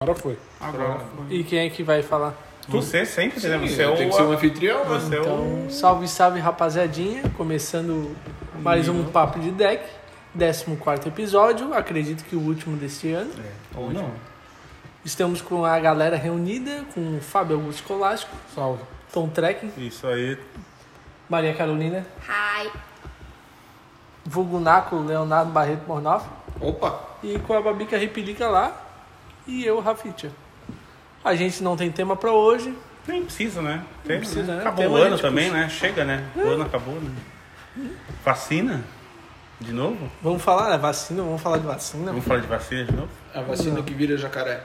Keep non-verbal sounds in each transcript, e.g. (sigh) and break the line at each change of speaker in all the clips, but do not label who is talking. Agora foi.
Agora foi.
E quem é que vai falar?
Você sempre, né? Você é o.
Tem que ser um anfitrião, né?
Você é o.
Então, salve, salve, rapaziadinha. Começando mais um Papo de Deck. 14 episódio, acredito que o último deste ano.
Ou não.
Estamos com a galera reunida, com o Fábio Augusto Colasco,
Salve.
Tom Trek,
Isso aí.
Maria Carolina,
Hi.
Vulgunaco, Leonardo Barreto Mornoff
Opa!
e com a Babica Repelica lá e eu, Rafitia. A gente não tem tema pra hoje,
Nem precisa, né? Tem,
precisa, né?
Acabou
Tem
o
uma
ano
gente,
também, né? Chega, né? O ano acabou, né? Vacina? De novo?
vamos falar, né? Vacina, vamos falar de vacina.
Vamos falar de vacina de novo?
A vacina que vira jacaré.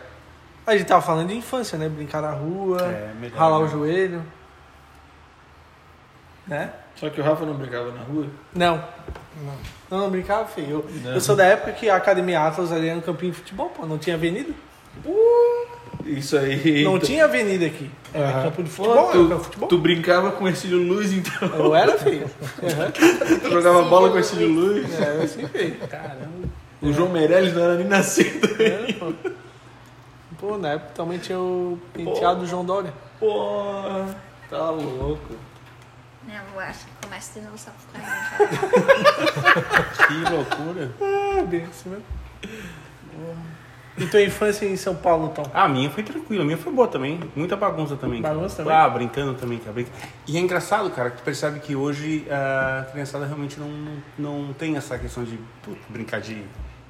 A gente tava falando de infância, né? Brincar na rua,
É, melhor,
ralar o
né?
joelho. Né?
Só que o Rafa não brincava na rua.
Não. Não, não brincava, filho. Eu, eu sou da época que a Academia Atlas ali era um campinho de futebol, pô. Não tinha avenida.
Isso aí.
Não
Então,
tinha avenida aqui. Era
Aham.
campo de futebol, era campo de
Tu,
futebol.
tu brincava com Ercílio Luz, (laughs) então.
Eu era, filho.
Tu jogava bola com Ercílio Luz.
É, eu assim, filho. Caramba.
O João Meirelles não era nem (laughs) nascido.
Era, pô. Pô, na época também tinha o penteado do João Dória.
Pô, tá louco.
Não, eu acho que começa de novo só por causa de
Que loucura.
Ah, bem assim mesmo. E tua infância em São Paulo, então?
Ah, a minha foi tranquila, a minha foi boa também. Muita bagunça também. cara.
Bagunça também?
Ah, brincando também, cara. brinca- E é engraçado, cara, que tu percebe que hoje a criançada realmente não, não tem essa questão de putz, brincar de,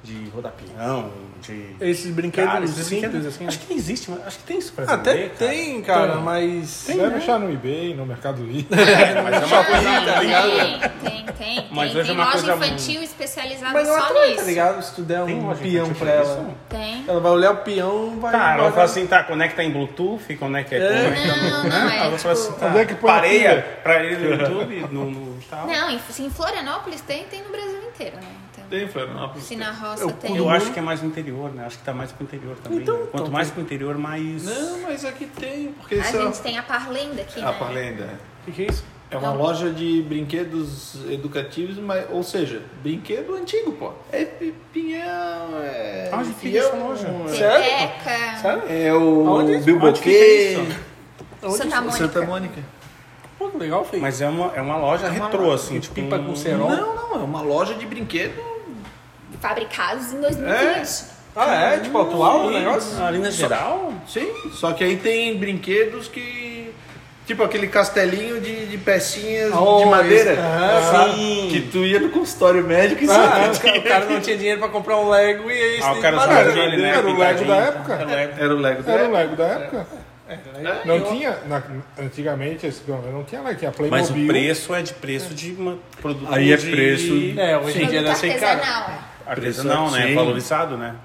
de rodapinhão, de.
Esses brinquedos
Cara, é esses
simples,
brinquedos-
assim? Ah,
Acho que nem existe, mas acho que tem isso pra
Até
vender, cara.
tem, cara,
Tem.
mas.
Deve achar no eBay, no Mercado Livre.
É, mas é uma coisa.
Não, tem, tem, tem.
Mas hoje
tem
é
tem
uma
loja
coisa
infantil especializada
Mas não
só
atrai, tá
nisso.
ligado? Se tu der
Tem
um
uma
peão
gente
pra ela.
isso?
tem.
Ela vai olhar o peão, vai.
Cara, ela
vai-
fala assim, tá, conecta em Bluetooth, conecta,
É.
conecta
Não,
no-
não,
né?
é,
Ela fala assim,
tipo-
tá,
Onde é que põe a
pareia pra ele no YouTube, no, no tal.
Não, e se em Florianópolis tem, tem no Brasil inteiro, né? Então,
Tem, Florianópolis.
se na roça
Eu-
tem.
Eu acho que é mais no interior, né? Acho que tá mais pro interior também.
Então,
né? Quanto
então,
mais pro interior, mais.
Não, mas aqui tem, porque
A
isso
gente tem a Parlenda aqui,
é... Ah,
né?
pra lenda.
O que, que é isso?
É uma loja de brinquedos educativos, mas, ou seja, brinquedo antigo, pô. É pi- pinhão, é.
Onde fica
peão,
essa loja?
é-
Sério?
Peteca,
Sério?
É o
Aonde?
Bilbo
Onde fica
Key,
isso?
Onde é?
Santa Mônica.
Santa Mônica.
Pô, que legal, feio.
Mas é uma, é uma loja
É uma
retrô,
loja
assim,
de
tipo.
pipa
um-
com cerol.
Não, não, é uma loja de brinquedo.
fabricados em 2020.
Ah, é? Tipo, atual o negócio?
ah, Ali na geral?
Sim, só que aí tem brinquedos que. Tipo aquele castelinho de, de pecinhas
Oh,
de madeira.
isso, aham,
sim.
Que tu ia no consultório médico e
Ah,
saía.
o, cara, o cara não tinha dinheiro pra comprar um Lego e aí
Ah,
você tem
o cara
que
usava
parar.
aquele, né?
Era o Lego da
pintadinho.
época.
Era o Lego.
Era o Lego da
Era o
época.
Lego da época.
É,
Não
eu-
tinha, na- antigamente, esse, não tinha Lego, tinha Playmobil.
Mas o preço é de preço de uma produto.
Aí é
de-
preço-
É, hoje em
Produto
dia deve ser cara.
artesanal, é.
Artesanal, né?
Sim.
Valorizado, né?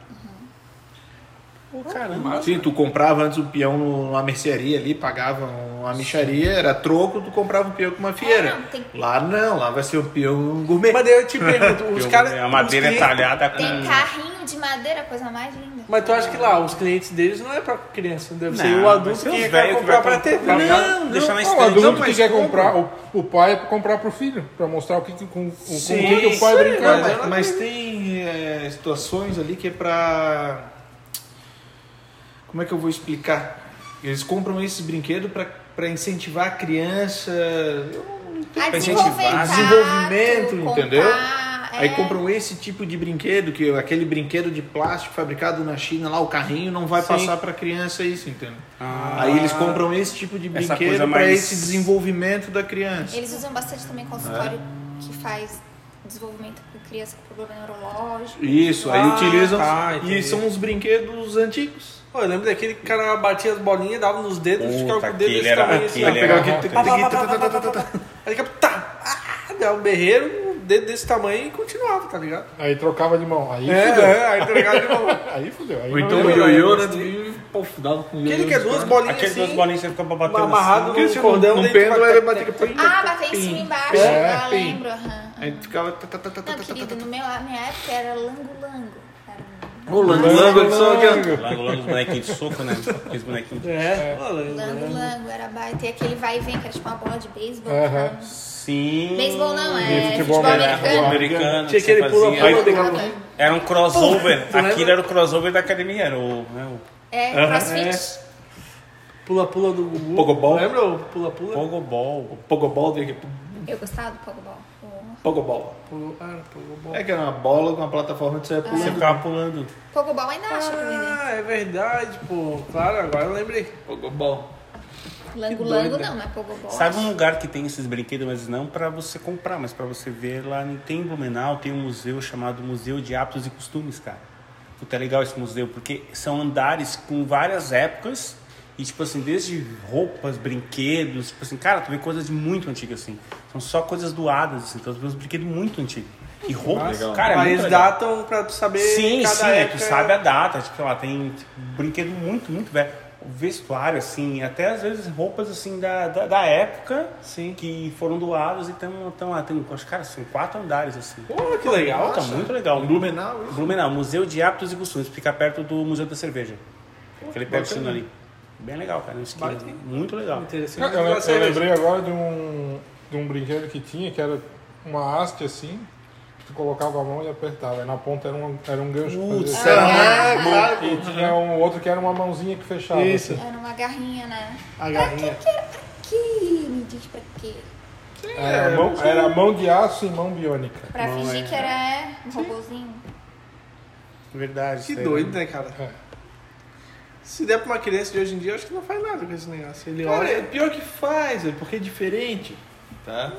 Pô, caramba.
Sim, tu comprava antes um peão numa mercearia ali, pagava uma micharia, era troco, tu comprava um peão com uma fieira.
Ah, não, tem-
Lá não, lá vai ser um peão gourmet.
Mas daí eu te pergunto,
(laughs)
os
Eu-
caras.
a madeira
os
é
clientes-
talhada com.
Tem carrinho de madeira, coisa mais linda.
Mas tu acha que lá, os clientes deles não é pra criança, deve ser
Não,
o adulto
mas tem
que
uns
ia
velho que
comprar
vai
pra
comprar um
ter. tá
pra
Não,
deixar na
não.
Não, o
estante.
É um adulto que
mas
quer
como?
comprar, o, o pai é pra comprar pro filho, pra mostrar o que, que- com, com,
Sim,
com o que, que o pai
sim,
brincava.
Mas, mas tem é, situações ali que é pra. Como é que eu vou explicar? Eles compram esses brinquedos pra, pra incentivar a criança. Eu não entendo.
A
pra
desenvolver
incentivar.
tato,
Desenvolvimento,
contar,
entendeu?
é.
Aí compram esse tipo de brinquedo, que aquele brinquedo de plástico fabricado na China, lá o carrinho não vai
Sim.
passar pra criança é isso, entendeu?
Ah.
Aí eles compram esse tipo de
Essa
brinquedo
coisa
pra
mais-
esse desenvolvimento da criança.
Eles usam bastante também consultório que faz desenvolvimento com criança com problema neurológico.
Isso, aí
Ah,
utilizam
tá,
e
entendi.
são os brinquedos antigos.
Pô, eu lembro daquele que o cara batia as bolinhas, dava nos dedos, ficava com
Puta,
o dedo
aquele
desse tamanho
era.
assim.
Aquele
ó.
era.
Pegava
hot.
aquele-
Pá, pá, pá, pá, pá, pá, pá, pá. Aí daqui a pouco, tá, ah, dava um berreiro, um dedo desse tamanho e continuava, tá ligado?
Aí trocava de mão. Aí fudeu.
é, aí tá ligado de novo.
Aí fudeu. Aí
Ou
não
então o
lembra.
ioiô, né? Puf, dava com o
Aquele que é duas bolinhas
Aqueles
assim,
dois bolinhos que você ficava batendo.
amarrado
Porque
no
se não-
cordão.
não
daí tu
pêndulo,
vai-
era bater que-
Ah, bater em cima e embaixo.
É,
ah,
pim.
lembro, aham.
Aí tu ficava. tá, tá, tá, tá, tá,
Não,
tá, tá,
querido,
tá.
no meu, na minha época era lango-lango. Era um
O lango, lango, ele só é aqui, ó.
Logo, logo os bonequinhos de soco, né? Aqueles bonequinhos de...
É, pô, lembro, né?
lango-lango, um era baita. E aquele vai e vem, que era tipo uma bola de beisebol.
Aham.
sabe?
Sim.
Beisebol não,
De
é
futebol
futebol,
Era futebol
americano.
americano.
Tinha
que você
aquele
fazia.
pula-pula.
Era um crossover.
lembra?
Aquilo era o crossover da academia. Era o, né, o
É,
Aham.
crossfit.
Pula-pula do Gugu.
Pogobol.
Lembra o pula-pula?
Pogobol.
Pogobol, de...
Eu gostava do pogobol. O
Pogobol.
Pulo- ah, pogobol.
É que era uma bola com uma plataforma de saia
Você
pulando.
ficava pulando.
pogobol ainda acha pra vender.
Ah, é verdade, pô. Claro, agora eu lembrei.
Pogobol.
Lango-lango
doida.
não, mas pogobol.
Sabe um lugar que tem esses brinquedos, mas não para você comprar, mas para você ver lá em tem em Blumenau, tem um museu chamado Museu de Hábitos e Costumes, cara. Puta, é legal esse museu, porque são andares com várias épocas e, tipo assim, desde roupas, brinquedos, tipo assim, cara, tu vê coisas de muito antigas, assim. São só coisas doadas, assim, então tu vê uns brinquedos muito antigos. E roupas,
legal.
cara, é
Mas
muito legal.
datam pra tu saber.
Sim,
cada
sim, é, tu
época. um-
sabe a data, tipo, sei lá, tem tipo, brinquedo muito, muito velho. O vestuário, assim, até às vezes roupas assim da, da, da época
Sim.
que foram doadas e estão lá. Tem, acho, cara, são quatro andares assim.
Pô, que legal.
tá muito legal.
Blumenau, isso?
Blumenau, Museu de Hábitos e Costumes, fica perto do Museu da Cerveja. Aquele pertinho ali. Bem legal, cara. na esquina.
Bacana.
Muito legal.
Eu,
Interessante.
eu- eu
Você-
lembrei agora de um, de um brinquedo que tinha, que era uma haste assim, que tu colocava a mão e apertava. E na ponta era um, era um gancho. pra
Putz, é.
fazer.
era
Ah,
muito bom.
E tinha um outro que era uma mãozinha que fechava.
Isso.
assim.
Era uma garrinha, né?
A garrinha.
Que me diz pra quê?
Era, a mão, era a mão de aço e mão biônica.
Pra
Não,
fingir
é.
que era um robôzinho.
Verdade.
Que
isso aí,
doido,
né?
né, cara?
É.
Se der pra uma criança de hoje em dia, eu acho que não faz nada com esse negócio. Ele
Cara, é
olha.
pior que faz, é porque é diferente. Tá?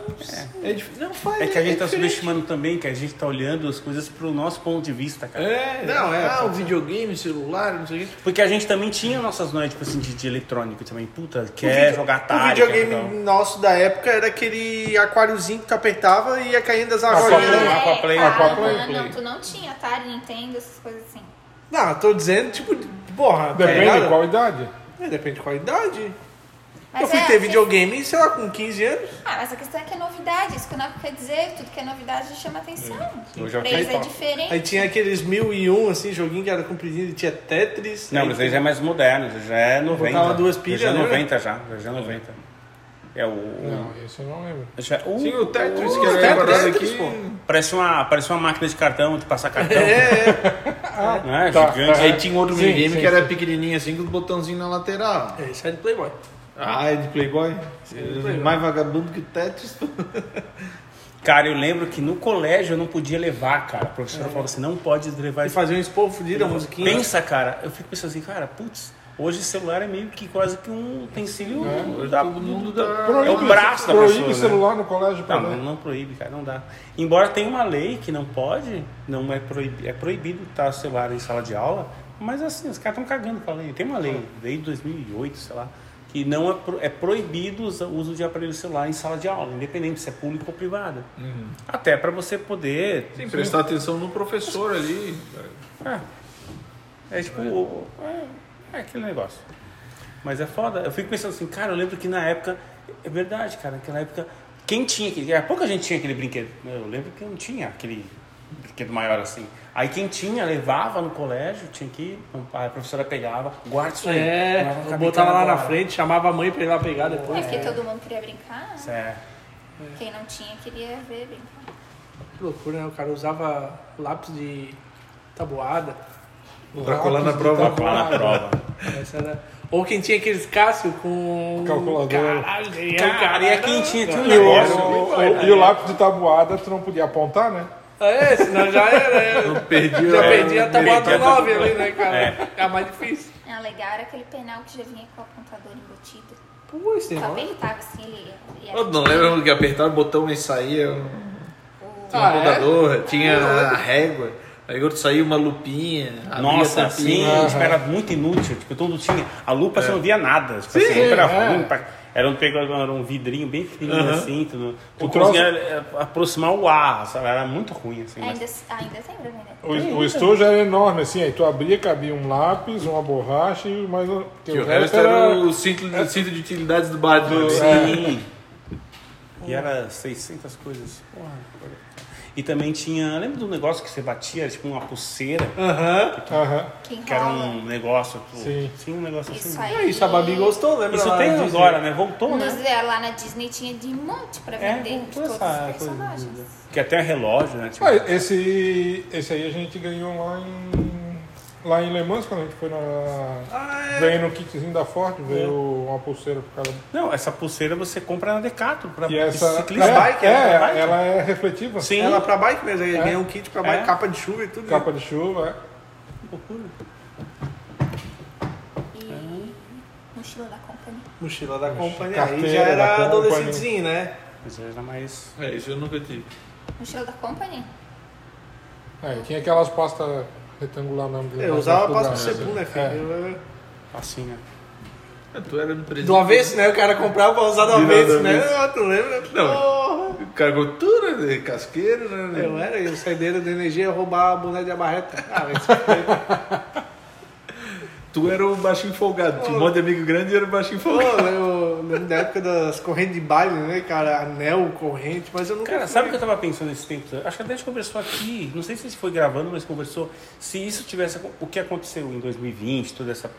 É. dif- Não faz.
É que a gente tá
diferente.
subestimando também, que a gente tá olhando as coisas pro nosso ponto de vista, cara.
É,
Não, é,
Ah, o
pode ser.
videogame, celular, não sei o quê.
Porque a gente também tinha nossas noites, tipo assim, de, de eletrônico também. Puta, quer jogar Atari.
O videogame
quer jogar- um-
então.
nosso da época era aquele aquáriozinho que tu apertava e ia caindo as argolinhas.
Aquaplay,
É,
Aquaplay,
cara,
Aquaplay,
não,
Play.
não, tu não tinha Atari, Nintendo, essas coisas assim.
Não, tô dizendo, tipo, porra, tá
Depende
ligado?
de qual idade.
É, depende de qual idade.
Mas
eu fui
é,
ter
assim-
videogame, sei lá, com 15 anos.
Ah, mas a questão é que é novidade, isso que o Napo quer dizer, tudo que é novidade chama atenção.
Eu já
pra eles
fiz
é
top.
diferente.
Aí tinha aqueles 1001, assim, joguinho que era compridinho, e tinha Tetris.
Não,
aí
mas ele já é mais moderno, ele já é 90.
Botava duas pilhas,
já é
lembra?
90 já, já é 90. É o...
Não, isso eu não lembro.
Já, uh,
Sim, o Tetris
uh,
que era
Tetris,
guardado
Tetris,
aqui.
pô. Parece uma, parece uma máquina de cartão, de passar cartão.
É, é.
(laughs) Não é?
Tá,
Gigante.
tá.
Aí tinha um outro
Sim,
videogame
sim,
que era pequenininho assim, com os botãozinhos na lateral.
É, isso é de Playboy.
Ah, é de Playboy? Mais vagabundo que o Tetris.
Cara, eu lembro que no colégio eu não podia levar, cara. O professor falou assim, não pode levar
E fazia um esporro fudido, a musiquinha.
Pensa, cara, eu fico pensando assim, cara, putz, hoje o celular é meio que quase que um utensílio da,
É, todo mundo
do-
tá-
É o braço da
proíbe
pessoa. né?
celular no colégio pra
Não, não,
ler.
não proíbe, cara, não dá. Embora tenha uma lei que não pode, não é proibido, é proibido estar o celular em sala de aula, mas assim, os caras estão cagando com a lei. Tem uma lei, desde 2008, sei lá, que não é, pro- é proibido o uso de aparelho celular em sala de aula, independente se é público ou privado.
Uhum.
Até para você poder
Sim, prestar atenção no professor ali.
é, é tipo. o- É, é aquele negócio. Mas é foda. Eu fico pensando assim, cara, eu lembro que na época. É verdade, cara, naquela época. Quem tinha aquele. Era pouca gente tinha aquele brinquedo. Eu lembro que não tinha aquele brinquedo maior assim. Aí quem tinha, levava no colégio, tinha que ir. um A professora pegava, guarda isso aí.
É,
Guarda, tá
eu botava lá na
agora.
frente, chamava a mãe pra ir lá pegar
É
depois.
porque todo mundo queria brincar,
Isso é.
quem não tinha queria ver brincar.
Que loucura, né? O cara usava lápis de tabuada.
Pra colar na
Lápis de
tá prova.
Pra
tabuada.
colar na prova.
Essa era- Ou quem tinha aqueles Cássio com. um
Calculadora.
Um
Caralho, é o
Cara, e
cara.
a quem tinha, tinha um
E
negócio.
o-
né?
o- E o lápis de tabuada tu não podia apontar, né?
É, senão já era. Eu
perdi
já
a-
perdi a tabuada
perdi a
9 ali, né, cara? É a mais difícil.
Ah, legal era aquele penal que já vinha com o apontador embutido.
Pô, esse
Só
negócio.
apertava assim, ele, ele era
Eu não lembro que apertava o botão e saía um
o-
Ah, é? Ah,
computador, tinha a régua. Aí outro saía uma lupinha. abria a
Nossa, sim,
tapinha.
isso era muito inútil. Tipo, todo mundo tinha. A lupa você não via nada. Tipo, assim, era
é.
ruim. pra- Era um, pego- era um vidrinho bem fininho assim. Tu, não- tu
O
conseguia eh, aproximar o ar, sabe? Era muito ruim assim. mas-
Ainda, ainda tem pra vender.
O, o estojo era enorme, assim, aí tu abria, cabia um lápis, uma borracha e mais um. porque
Que o resto era o cinto, o cinto de utilidades do bar do...
Sim. E era 600 coisas. Porra. E também tinha. Lembra do negócio que você batia? Era tipo uma pulseira.
Aham.
Aham.
Quem
Que era
rola,
um negócio. Tipo,
Sim.
Tinha um negócio assim.
Isso
Isso,
aí.
É Isso a Babi gostou, lembra? lá
tem
disso?
agora, né? Voltou, né?
Nos, é, lá na Disney tinha de monte pra
É,
vender de
toda
todos os
essa coisa.
personagens.
de- Que até relógio, né? é Tipo,
Ah, esse, esse aí a gente ganhou lá em Lá em Le Mans, quando a gente foi na. Veio no kitzinho da Ford, veio uma pulseira por causa
Não, essa pulseira você compra na Decathlon para
E essa.
ciclista.
é,
bike,
é,
né? Pra bike.
ela é refletiva.
Sim,
Ela pra bike mesmo, aí
É.
ganhou um kit pra bike,
É.
capa de chuva e tudo. né?
Capa de chuva, é.
loucura.
e mochila da companhia.
Mochila da companhia. Aí
Carteira
já
da
era
Company.
adolescentezinho, né?
Mas era mais.
É, isso eu nunca tive.
Mochila da companhia?
É, tinha aquelas pastas retangular mesmo. que
Eu
levava
usava
pro
pasta de
lugar.
segundo, né, filho?
É.
Eu-
Assim, né?
Ah, tu era no presente.
Do avesso, né? O cara comprava pra usar do
Virado
avesso,
do
né?
avesso.
Ah, Tu lembra?
Não.
Porra!
Cargotura, né? casqueiro, né?
Eu era, eu saideira da energia roubar a boneca de abarreta. Ah, vai se fuder. É.
Tu era o baixinho folgado. Tinha um monte de amigo grande e era o
(laughs)
baixinho
Pô,
folgado.
eu lembro da época das correntes de baile, né, cara? Anel, corrente, mas eu nunca.
Cara, sabe o que eu tava pensando esse tempo? Acho que até a gente conversou aqui, não sei se foi gravando, mas conversou. Se isso tivesse. acon- O que aconteceu em 2020, toda essa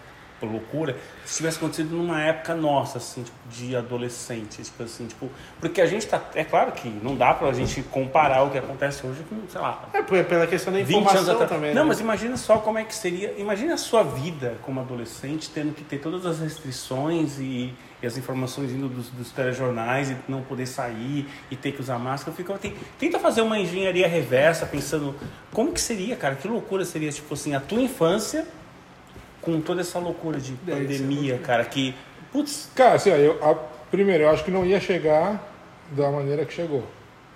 loucura, se tivesse acontecido numa época nossa, assim, tipo, de adolescente, tipo assim, tipo. Porque a gente tá. É claro que não dá pra gente comparar o que acontece hoje com, sei lá,
É p- pela questão da
20 anos
informação
atrás.
também.
não,
né?
mas imagina só como é que seria. Imagina a sua vida como adolescente, tendo que ter todas as restrições e, e as informações indo dos, dos telejornais e não poder sair e ter que usar máscara. Fica, tem- tenta fazer uma engenharia reversa, pensando como que seria, cara? Que loucura seria, tipo assim, a tua infância com toda essa loucura de
Deve ser
pandemia, cara, que. Putz,
Cara, assim, ó, eu, a- primeiro, eu acho que não ia chegar da maneira que chegou.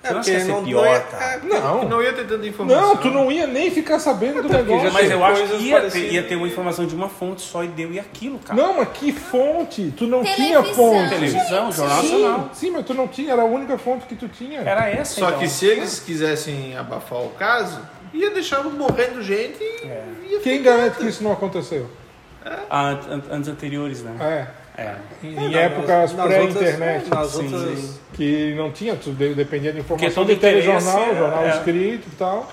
É,
você não acha que ia ser pior,
dói-
cara?
é,
Não.
Não ia ter tanta informação.
Não, tu não ia nem ficar sabendo do negócio.
mas eu acho que
coisas
ia ter,
parecidas.
ia ter uma informação de uma fonte só e deu e aquilo, cara.
Não, mas que fonte? Tu não tinha
Televisão,
fonte.
Televisão,
gente.
jornal nacional.
Sim, sim, mas tu não tinha, era a única fonte que tu tinha.
Era essa,
Só
então.
que se eles quisessem abafar o caso, ia deixar morrendo gente e ia
Quem garante que isso não aconteceu?
Ah, an- an- anos anteriores, né?
É.
É.
Em,
não,
em
nas-
épocas
nas
pré-internet,
outras- Nas
sim,
Ah, tá, outras.
sim.
que não tinha, tu de- dependia de informação
todo
de telejornal,
interesse é-
jornal
é.
escrito e tal.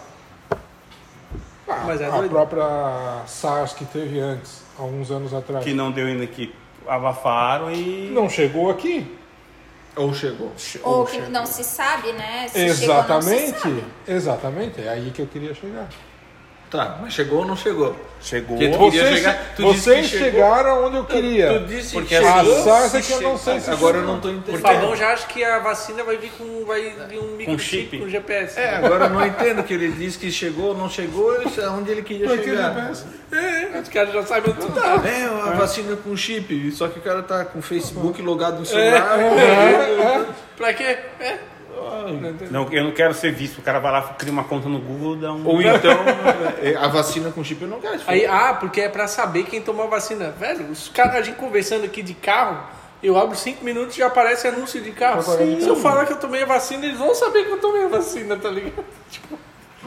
Ah,
Mas é
a
doido.
própria SARS que teve antes, alguns anos atrás,
Que não deu ainda que abafaram e.
não chegou aqui.
Ou chegou.
Ou que não se sabe, né? Se
exatamente,
Chegou, não se sabe.
exatamente, é aí que eu queria chegar.
Tá, mas chegou ou não chegou?
Chegou.
Que tu- queria
Vocês,
chegar- tu disse
vocês
que chegou.
chegaram onde eu queria.
Tu disse
Porque
chegou,
a Sarsa
se
que eu não sei se
Agora eu
chegou.
não tô
é O
entendendo.
Fabão já acha que a vacina vai vir com vai vir um microchip
chip.
com GPS.
É, agora eu não entendo que ele disse que chegou ou não chegou, isso é onde ele queria
Porque
chegar.
Os caras já sabem onde tu tá.
É, a vacina com chip, só que o cara tá com o Facebook logado
É.
no celular.
Pra quê? É.
Não, eu não quero ser visto. O cara vai lá, cria uma conta no Google, dá um.
Ou então, é, a vacina com chip eu não quero.
Aí, ah, porque é pra saber quem tomou a vacina. Velho, os caras, a gente conversando aqui de carro, eu abro cinco minutos e já aparece anúncio de carro.
Propaganda
Se eu falar que eu tomei a vacina, eles vão saber que eu tomei a vacina, tá ligado? Tipo,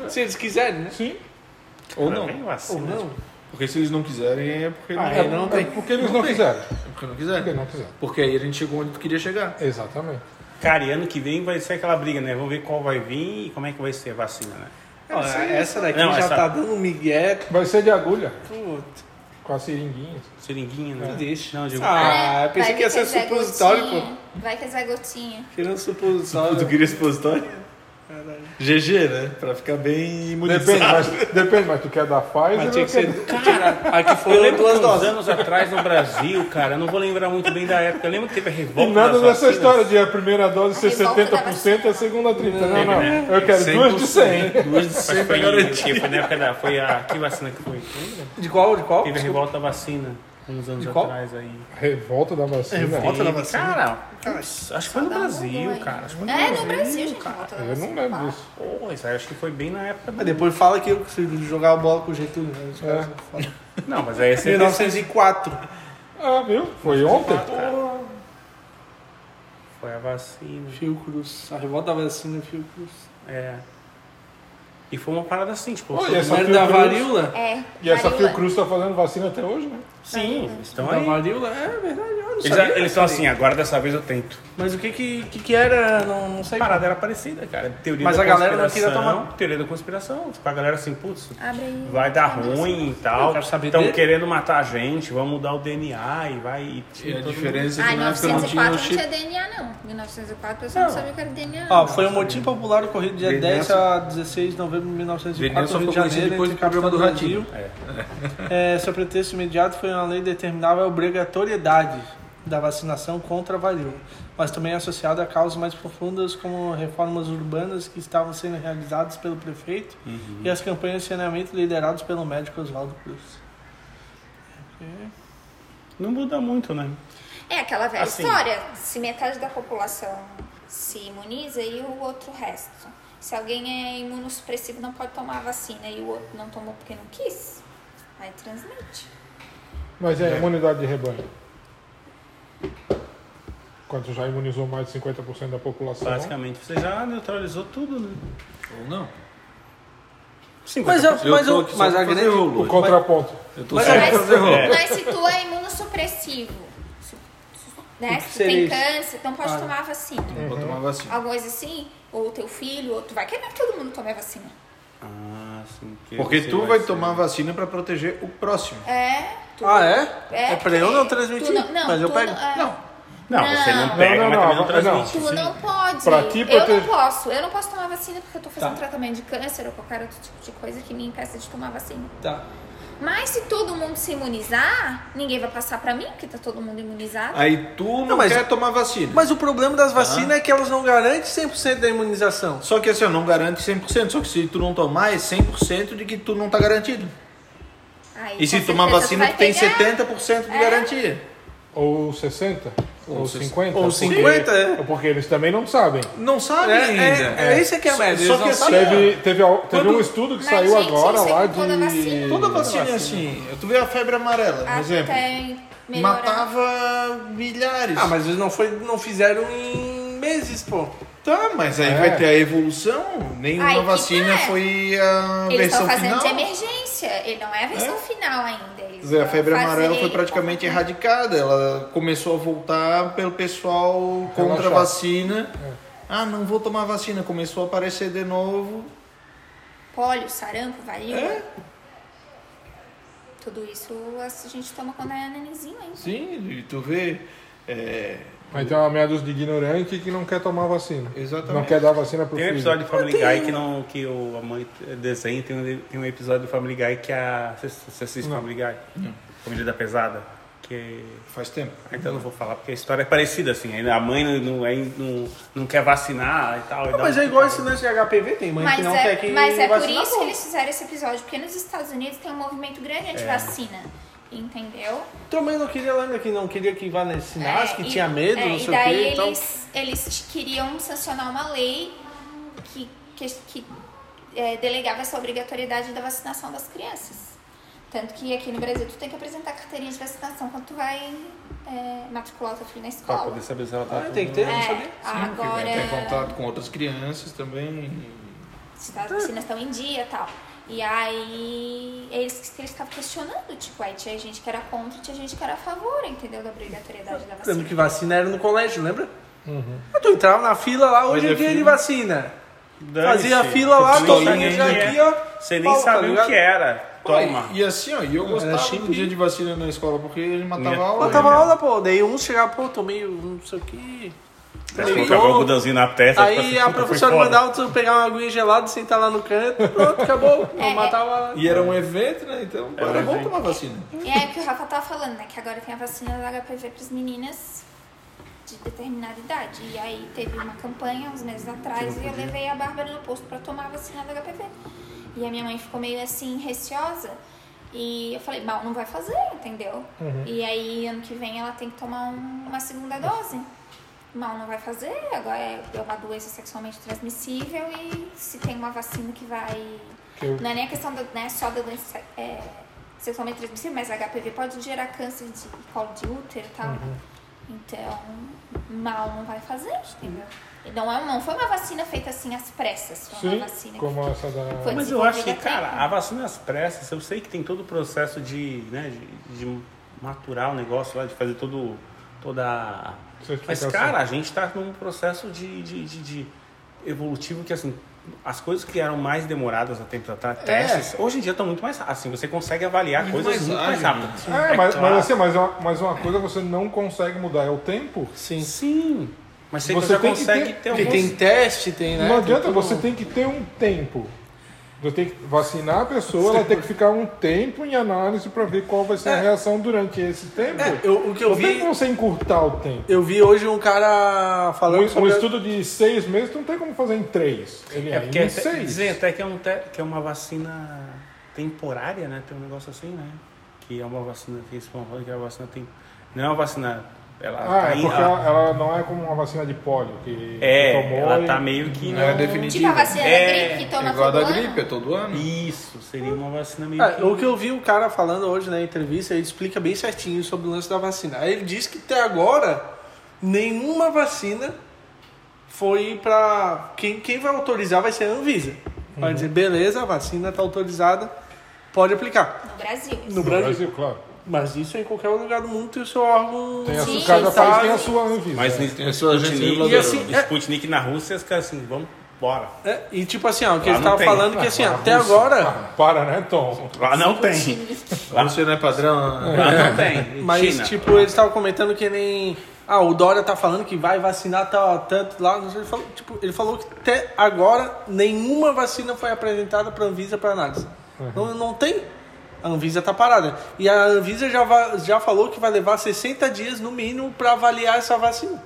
se eles quiserem, né?
Sim,
Ou
Cara,
não.
vem
Ou
vacina.
não.
Porque se eles não quiserem, é porque não,
Ah,
é.
é, não
é
tem.
porque eles não, quiseram.
porque não
Porque
quiserem.
não quiseram.
Porque aí a gente chegou onde tu queria chegar.
Exatamente.
Cara, e ano que vem vai ser aquela briga, né? Vamos ver qual vai vir e como é que vai ser a vacina, né?
Ó,
é
essa daqui
Não,
já
essa-
tá dando um migué.
Vai ser de agulha,
Puta,
com as seringuinhas.
Seringuinha, né?
não deixa.
Não, digo.
Ah, eu pensei
Né? Vai é
que ia ser
Zé
supositório, pô.
Gotinha. Vai que é Zé Gotinha.
Tirando supositório.
queria expositório? GG, né? Pra ficar bem
Depende mas, depende, mas tu quer da Pfizer
Mas
ou
tinha que
quer (laughs)
ser. Aqui
Eu
foram
lembro que
duas
uns
doses.
anos atrás no Brasil, cara, eu não vou lembrar muito bem da época. Eu lembro que teve a
E
revolta.
nada
das
dessa
vacinas.
história de a primeira dose ser
revolta da
70% e a segunda 30%. Não, não.
né?
Eu quero duas de 100.
Duas de cem
pra
foi,
garantir.
foi na época da. Foi a. Que vacina que foi? Lembra?
De qual? De qual?
Teve a
Desculpa.
revolta da vacina uns anos
De qual?
atrás aí.
Revolta da vacina.
Revolta da
Teve,
vacina? Ah,
Cara, putz, acho que foi no
Dá um
Brasil,
Google aí.
cara. Acho que foi
É, no Brasil, gente. volta da
Eu não
vacina,
lembro
pá.
disso.
Pô, isso aí acho que foi bem na época
Mas
do...
depois fala que eu consigo jogar a bola com o Getúlio. Né? Os caras são foda.
Não, mas
(laughs)
aí você...
1904.
Ah, viu? Foi ontem.
Foi a vacina.
Fiocruz. A revolta da
assim, né?
vacina Fiocruz.
É. E foi uma parada assim, tipo...
Olha,
todo
essa
Mas da
Fiocruz-
varíola?
É.
E essa
varíola.
Fiocruz tá fazendo vacina até hoje, né?
Sim, eles estão
da
aí.
varíola, é verdade, eu não
Eles,
sabia
eles
dessa
estão
lei.
assim, agora dessa vez eu tento.
Mas o que que, que, que era? Não, não
A
sei.
parada era parecida, cara. Teoria
Mas
da
a galera não queria
conspiração,
tomar.
Teoria da conspiração. Tipo, a galera assim, putz,
Abre aí.
vai dar ruim e
Eu
tal.
quero saber
Estão
dele.
querendo matar a gente, vamos mudar o DNA e vai. E, tipo,
E a
todo
diferença é
Ah,
que
em
na época não
1904
tinha
não
o chip.
tinha DNA, não. Em 1904 a pessoa não, sabia o que era DNA.
Ó,
não.
foi um motim popular ocorrido dia
Denilson-
10 a 16 de novembro de
Denilson
1904,
só
no Rio de
ficou conhecido
Janeiro,
depois
entre
do programa
capital
do Ratinho.
É, seu pretexto imediato foi uma lei que determinava a obrigatoriedade da vacinação contra a varíola, mas também associada a causas mais profundas como reformas urbanas que estavam sendo realizadas pelo prefeito
Uhum.
e as campanhas de saneamento lideradas pelo médico Oswaldo Cruz.
Não muda muito, né?
É aquela velha
Assim.
história. Se metade da população se imuniza e o outro resto. Se alguém é imunossupressivo não pode tomar a vacina e o outro não tomou porque não quis, aí transmite.
Mas é, imunidade de rebanho. Quando já imunizou mais de 50% da
Tá
população.
Basicamente, você já neutralizou tudo, né?
Ou não.
Sim,
Mas, eu,
Eu
mas,
tô
eu-
aqui só
mas
pra
a
fazer
grande...
tipo,
rolo.
O contraponto.
Eu tô
Mas
só
é-
pra fazer rolo.
É.
Mas se tu é imunossupressivo, su- su-
O
né?
que
Se tu
seria
tem
isso?
câncer, então pode
Ah.
tomar a vacina.
Vou tomar vacina.
Alguma coisa assim, ou teu filho, ou tu vai querer que todo mundo tome a vacina.
Ah, sim. que
Porque
você
tu vai
ser-
tomar vacina pra proteger o próximo.
É. tu-
Ah, é? É, pra eu
que
não
tu
transmitir,
não- não,
mas eu
tu
pego.
Não, é.
Não, você não
Não.
pega, mas também é
Não, não,
não
não, não.
transmite.
Tu
sim.
Tipo, não pode.
Pra ti, pra
eu
ter-
não posso. Eu não posso tomar vacina porque eu tô
Tá.
fazendo tratamento de câncer ou qualquer outro tipo de coisa que me impeça de tomar vacina.
Tá.
Mas se todo mundo se imunizar, ninguém vai passar pra mim, porque tá todo mundo imunizado.
Aí tu não,
mas-
quer tomar vacina. Ah.
Mas o problema das vacinas é que elas não garantem 100% da imunização.
Só que assim, eu não garante 100%. Só que se tu não tomar, é 100% de que tu não tá garantido.
Aí,
E se
com
tomar
certeza,
vacina,
tu vai
tu tem
pegar.
70% de
É.
garantia.
Ou 60? Ou, 50?
ou
porque-
50, é.
Porque eles também não sabem.
Não sabe
É,
ainda.
é, é isso que é a merda,
Só
eles
que
não
assim,
sabem.
Teve, teve, al- teve um estudo que
Mas,
saiu
gente,
agora
isso é
lá
com toda
de.
vacina.
Toda vacina é assim. Tu vê a febre amarela, por exemplo.
Até Ah, melhorar.
Matava milhares.
Ah, mas eles não, foi, não fizeram em meses, pô.
um
Tá, mas aí
É.
vai ter a evolução. Nenhuma
Aí que
vacina
tá.
foi a
Eles estão
versão
fazendo
final. é,
de emergência. Ele não é a versão final ainda. Eles
A
vão
febre
fazer um
amarela foi
ele
praticamente
com-
erradicada. Ela começou a voltar pelo pessoal contra a
Relaxar. É.
vacina. Ah, não vou tomar vacina. Começou a aparecer de novo.
Pólio, sarampo, varíola.
É?
Tudo isso a gente toma quando é nenenzinho ainda.
Sim, e tu vê. é,
Mas tem uma meia dúzia de ignorante que não quer tomar vacina.
Exatamente.
Não quer dar vacina pro
Tem um
filho.
episódio de Family Guy que, não, que o, a mãe desenha, tem um, tem um episódio do Family Guy que a. Você você assiste Family Guy? Não. Família da Pesada? Que.
faz tempo.
Ah, Então eu não vou falar, porque a história é parecida, assim. aí A mãe não, não, é- não, não quer vacinar e tal. e
Não,
dá
mas
um-
é igual esse lance de HPV, tem mãe que
Mas
não
é,
quer que
mas é por
vacinar,
isso
pô.
que eles fizeram esse episódio, porque nos Estados Unidos tem um movimento
É.
grande anti-vacina, entendeu?
Tua mãe não queria, lembra que não queria que vacinasse,
É,
que
e-
tinha medo,
é,
não
e
sei o
daí
quê então. e tal.
eles, eles queriam sancionar uma lei que, que, que, é, delegava essa obrigatoriedade da vacinação das crianças. Tanto que aqui no Brasil tu tem que apresentar carteirinha de vacinação quando tu vai é, matricular o teu filho na
Pra
escola.
poder saber se ela tá.
Ah, tem que ter, não
É,
sabia.
Porque vai ter
agora
contato com outras crianças também.
se as vacinas estão em dia e tal. E aí eles, eles ficavam questionando, tipo, aí tinha gente que era contra e tinha gente que era a favor, entendeu? Da obrigatoriedade
um-
da vacina.
Lembra que vacina era no colégio, lembra? Mas Tu entrava na fila lá, hoje
Mas
é
é
dia de
fila.
vacina.
Dane-se.
Fazia a fila lá,
Tu nem
bolinha
sabia.
aqui, ó.
Você nem
Pau, tá
sabia o
ligado?
que era. Toma.
E assim, ó,
É,
e eu gostava do
chip.
né?
dia de vacina na escola, porque ele matava
Minha-
a aula.
Botava
é
aula, pô. Daí um chegava, pô, tomei um isso aqui.
Você colocava o algodãozinho na testa.
Aí
tipo assim,
a
puta, foi
professora
foda.
mandava tu pegar uma aguinha gelada, sentar lá no canto, pronto, acabou. Não matava.
E era um evento, né? Então era bom tomar vacina.
E é o que o Rafa tava falando, né? Que agora tem a vacina da HPV pras meninas de determinada idade. E aí teve uma campanha uns meses atrás e eu levei a Bárbara no posto pra tomar a vacina da HPV. E a minha mãe ficou meio assim, receosa. E eu falei, mal, não vai fazer, entendeu? E aí ano que vem ela tem que tomar um- uma segunda dose. Mal não vai fazer, agora é é uma doença sexualmente transmissível e se tem uma vacina que vai
Que eu-
não é nem a questão da, né, só da doença é, sexualmente transmissível, mas HPV pode gerar câncer de colo de útero e tal. né?
Uhum.
Então, mal não vai fazer, entendeu? E Não, é, não foi uma vacina feita assim às pressas. Foi
Sim,
uma vacina
como essa da.
Foi.
Mas eu acho que,
desenvolvida
cara,
técnica.
a vacina às pressas, eu sei que tem todo o processo de, né, de, de maturar o negócio lá, de fazer todo, toda a- Mas,
Certificação.
cara, a gente tá num processo de, de, de- de evolutivo que, assim, as coisas que eram mais demoradas há tempo
É.
atrás, testes, hoje em dia estão muito mais rápido. Assim, você consegue avaliar coisas
mais
muito mais
ágil. né?
rápido.
É, mas,
claro.
mas assim, mas uma, mas uma coisa você não consegue mudar é o tempo.
Sim.
Sim, mas você,
Você
já
tem que
consegue
ter-
ter
Porque
alguns...
tem teste, tem, né?
Não adianta,
tudo.
você tem que ter um tempo. Você tem que vacinar a pessoa, ela tem que ficar um tempo em análise para ver qual vai ser a reação durante esse tempo.
É, eu- o que eu
não tem
vi,
como você encurtar o tempo.
eu vi hoje um cara falando
Um, um
sobre...
estudo de seis meses não tem como fazer em três. Ele é,
É porque
em
até,
seis.
dizem até que é, um te- que é uma vacina temporária, né? Tem um negócio assim, né? Que é uma vacina, que eles falam que é uma vacina tem. Não é uma vacina. Ela
Ah,
tá
é
em-
porque
ela,
ela, ela não é como uma vacina de pólio que
é,
que tomou
ela
e-
tá meio que.
Não é
não-
Tipo a
definitiva.
vacina
É,
da gripe,
É
toma
igual a da
todo ano.
gripe, é todo ano.
Isso, seria uma vacina meio
Ah,
que.
o que eu vi o cara falando hoje na entrevista, ele explica bem certinho sobre o lance da vacina. Aí Ele diz que até agora nenhuma vacina foi pra. quem quem vai autorizar vai ser a Anvisa. Vai dizer, beleza, a vacina tá autorizada, pode aplicar.
No Brasil.
No
No
Brasil.
Brasil, claro.
Mas isso é em qualquer lugar do mundo tem o seu órgão.
Tem a
Sim,
su- cada
sabe.
país tem a sua Anvisa.
Mas
Tem a sua agência
Sputnik,
reguladora.
assim, Sputnik na Rússia, os caras assim, vamos, bora.
É, e tipo assim, ó, o que
Lá
ele
não
tava
tem.
falando que assim, ó, até agora.
Ah, para, né, Tom?
Lá não tem.
Sim.
(laughs) Lá,
Você não é padrão.
lá não tem.
Mas,
China.
tipo, eles estavam comentando que nem. Ah, o Dória tá falando que vai vacinar tal, tanto lá. Não sei, ele, falou, tipo, ele falou que até agora nenhuma vacina foi apresentada pra Anvisa para análise.
Uhum.
Não, não tem. A Anvisa tá parada. E a Anvisa já, va- já falou que vai levar 60 dias no mínimo pra avaliar essa vacina.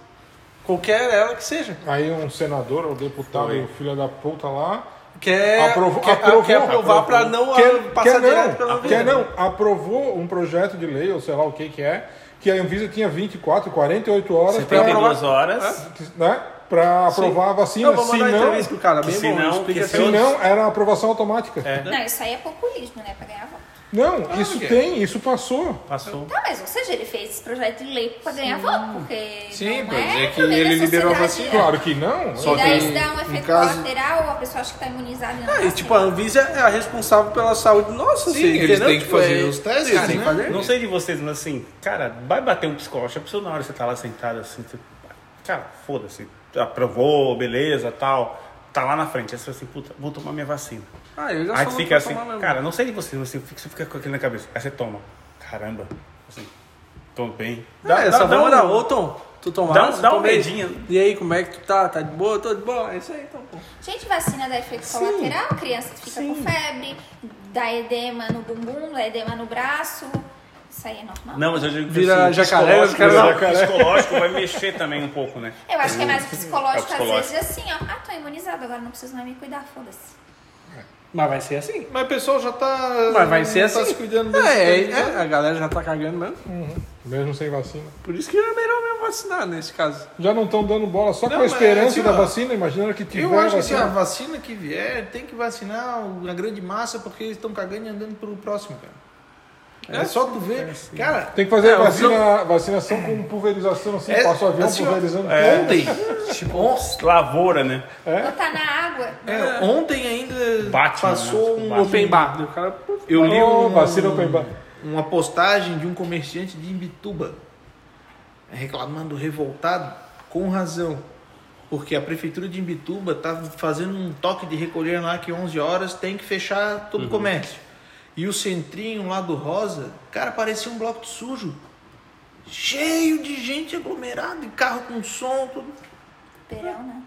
Qualquer ela que seja.
Aí um senador ou deputado,
Foi.
filho da puta lá,
Quer,
Aprovou-
É, quer, ah,
aprovou,
quer aprovar
aprovou.
pra não a-
quer,
passar
quer
direto
não,
pela Anvisa.
Quer não, aprovou um projeto de lei, ou sei lá o que que é, que a Anvisa tinha 24, 48 horas para
72 horas.
né, pra aprovar a vacina,
Eu vou
se
mandar entrevista pro
não,
cara,
que
bem
se
bom,
não-
explica
que
assim.
se
se não era aprovação automática.
Não, isso aí é populismo, né? Pra ganhar voto.
Não, isso
Ah, ok.
tem, isso passou.
Passou.
Tá, mas ou seja, ele fez esse projeto de lei pra ganhar voto, porque.
Sim,
não
pra
é
dizer que
também
ele
da
liberou a vacina.
sociedade, né?
Claro que não.
Só
e daí
que,
isso dá um
em
efeito
caso-
colateral, a pessoa acha que tá imunizada e não
Ah,
tá
e tipo, a
sendo.
Anvisa é a responsável pela saúde nossa,
Sim,
assim,
eles
entendeu?
têm que
Tipo,
fazer
é-
os testes,
eles têm
né?
que fazer.
Não sei de vocês, mas assim, cara, vai bater um psicológico. A pessoa na hora que você tá lá sentado assim, você, cara, foda-se, aprovou, beleza, tal. Tá lá na frente. Aí você fala assim, puta, vou tomar minha vacina.
Ah, eu já
Aí
sou
você
louco
fica
pra
assim,
tomar mesmo.
cara, não sei de vocês, mas assim, você fica com aquilo na cabeça. Aí você toma. Caramba, assim, tô bem.
Ah, é, só
dá
vamos
um-
olhar, ô Tom, tu
dá um-
tomasse?
dá um
Tomei.
medinho.
E aí, como é que tu tá? Tá de boa? Tô de boa? É isso aí, então, pô.
Gente, vacina dá efeito colateral, criança que fica com febre, dá edema no bumbum, dá edema no braço. Isso aí é normal.
Não, mas eu digo que
Vira
assim, o
jacaré, os
psicológico-
caras-
o psicológico vai mexer também um pouco, né?
Eu acho que é mais o psicológico,
É o psicológico.
às vezes, assim, ó. Ah, tô imunizado, agora não preciso mais me cuidar, foda-se.
Mas vai ser assim.
Mas o pessoal já tá.
Mas vai ser
tá
assim.
se cuidando
É,
desse
é,
tempo,
é,
né?
a galera já tá cagando mesmo.
Mesmo sem vacina.
Por isso que é melhor mesmo vacinar nesse caso.
Já não estão dando bola só com a
mas,
esperança
assim,
da
ó,
vacina, imaginando que tiver
Eu acho que assim, se
vacina.
a vacina que vier tem que vacinar a grande massa porque eles estão cagando e andando pro próximo, cara. É, só tu ver. Cara,
Tem que fazer
É,
a
o
vacina, vacinação com pulverização, assim,
um- É,
passa o avião
assim, ó,
pulverizando. tudo.
ontem.
Tipo, lavoura, né?
É?
Botar na água.
é, ontem ainda
Batman,
passou
né?
um
Batman.
Open bar. Daí O cara, pô,
Eu li
Ô,
um-
vacina open bar.
uma postagem de um comerciante de Imbituba reclamando revoltado com razão, porque a prefeitura de Imbituba está fazendo um toque de recolher lá que 11 horas tem que fechar
Uhum.
todo o comércio. E o centrinho lá do Rosa, cara, parecia um bloco de sujo. Cheio de gente aglomerada, e carro com som, tudo.
Verão, né?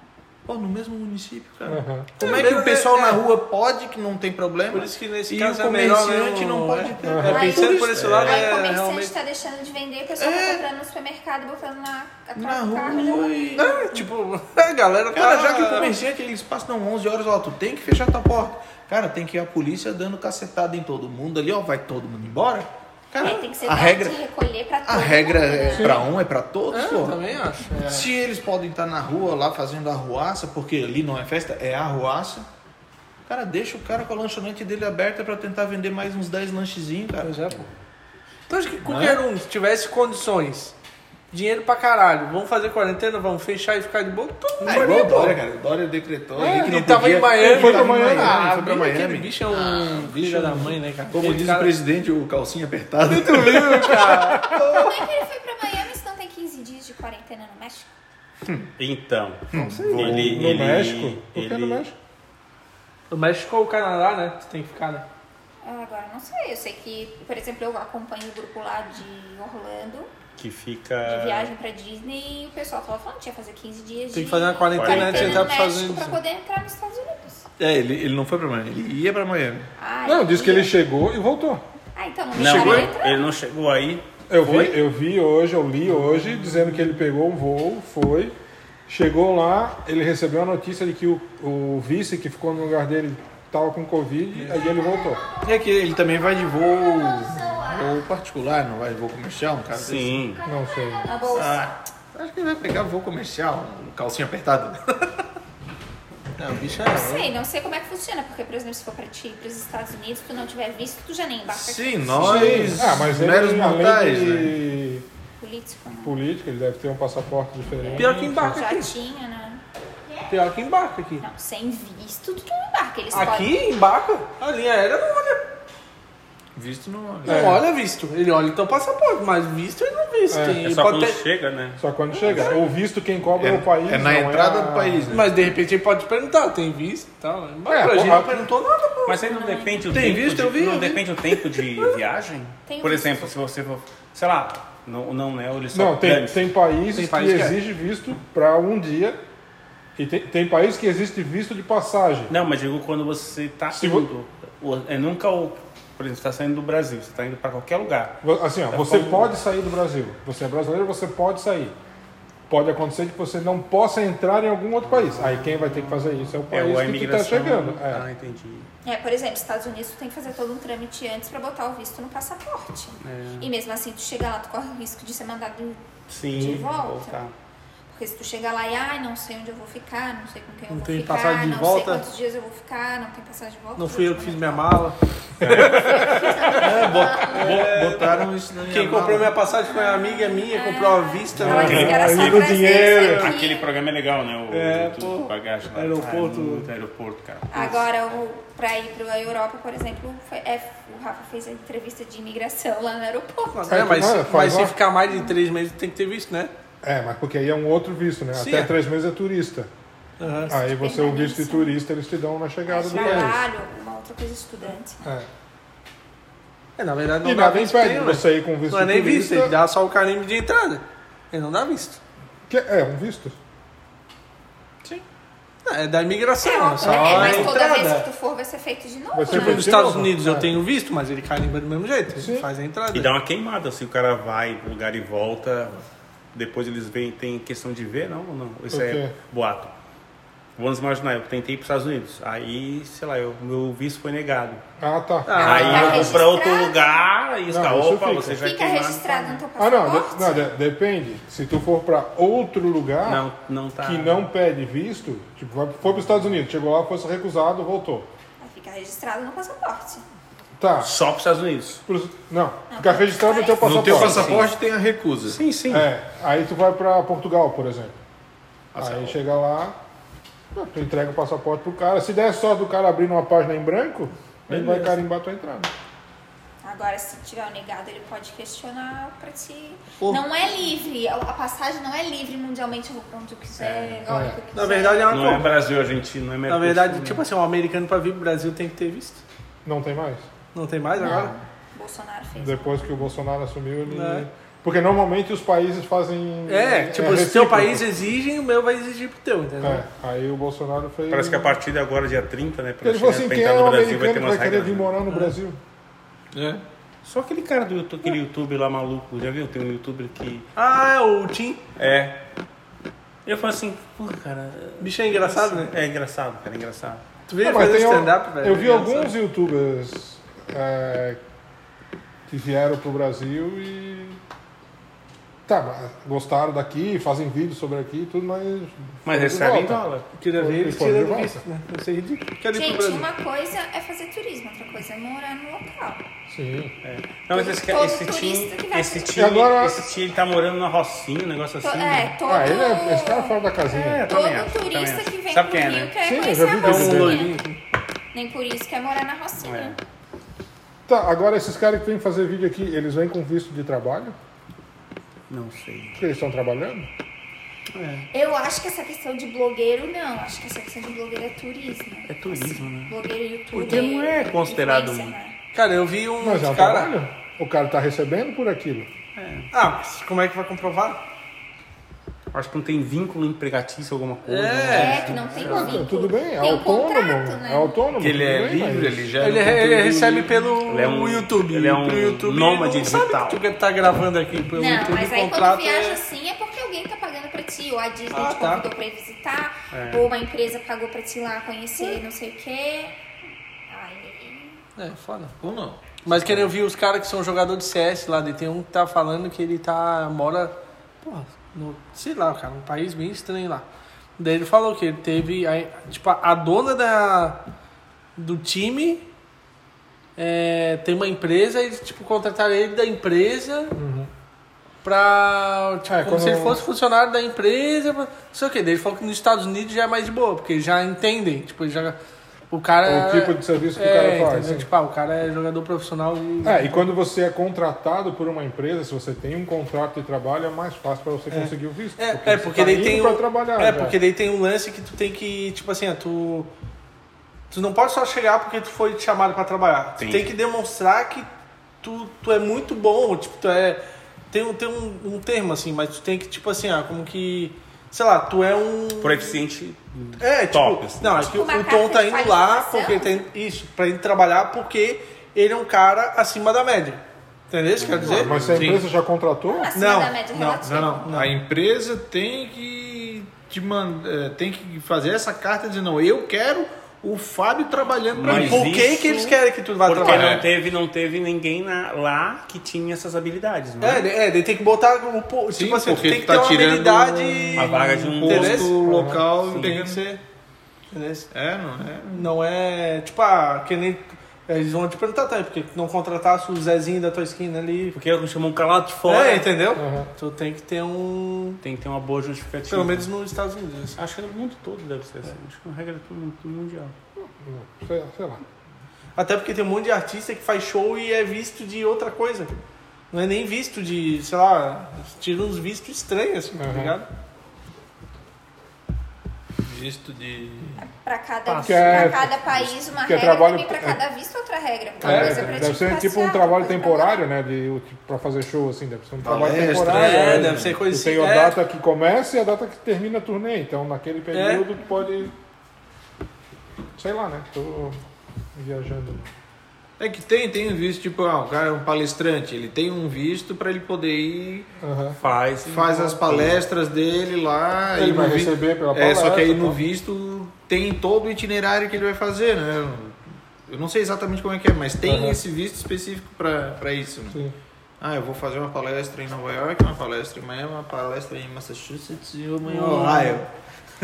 Pô, no mesmo município, cara.
Aham.
Como é que o pessoal na rua pode que não tem problema?
Uhum. Por isso que nesse
e
caso
o
é melhor, né,
comerciante
o-
não pode ter.
É,
Aí-
pensando por esse lado,
Aí o
é
comerciante
realmente... É.
tá deixando de vender, o pessoal tá comprando no supermercado, botando na atrás
Na
do carro.
rua
né?
e...
É, tipo, (laughs) a galera tá...
Cara,
(laughs)
já que o comerciante ele passa não, 11 horas, ó, tu tem que fechar tua porta. Cara, tem que ir a polícia dando cacetada em todo mundo ali, ó, vai todo mundo embora. Cara,
Aí É, tem que ser
a
dado
regra,
de recolher pra
a
todo
regra
mundo,
é
né?
pra um, é pra todos,
É,
pô.
também acho. é.
Se eles podem estar na rua lá fazendo arruaça, porque ali não é festa, é arruaça. Cara, deixa o cara com a lanchonete dele aberta pra tentar vender mais uns 10 lanchezinhos, cara. é?
Pois é, pô. Então acho que qualquer um que tivesse condições dinheiro pra caralho. Vamos fazer quarentena? Vamos fechar e ficar de boa? Todo
Ah, igual o Dória, cara. O Dória decretou ali que não
é ele tava
podia-
em Miami.
Ele foi pra
tava em
Miami.
Ah,
foi pra
bem que Aquele
Miami.
bicho é um
bicho
filho
é um-
da mãe, né, cara?
Como
Aquele
diz o
cara-
presidente, o calcinha apertada.
Como é que ele foi pra Miami se não tem 15 dias de quarentena no México?
Então,
No
ele, ele,
México? Por que
ele-
no México?
O México ou o Canadá, né? Você tem que ficar, né?
Ah, Agora, não sei. Eu sei que, por exemplo, eu acompanho o grupo lá de Orlando,
que
de
fica
viagem pra Disney, e o pessoal tava falando que tinha que fazer 15 dias
É. Tem
de
que fazer uma quarentena antes de
quarentena
entrar
no
pros Estados
México
Unidos.
pra poder entrar nos Estados Unidos.
É, ele, ele não foi pra Miami. Ele ia pra Miami.
Ah,
Não, disse que ele chegou e voltou.
Ah, então não
não,
deixaram ele
ele,
entrar.
ele não chegou aí.
Eu vi, eu vi hoje, eu li hoje, dizendo que ele pegou um voo, foi, chegou lá, ele recebeu a notícia de que o, o vice que ficou no lugar dele tava com Covid, aí ele voltou.
É que ele também vai de voo, voo particular, não vai de voo comercial, um cara desse.
Sim.
Não sei.
Na bolsa.
Ah, acho que ele vai pegar voo comercial, um calcinha apertada.
Não, o bicho
Não sei, não sei como é que funciona, porque, por exemplo, se for pra ti ir pros Estados Unidos, tu não tiver visto, tu já nem
(laughs)
embarca
Sim, nós,
Ah, mas ele,
meros
além
mortais, né?
de
político, né?
político, ele deve ter um passaporte diferente.
Pior que embarca
Ah, Já
aqui.
tinha, né?
Pior que embarca aqui.
Não, sem visto, tu não embarca. Eles podem.
Aqui, embarca, a linha aérea não olha.
Visto não né? olha.
Não
É.
olha visto. Ele olha então passaporte, mas visto ele não vê se
É,
tem.
É
Ele
só
pode
quando
ter-
chega, né?
Só quando chega. O visto quem cobra é o país.
É, é na
não
entrada
a-
do país, né?
Mas de repente ele pode perguntar, tem visto e tal. Mas
É,
pra
pô,
gente não
rápido.
perguntou nada, pô.
Mas aí não depende o
Tem
tempo.
visto?
de,
Eu vi, eu
não
vi.
depende o tempo de viagem?
Tem
Por
visto.
exemplo, se você for. Sei lá, não, não é o só
Não, tem,
grandes.
tem países
Tem país
que,
que é.
exige visto para um dia. E tem, tem país que existe visto de passagem.
Não, mas digo quando você tá
Se
saindo. o- É nunca o. Por exemplo, você tá saindo do Brasil, você tá indo pra qualquer lugar.
Vo- Assim, ó,
É
você
como-
pode sair do Brasil. Você é brasileiro, você pode sair. Pode acontecer que você não possa entrar em algum outro país. Aí quem vai ter que fazer isso é o
É
país
ou a
que tu tá
imigração.
chegando. É.
Ah,
então.
entendi.
É, por exemplo, Estados Unidos, tu tem que fazer todo um trâmite antes pra botar o visto no passaporte.
É.
E mesmo assim, tu chega lá, tu corre o risco de ser mandado.
Sim.
De volta.
voltar.
Porque se tu chega lá e, ai, não sei onde eu vou ficar, não sei com quem
Não
eu vou
tem
ficar,
passagem de
não
volta?
sei quantos dias eu vou ficar, não tem passagem de volta.
Não fui eu que fiz minha mala. É.
Bo- Botaram isso na minha
Quem
mala.
comprou minha passagem foi uma amiga
É.
minha, comprou a vista.
Então, Ela
né?
disse que era só
Aí
pra
do dinheiro.
isso aqui.
Aquele programa é legal, né? O
É,
do-
pô.
do bagagem lá.
Aeroporto.
Ah, é muito aeroporto, cara.
Agora, o, pra ir pra Europa, por exemplo, foi- é, o Rafa fez a entrevista de imigração lá no aeroporto.
É.
Mas, né, mas,
Faz
mas
lá.
se ficar mais de três meses tem que ter visto, né?
É, mas porque aí é um outro visto, né?
Sim,
Até
é.
três meses é turista.
Aham.
Aí você, o visto de
Sim.
turista, eles te dão na chegada
É,
do país.
Trabalho, uma outra coisa, estudante.
É.
É, na verdade
E
não dá
nada
visto.
impede
nenhum, né?
você ir com visto
Não é nem visto,
turista,
ele dá só o carimbo de entrada. Ele não dá visto.
que é um visto.
Não, É da imigração, é só
é,
a
mas toda vez que
entrada.
tu for, vai ser feito de novo,
Vai ser
né?
Tipo, nos
feito.
Estados Unidos eu
É.
tenho visto, mas ele carimba do mesmo jeito. Ele
Sim.
faz a entrada.
E dá uma queimada, assim, o cara vai pro lugar e volta, depois eles vêm, tem questão de ver, não? não isso
O
é
quê?
boato. Vamos imaginar, eu tentei ir pros Estados Unidos, aí, sei lá, eu, meu visto foi negado.
Ah, tá.
Ah,
aí
tá
eu vou pra outro
registrado.
lugar e os
Não,
caras,
isso
opa,
fica.
você já
Fica
queimado.
registrado no teu
Ah, não, de-
passaporte.
não de- depende. Se tu for pra outro lugar
Não, não tá.
que não pede visto, tipo, vai- foi pros Estados Unidos, chegou lá, foi recusado, voltou.
Aí Fica registrado no passaporte.
Tá.
Só pros Estados Unidos.
Pros- Não, fica registrado no teu passaporte.
No teu passaporte tem a recusa.
Sim, sim.
É, aí tu vai pra Portugal, por exemplo.
Ah,
tá
aí
certo.
chega lá, tu entrega o passaporte pro cara. Se der sorte do cara abrir uma página em branco, ele vai carimbar tua entrada.
Agora, se tiver o negado, ele pode questionar pra ti. Não é livre, a- a passagem não é livre mundialmente, eu vou pra onde eu quiser, a hora que eu quiser.
Na verdade
Tá
é uma
Não é
compra.
Brasil, Argentina, não é
Na
Mercosul,
verdade,
né?
tipo assim, um americano pra vir pro Brasil tem que ter visto.
Não tem mais.
Não tem mais agora?
Bolsonaro fez.
Depois que o Bolsonaro assumiu, ele.
É.
Né?
Porque normalmente os países fazem.
É, tipo, se o teu
recíproco.
país exige, o meu vai exigir pro teu, entendeu?
É, aí o Bolsonaro fez. um-
Parece que a partir de agora, dia 30, né? pra
Ele falou
chegar-
assim:
pra
quem
entrar
é
no
um
Brasil, vai
americano
ter
que
umas
vai querer
regras,
vir
né?
morar no Brasil?
É.
Só aquele cara do YouTube, aquele YouTube lá maluco, já viu? Tem um youtuber que.
Ah, é o Tim.
É. Eu falo assim, pô, cara.
O bicho é engraçado, né?
É engraçado, cara, é engraçado.
Tu vê
Não,
ele
mas
fazer
tem al-
stand-up, velho.
Eu vi
é engraçado.
alguns youtubers é, que vieram pro Brasil e. Tá, mas gostaram daqui, fazem vídeos sobre aqui e tudo, mas.
Mas então? recebe em dólar.
Eu Queria ver eles
Pode ir
tirando
volta.
visto, né? Isso é ridículo. Quero ir pro
Gente,
Brasil.
uma coisa é fazer turismo, outra coisa é morar no local.
Sim.
Não, mas esse,
Todo
esse time,
turista que vai
esse
pro-
time,
E agora-
esse time tá morando na Rocinha, um negócio
To-
assim. né?
é, todo,
Ah, ele é, esse cara é fora da
É,
casinha.
todo
também acho, também
turista
acho.
que vem
Sabe
pro
quem é,
Rio
né?
quer
Sim, eu já
conhecer
vi
a
que ele
Rocinha.
veio.
Nem por isso quer morar na
É.
Rocinha.
Tá, agora esses caras que vêm fazer vídeo aqui, eles vêm com visto de trabalho?
Não sei.
Porque eles estão trabalhando?
Eu acho que essa questão de blogueiro, não. Acho que essa questão de blogueiro é turismo. Assim,
É turismo, né?
Blogueiro e youtuber.
Porque não é considerado
influencer,
um-
né?
Cara, eu vi um
Mas é um
cara...
trabalho. O cara tá recebendo por aquilo.
Ah, mas como é que vai comprovar?
Acho que não tem vínculo empregatício, alguma coisa. né?
É, que não tem
Ah,
vínculo.
tudo bem,
tem
é
um
autônomo.
contrato, né?
É autônomo.
Porque ele é
tudo bem,
livre,
mas-
ele já.
ele,
não tem-
ele recebe pelo
Ele é um-
YouTube.
ele é um
Pro YouTube,
nômade
não sabe
digital.
que tu tá gravando aqui pelo
Não,
YouTube.
mas
o
aí quando
um contrato
viaja
é-
assim é porque alguém tá pagando pra ti, ou a Disney
Ah,
te
tá.
convidou pra ir visitar, ou uma empresa pagou pra te ir lá conhecer não sei o quê. Aí.
É, foda.
Ou não?
Mas querem ouvir os caras que são jogador de CS lá, daí tem um que tá falando que ele tá. mora. Porra, no, sei lá, cara, um país bem estranho lá. Daí ele falou que ele teve. aí, tipo, a a dona da, do time é, tem uma empresa e eles tipo, contrataram ele da empresa pra. Tipo,
Uhum. É,
como se
quando-
ele fosse funcionário da empresa. pra- Não sei o que. Daí ele falou que nos Estados Unidos já é mais de boa, porque eles já entendem. Tipo, eles já. O cara.
O tipo de serviço que o
É,
cara faz.
entendeu?
sim.
Tipo, ah, o cara é jogador profissional e.
É, e quando você é contratado por uma empresa, se você tem um contrato de trabalho, é mais fácil para você conseguir o visto.
É, é,
você
porque
tá
daí
indo
tem
pra
um,
trabalhar, né?
é,
já.
porque daí tem um lance que tu tem que, tipo assim, ó, tu tu não pode só chegar porque tu foi chamado pra trabalhar.
Sim.
Tu tem que demonstrar que tu, tu é muito bom, tipo, tu é tem um tem um, um termo assim, mas tu tem que tipo assim, ah, como que sei lá, tu é um
Proeficiente.
é, tipo,
Top, assim.
não, acho que
Tipo uma
o Tom
carta
tá
de
indo lá
qualificação.
porque tem isso, pra ele trabalhar porque ele é um cara acima da média. Entendeu isso que eu quero dizer?
Mas se a
Sim.
empresa já contratou,
Acima
Não,
da média
não,
relativa.
Não, não. A empresa tem que te mand- eh, tem que fazer essa carta dizendo, não, eu quero o Fábio trabalhando pra
Mas
E
mim.
por que
isso-
que eles querem que tu vá
Porque
trabalhar?
não teve, não teve ninguém na- lá que tinha essas habilidades, né?
É, de- é, daí tem que botar o po-
Sim,
tipo assim, tu
porque
tem que
tá
ter uma
tirando
habilidade.
a vaga de um
Posto
interesse.
local
Sim.
pegando você.
Interesse.
É, não é?
Não é. Tipo, ah, que nem. Eles vão te perguntar, tá? Por que tu não contratasse o Zezinho da tua esquina ali?
Porque eu chamou um calado de fora.
É, entendeu?
Uhum.
Tu tem que ter um.
Tem que ter uma boa justificativa.
Pelo menos nos Estados Unidos. assim.
Acho que no mundo todo deve ser assim. Acho que é uma regra do mundo do mundial.
sei, sei lá.
Até porque tem um monte de artista que faz show e é visto de outra coisa. Não é nem visto de, sei lá, tira uns vistos estranhos, assim, tá
Uhum.
ligado?
Visto de.
Pra cada,
Que é-
pra cada país uma
que é
regra
trabalho-
e pra cada visto outra regra. Uma
É,
coisa pra
deve
te
ser tipo um
passear,
trabalho
outra coisa pra
temporário, né? De, pra fazer show, assim, deve ser um trabalho
Palestra,
temporário.
é,
né?
deve ser coisa
Tu tem
assim,
a
é.
data que começa e a data que termina a turnê. Então, naquele período, tu pode... Sei lá, né? Tô viajando.
É que tem, tem um visto, tipo, ah, o cara é um palestrante, ele tem um visto pra ele poder ir,
Aham.
Faz.
faz as palestras dele lá.
Ele
e
vai
no vi-
receber pela
É, só que aí
palestra,
no
tá?
visto tem todo o itinerário que ele vai fazer, né? Eu não sei exatamente como é que é, mas tem
Aham.
esse visto específico pra, pra isso, né?
Sim.
Ah, eu vou fazer uma palestra em Nova York, uma palestra em Miami, uma palestra em Massachusetts e uma em
Uhum.
Ohio.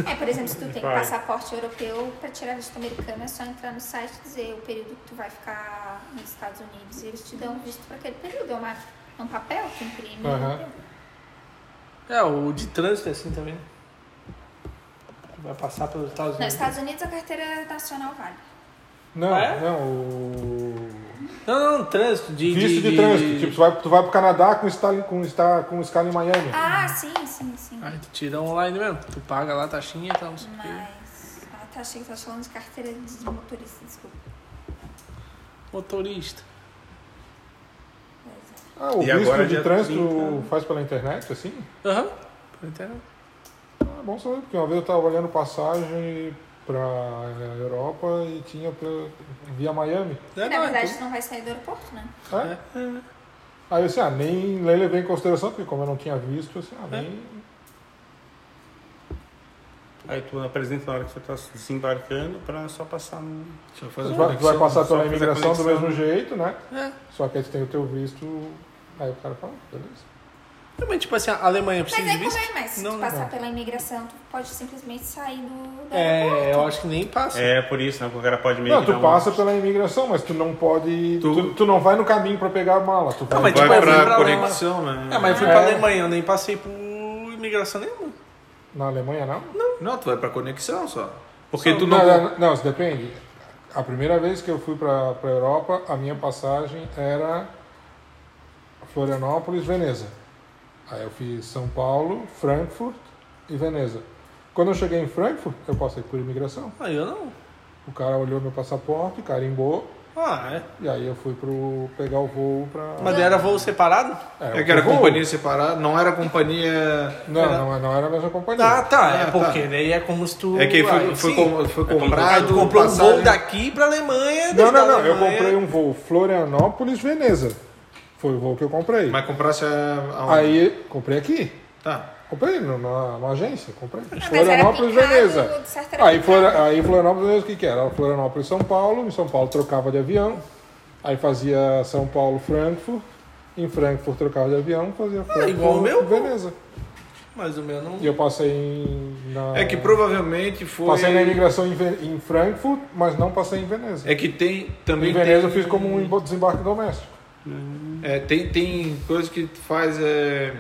É, por exemplo, se tu tem
Vai.
passaporte europeu, pra tirar visto americano é só entrar no site e dizer o período que tu vai ficar nos Estados Unidos. E eles te dão visto pra aquele período. É uma, é um papel que imprime. né?
Aham.
É, o de trânsito é assim também. né? Vai passar pelos Estados
Nos
Unidos.
Estados Unidos a carteira nacional vale.
Não,
Ah, é?
não, o...
Não, não, trânsito. De,
Visto de, trânsito, tipo, tu vai, tu vai pro Canadá com escala, com, escala, com escala em Miami.
Ah, sim, sim, sim.
Aí tu Ah, então tira online mesmo. Tu paga lá a taxinha e tal, não sei o quê.
Mas. Ah, tá, achei que tu tava falando de carteira de motorista, desculpa.
Motorista.
Pois é.
Ah, o
E
visto
agora
de
dia
trânsito
30.
faz pela internet, assim?
Aham. então, Por internet.
Ah, bom saber, porque uma vez eu tava olhando passagem pra eh, Europa e tinha pela- via Miami.
É,
Na
não, é
verdade,
tudo.
tu não vai sair do aeroporto, né?
É? Aí eu disse, ah, nem nem levei em consideração, porque como eu não tinha visto, eu disse, ah,
É.
nem...
Aí tu apresenta na hora que você tá desembarcando pra só passar no.
Deixa eu
Tu
fazer
vai, tu vai
só
passar pela
fazer
imigração do
conexão.
mesmo jeito, né?
É.
Só que aí tu tem o teu visto... Aí o cara fala, "Ah, beleza.
Também, tipo assim, a Alemanha
Mas
precisa de
aí como
visto?
é, mas se
Não,
tu
não
passar
vai.
pela imigração, tu pode simplesmente sair do... da
É, eu acho que nem passa.
É por isso, né? Porque o cara pode meio
Não,
que
tu
dar um-
passa pela imigração, mas tu não pode. Tu,
Tu-
tu não vai no caminho pra pegar a mala. Tu vai
mas
pra-
tipo,
Vai
eu fui
pra,
pra lá-
conexão, né?
É, mas eu fui pra
É.
Alemanha, eu nem passei por imigração nenhuma.
Na Alemanha não?
Não, tu vai pra conexão só. Porque tu
não,
não.
não, não, isso depende. A primeira vez que eu fui pra, pra Europa, a minha passagem era Florianópolis, Veneza. Aí eu fiz São Paulo, Frankfurt e Veneza. Quando eu cheguei em Frankfurt, eu passei por imigração.
Ah, eu não.
O cara olhou meu passaporte, carimbou,
Ah, é.
e aí eu fui pro pegar o voo pra.
Mas era voo separado?
É,
É que era
voo.
companhia separada, não era companhia.
Não, não, não era a mesma companhia.
Ah, tá.
Ah,
É
tá.
porque daí é como se tu.
É que foi,
Ah,
foi,
sim.
com- foi
Aí
comprado.
tu comprou um voo
passagem-
daqui pra (laughs) Alemanha. daí
Não,
da
não, não. Eu
Alemanha-
comprei um voo Florianópolis-Veneza. Foi o voo que eu comprei.
Mas comprasse a. aonde?
Aí, comprei aqui.
Tá.
Comprei no- na, na agência. Comprei.
era
Florianópolis,
picado, então.
Veneza.
de certa era
Aí,
picado.
Flora, aí Florianópolis, Veneza, o que que era? Era Florianópolis, São Paulo. Em São Paulo trocava de avião. Aí fazia São Paulo, Frankfurt. Em Frankfurt trocava de avião, fazia Frankfurt,
igual o meu, pô.
Veneza.
Mas o meu não.
E eu passei em, na...
É que provavelmente foi.
Passei na imigração em, Ve- em Frankfurt, mas não passei em Veneza.
É que tem também.
Em Veneza eu
tem-
fiz como um embo- desembarque doméstico.
É, tem, tem coisa que tu faz. é,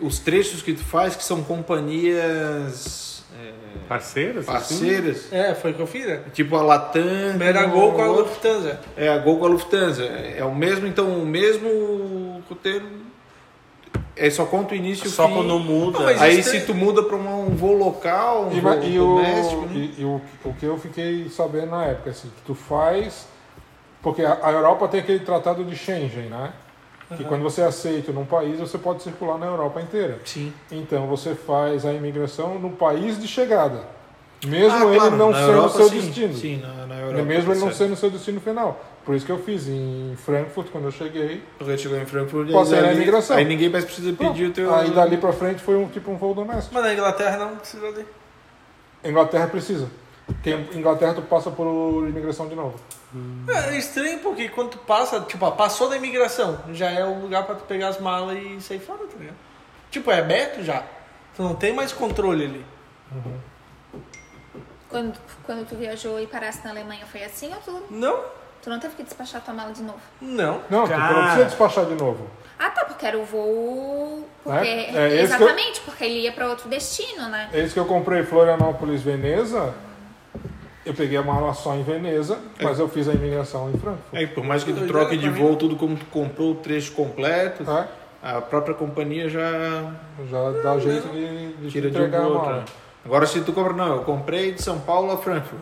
Os trechos que tu faz que são companhias. é,
Parceiros? assim?
Parceiras.
É, foi o que eu fiz, né?
Tipo a Latam.
Era gol com a Lufthansa.
É, a Gol com a Lufthansa. É é o mesmo, então, o mesmo roteiro. É só conta o início e o
Só
fim.
quando muda.
Não, mas-
Aí
Existe-
se tu muda pra uma- um voo local, um
E,
voo
ma- e o,
doméstico, né?
e- e o, o que eu fiquei sabendo na época, assim, que tu faz. Porque a, a Europa tem aquele tratado de Schengen, né? Que quando você aceita num país, você pode circular na Europa inteira.
Sim.
Então você faz a imigração no país de chegada. Mesmo
Ah,
ele
claro,
não
na
sendo o
Europa,
seu
sim.
destino.
Sim, na, na Europa.
Mesmo ele não
certo.
sendo o seu destino final. Por isso que eu fiz em Frankfurt, quando eu cheguei.
Porque chegou em Frankfurt e
Passei
aí
na
dali-
imigração.
Aí ninguém mais precisa pedir o teu.
Aí dali pra frente foi um tipo um voo doméstico.
Mas na Inglaterra não precisou de.
Inglaterra precisa. Porque em Inglaterra tu passa por imigração de novo.
É estranho porque quando tu passa, tipo, ah, passou da imigração, já é o lugar pra tu pegar as malas e sair fora, tá ligado? Tipo, é aberto já. Tu não tem mais controle ali.
Quando, quando tu viajou e parasse na Alemanha, foi assim ou tu,
Não,
tu não teve que despachar tua mala de novo?
não.
Não, tu
Cara.
não precisa despachar de novo.
Ah, tá, porque era o voo... Porque,
É, é esse que eu-
exatamente, porque ele ia pra outro destino, né?
Esse É que eu comprei Florianópolis, Veneza, eu peguei a mala só em Veneza, mas eu fiz a imigração em Frankfurt.
É, por mais que tu troque de voo tudo como tu comprou o trecho completo,
Tá?
a própria companhia já
Já dá jeito de, de te
tira de um
entregar
pro
a
outro.
mala.
né? Agora se tu compra, não, eu comprei de São Paulo a Frankfurt.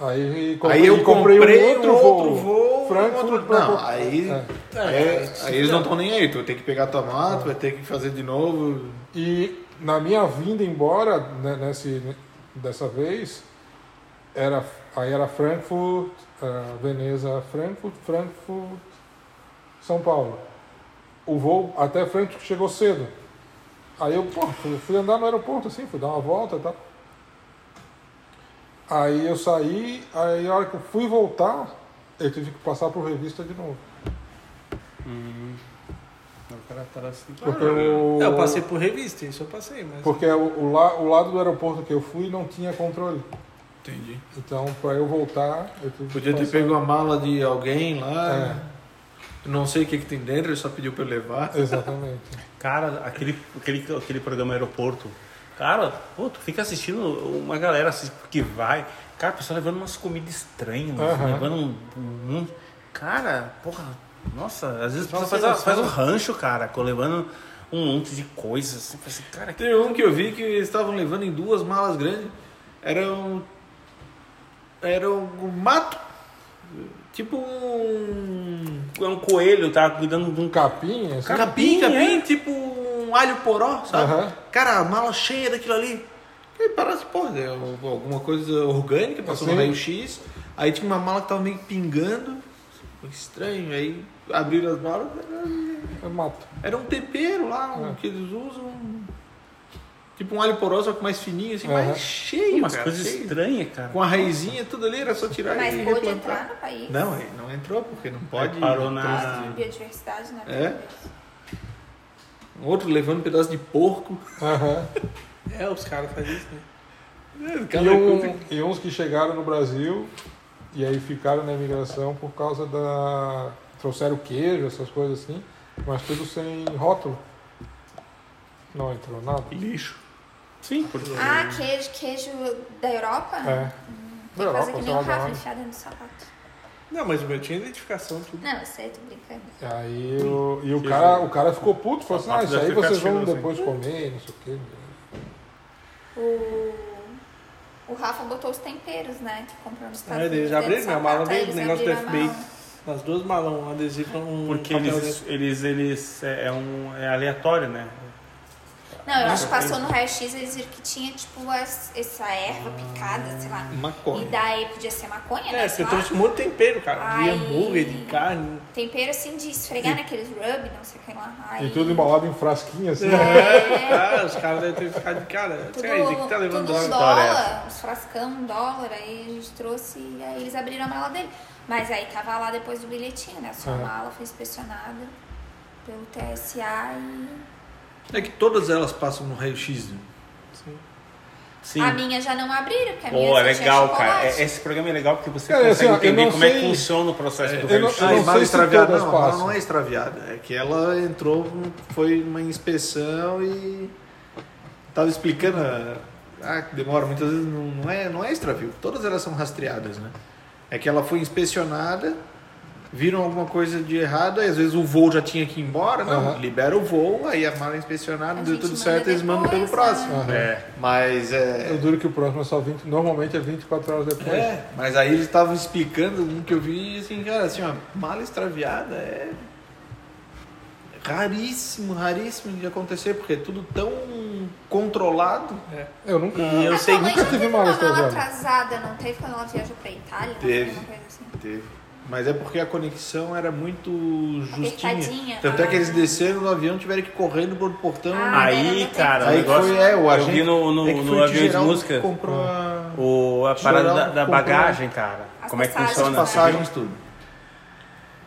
Aí,
aí eu
e
comprei,
um
outro, voo. um
Frankfurt
outro-
pra-
Não, aí,
É.
aí, aí eles não estão nem aí. Tu vai ter que pegar tua mala, tu vai ter que fazer de novo.
E na minha vinda embora, né, nesse, dessa vez, era, aí era Frankfurt, eh, Veneza, Frankfurt, Frankfurt, São Paulo. O voo até Frankfurt chegou cedo. Aí eu pô, fui, fui andar no aeroporto assim, fui dar uma volta e tal. Aí eu saí, aí a hora que eu fui voltar, eu tive que passar por revista de novo.
O cara tá assim.
Porque o-
É, Eu passei por revista, isso eu passei, mas.
Porque o, o, la- o lado do aeroporto que eu fui não tinha controle.
Entendi.
Então, para eu voltar, eu tive que
Podia ter
passar-
pego a mala de alguém lá.
É.
Eu Não sei o que, que tem dentro, ele só pediu pra eu levar.
Exatamente.
Cara, aquele, aquele, aquele programa Aeroporto. Cara, pô, tu fica assistindo uma galera assim, que vai. Cara, o pessoal levando umas comidas estranhas,
Aham.
levando um, um- um- Cara, porra, nossa, às vezes o pessoal
Nossa,
faz, a-
nossa.
faz um rancho, cara, co- levando um monte de coisas. Assim, fala assim, cara, que
Tem um que eu vi que eles estavam levando em duas malas grandes. Era um. Era um mato. Tipo um.
é um coelho, tá cuidando de um
Um capim, assim.
Capim,
Capim,
capim,
é?
tipo um alho poró, sabe?
Aham.
Cara, a mala cheia daquilo ali. E parece, pô, é alguma coisa orgânica, passou
Sim.
no raio-x. Aí tinha uma mala que tava meio que pingando. Foi Estranho, aí abriram as malas. era-
eu mato.
Era um tempero lá, um
É.
que eles usam. Tipo um alho poró, só que mais fininho, assim,
Aham.
mas cheio,
umas
cara,
coisas
cheio.
estranhas, cara.
Com a raizinha, tudo ali, era só tirar
Mas
e
pôde
replantar. é,
entrar no país.
Não, ele não entrou, porque não pode.
Ah.
Aí É, parou né?
não
na-
trouxe
Biodiversidade, né?
É?
Outro levando um pedaço de porco.
Aham.
É, os caras fazem isso, né?
E, um- e uns que chegaram no Brasil e aí ficaram na imigração por causa da. trouxeram queijo, essas coisas assim, mas tudo sem rótulo. Não entrou nada.
Lixo. Sim, porque.
Ah, queijo, queijo da Europa? Hum,
É.
Tem
Europa,
coisa que
tá
nem o
sei lá da
Rafa
onde.
enfiar dentro do sapato.
Não, mas o meu tinha identificação, tudo.
Não, eu sei, tô brincando.
E aí o, e o, cara, o cara ficou puto, falou assim, ah,
Sapato
isso
deve
aí
ficar
vocês vão
cheirando assim.
depois comer, não sei o quê.
O, o Rafa botou os temperos, né? Que comprou nos Estados
É,
Unidos.
eles
dentro do
abriram
né?
minha mala
sapato, aí
dele,
eles
negócio do
abriram a
FBI.
mala.
Nas duas malas, um adesivo um
Porque
papel
eles, eles, eles é, é um, é aleatório, né?
Não, eu acho que passou no raio-x, eles viram que tinha, tipo, as- essa erva picada, sei lá. E
Maconha.
daí podia ser maconha,
dentro.
né?
É, você
sei lá.
trouxe um monte de tempero, cara.
Ai.
De hambúrguer, de carne.
Tempero, assim, de esfregar naqueles rub, não sei o que lá. Aí,
E tudo embalado em frasquinha, assim.
É,
Ah, os caras devem ter ficado de cara.
tudo,
Sério, tem que tá levando
tudo um
droga.
dólar, uns frascão, um dólar. Aí a gente trouxe e aí eles abriram a mala dele. Mas aí tava lá depois do bilhetinho, né? Sua
É.
mala foi inspecionada pelo TSA e...
É que todas elas passam no raio-x. né?
Sim.
A minha já não abriram, porque a minha
Pô,
só tinha
legal,
chocolate.
cara. É- Esse programa é legal porque você
Cara,
consegue
assim, ó, eu
entender
não
como é que
sei-
funciona o processo do
eu não-
raio-x.
eu
Ah,
não
mala
sei se
extraviada
todas
não, ela
passam.
não é extraviada. É que ela entrou, foi uma inspeção e tava explicando. a- Ah, que demora, muitas vezes não, não é, não é extravio. Todas elas são rastreadas, né? É que ela foi inspecionada, viram alguma coisa de errado, aí às vezes o voo já tinha que ir embora, não,
Aham.
libera o voo, aí a mala é inspecionada,
A
deu
gente
tudo
manda
certo, eles mandam pelo
depois, né?
próximo.
Aham.
É.
Mas é.
Eu duro que o próximo é só 20, normalmente é 24 horas depois.
É, mas aí eles estavam explicando um que eu vi assim, cara, assim, ó, mala extraviada é raríssimo, raríssimo de acontecer, porque é tudo tão controlado.
É.
Eu nunca.
E eu
Mas
sei
tua mãe
nunca
já
tive
teve
mala
uma mala
atrasada.
atrasada, não teve quando ela viajou pra Itália?
Teve.
Uma coisa assim.
Teve. Mas é porque a conexão era muito justinha.
Apertadinha.
Tanto é que eles
Ah.
desceram do avião, tiveram que ir correndo pro portão.
Ah,
Então, Aí, cara,
Aí
o negócio.
foi, é, o
eu vi
agente-
no, no,
é que foi
no
o
avião de
Geraldo que
música
comprou a-
o, a parada
Geraldo
da,
comprou
da bagagem, cara.
As
como é que
passagens,
as
funciona?
né?
passagens, tudo.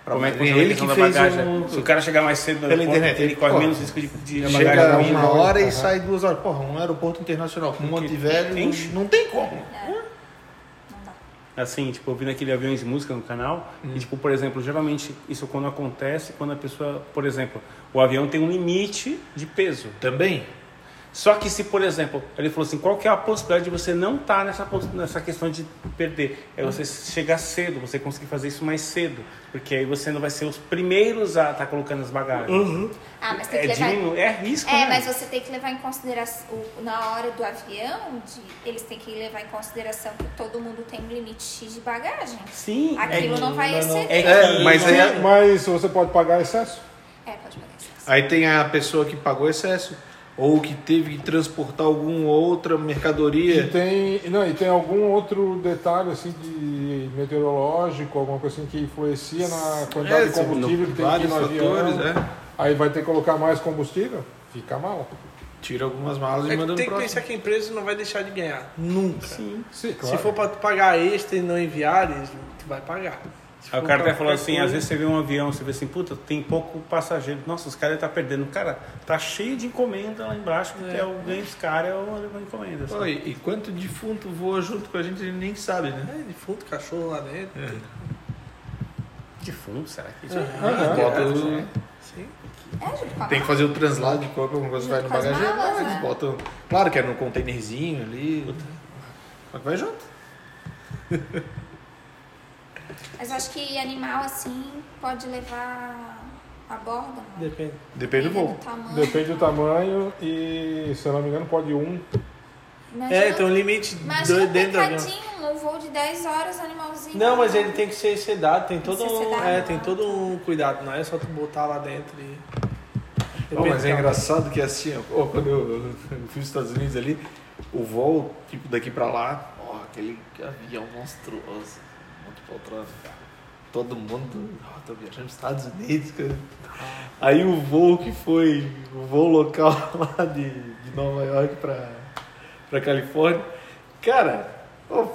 Como é que
Foi
funciona a
ele
questão
que
da
fez
bagagem?
o-
Se o cara chegar mais cedo no
Pela
aeroporto,
internet,
ele
ele-
corre
pô,
menos risco de, de a bagagem
Chega
Bagagem
ruim.
uma
mínima,
hora
aham.
e sai duas horas. Porra, um aeroporto internacional com um monte de velho,
Enche.
não tem como.
Não dá.
Assim, tipo, ouvindo aquele aviões de música no canal. E, tipo, por exemplo, geralmente isso quando acontece, quando a pessoa, por exemplo, o avião tem um limite de peso.
Também?
Só que se, por exemplo, ele falou assim, qual que é a possibilidade de você não estar nessa, pos- nessa questão de perder? É você chegar cedo, você conseguir fazer isso mais cedo. Porque aí você não vai ser os primeiros a estar colocando as bagagens.
Ah, mas tem
É,
que levar.
diminu- é risco,
É,
né?
mas você tem que levar em consideração. o- Na hora do avião, de- eles têm que levar em consideração que todo mundo tem um limite X de bagagem.
Sim.
Aquilo
é,
não vai exceder.
É,
É,
que-
mas aí
Sim, Mas você pode pagar excesso?
É, pode pegar isso.
Aí tem a pessoa que pagou excesso, ou que teve que transportar alguma outra
E
mercadoria.
tem, não, e tem algum outro detalhe assim de meteorológico, alguma coisa assim que influencia na quantidade de combustível que tem que ir
vários
no avião.
fatores, né?
Aí vai ter que colocar mais combustível? Fica mal.
Tira algumas malas
É
e
que
manda no
tem que
próximo.
pensar que a empresa não vai deixar de ganhar. Nunca.
Sim,
Se for pra tu pagar extra e não enviar, eles, tu vai pagar. Se
Aí o
for
cara
pra
até falou
qualquer
assim,
coisa-
às vezes você vê um avião, você vê assim, puta, tem pouco passageiro. Nossa, os caras tá perdendo. Cara, tá cheio de encomenda lá embaixo, porque é. o ganho dos caras é o encomenda.
Pô,
sabe?
e, e quanto defunto voa junto com a gente, a gente nem sabe, né?
É, defunto, cachorro lá dentro.
De fundo, será que isso
Ah, Bota o-
Sim.
É, junto com a
Tem que
mala.
fazer o translado de corpo, alguma coisa vai no
Junto com as
bagageiro.
malas,
ah, eles
né?
botam. Claro que é num containerzinho ali. Mas vai junto.
Mas acho que animal assim pode levar a borda. não?
Depende.
Depende do voo.
tamanho.
Depende do tamanho e, se eu não me engano, pode um.
Imagina-
É, tem um limite
Imagina
do,
um
dentro do avião.
pecadinho, um voo de 10 horas, animalzinho.
Não, mas ele tem que ser sedado, tem
Tem
todo
que ser
um,
sedado.
é, tem todo um cuidado, não é só tu botar lá dentro e.
Pô, mas é
Depende, cara.
engraçado que assim, ó, pô, quando eu, eu fui nos Estados Unidos ali, o voo, tipo, daqui pra lá, ó, aquele avião monstruoso, muito poltrona, cara. Todo mundo, ó, tô viajando nos Estados Unidos, cara. Aí o voo que foi, o voo local (laughs) lá de, de Nova York pra, pra Califórnia, cara, ó,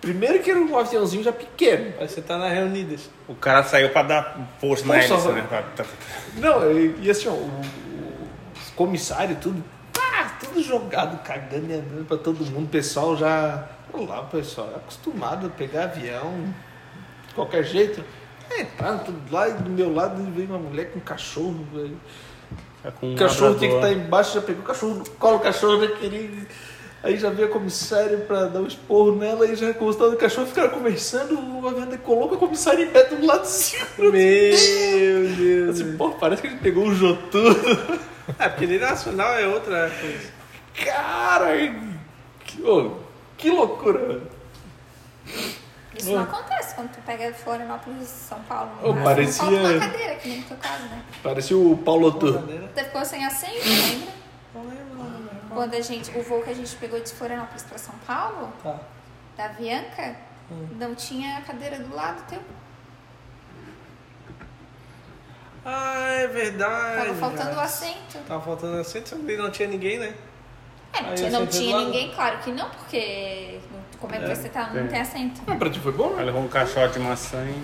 primeiro que era um aviãozinho já pequeno,
Aí você tá na reunidas.
O cara saiu pra dar força na
Força,
hélice, Tá,
vai.
né? Pra- pra-
Não, e, e assim, ó, o- o- comissário e tudo. Ah, tudo jogado, cagando e andando pra todo mundo. O pessoal já. Olá, o pessoal, é acostumado a pegar avião de qualquer jeito. É, tá, tudo lá e do meu lado veio uma mulher com um cachorro. velho.
Tá com um
O cachorro tem que
labrador.
estar embaixo, já pegou o cachorro, cola o cachorro, né, querido? Aí já veio a comissária pra dar um esporro nela e já gostando do cachorro, ficaram conversando, o avião coloca a comissária em pé do lado seguro.
Meu Deus.
Assim, pô, parece que a gente pegou um Jotun.
É, porque ele nacional é outra coisa.
Cara, que, ô, que loucura, velho.
Isso
Ah.
não acontece quando tu pega Florianópolis e São Paulo.
Ô,
Mas
parecia-
Falta
é.
uma cadeira, que nem no teu caso, né?
Parecia o Paulo Otur.
Bandeira?
Tu ficou sem assento, lembra?
Não lembro, não lembro.
Quando a gente, o voo que a gente pegou de Florianópolis pra São Paulo,
Tá. Hum.
da Avianca, não tinha a cadeira do lado teu.
Ah, é verdade.
Tava faltando o
cara.
assento.
Tava faltando assento, e não tinha ninguém, né?
É, não
Aí
tinha, não
assento do
tinha
lado.
ninguém, claro que não, porque como é que você tá, não tem assento.
Pra ti foi bom, né?
Ela levou um caixote de maçã e.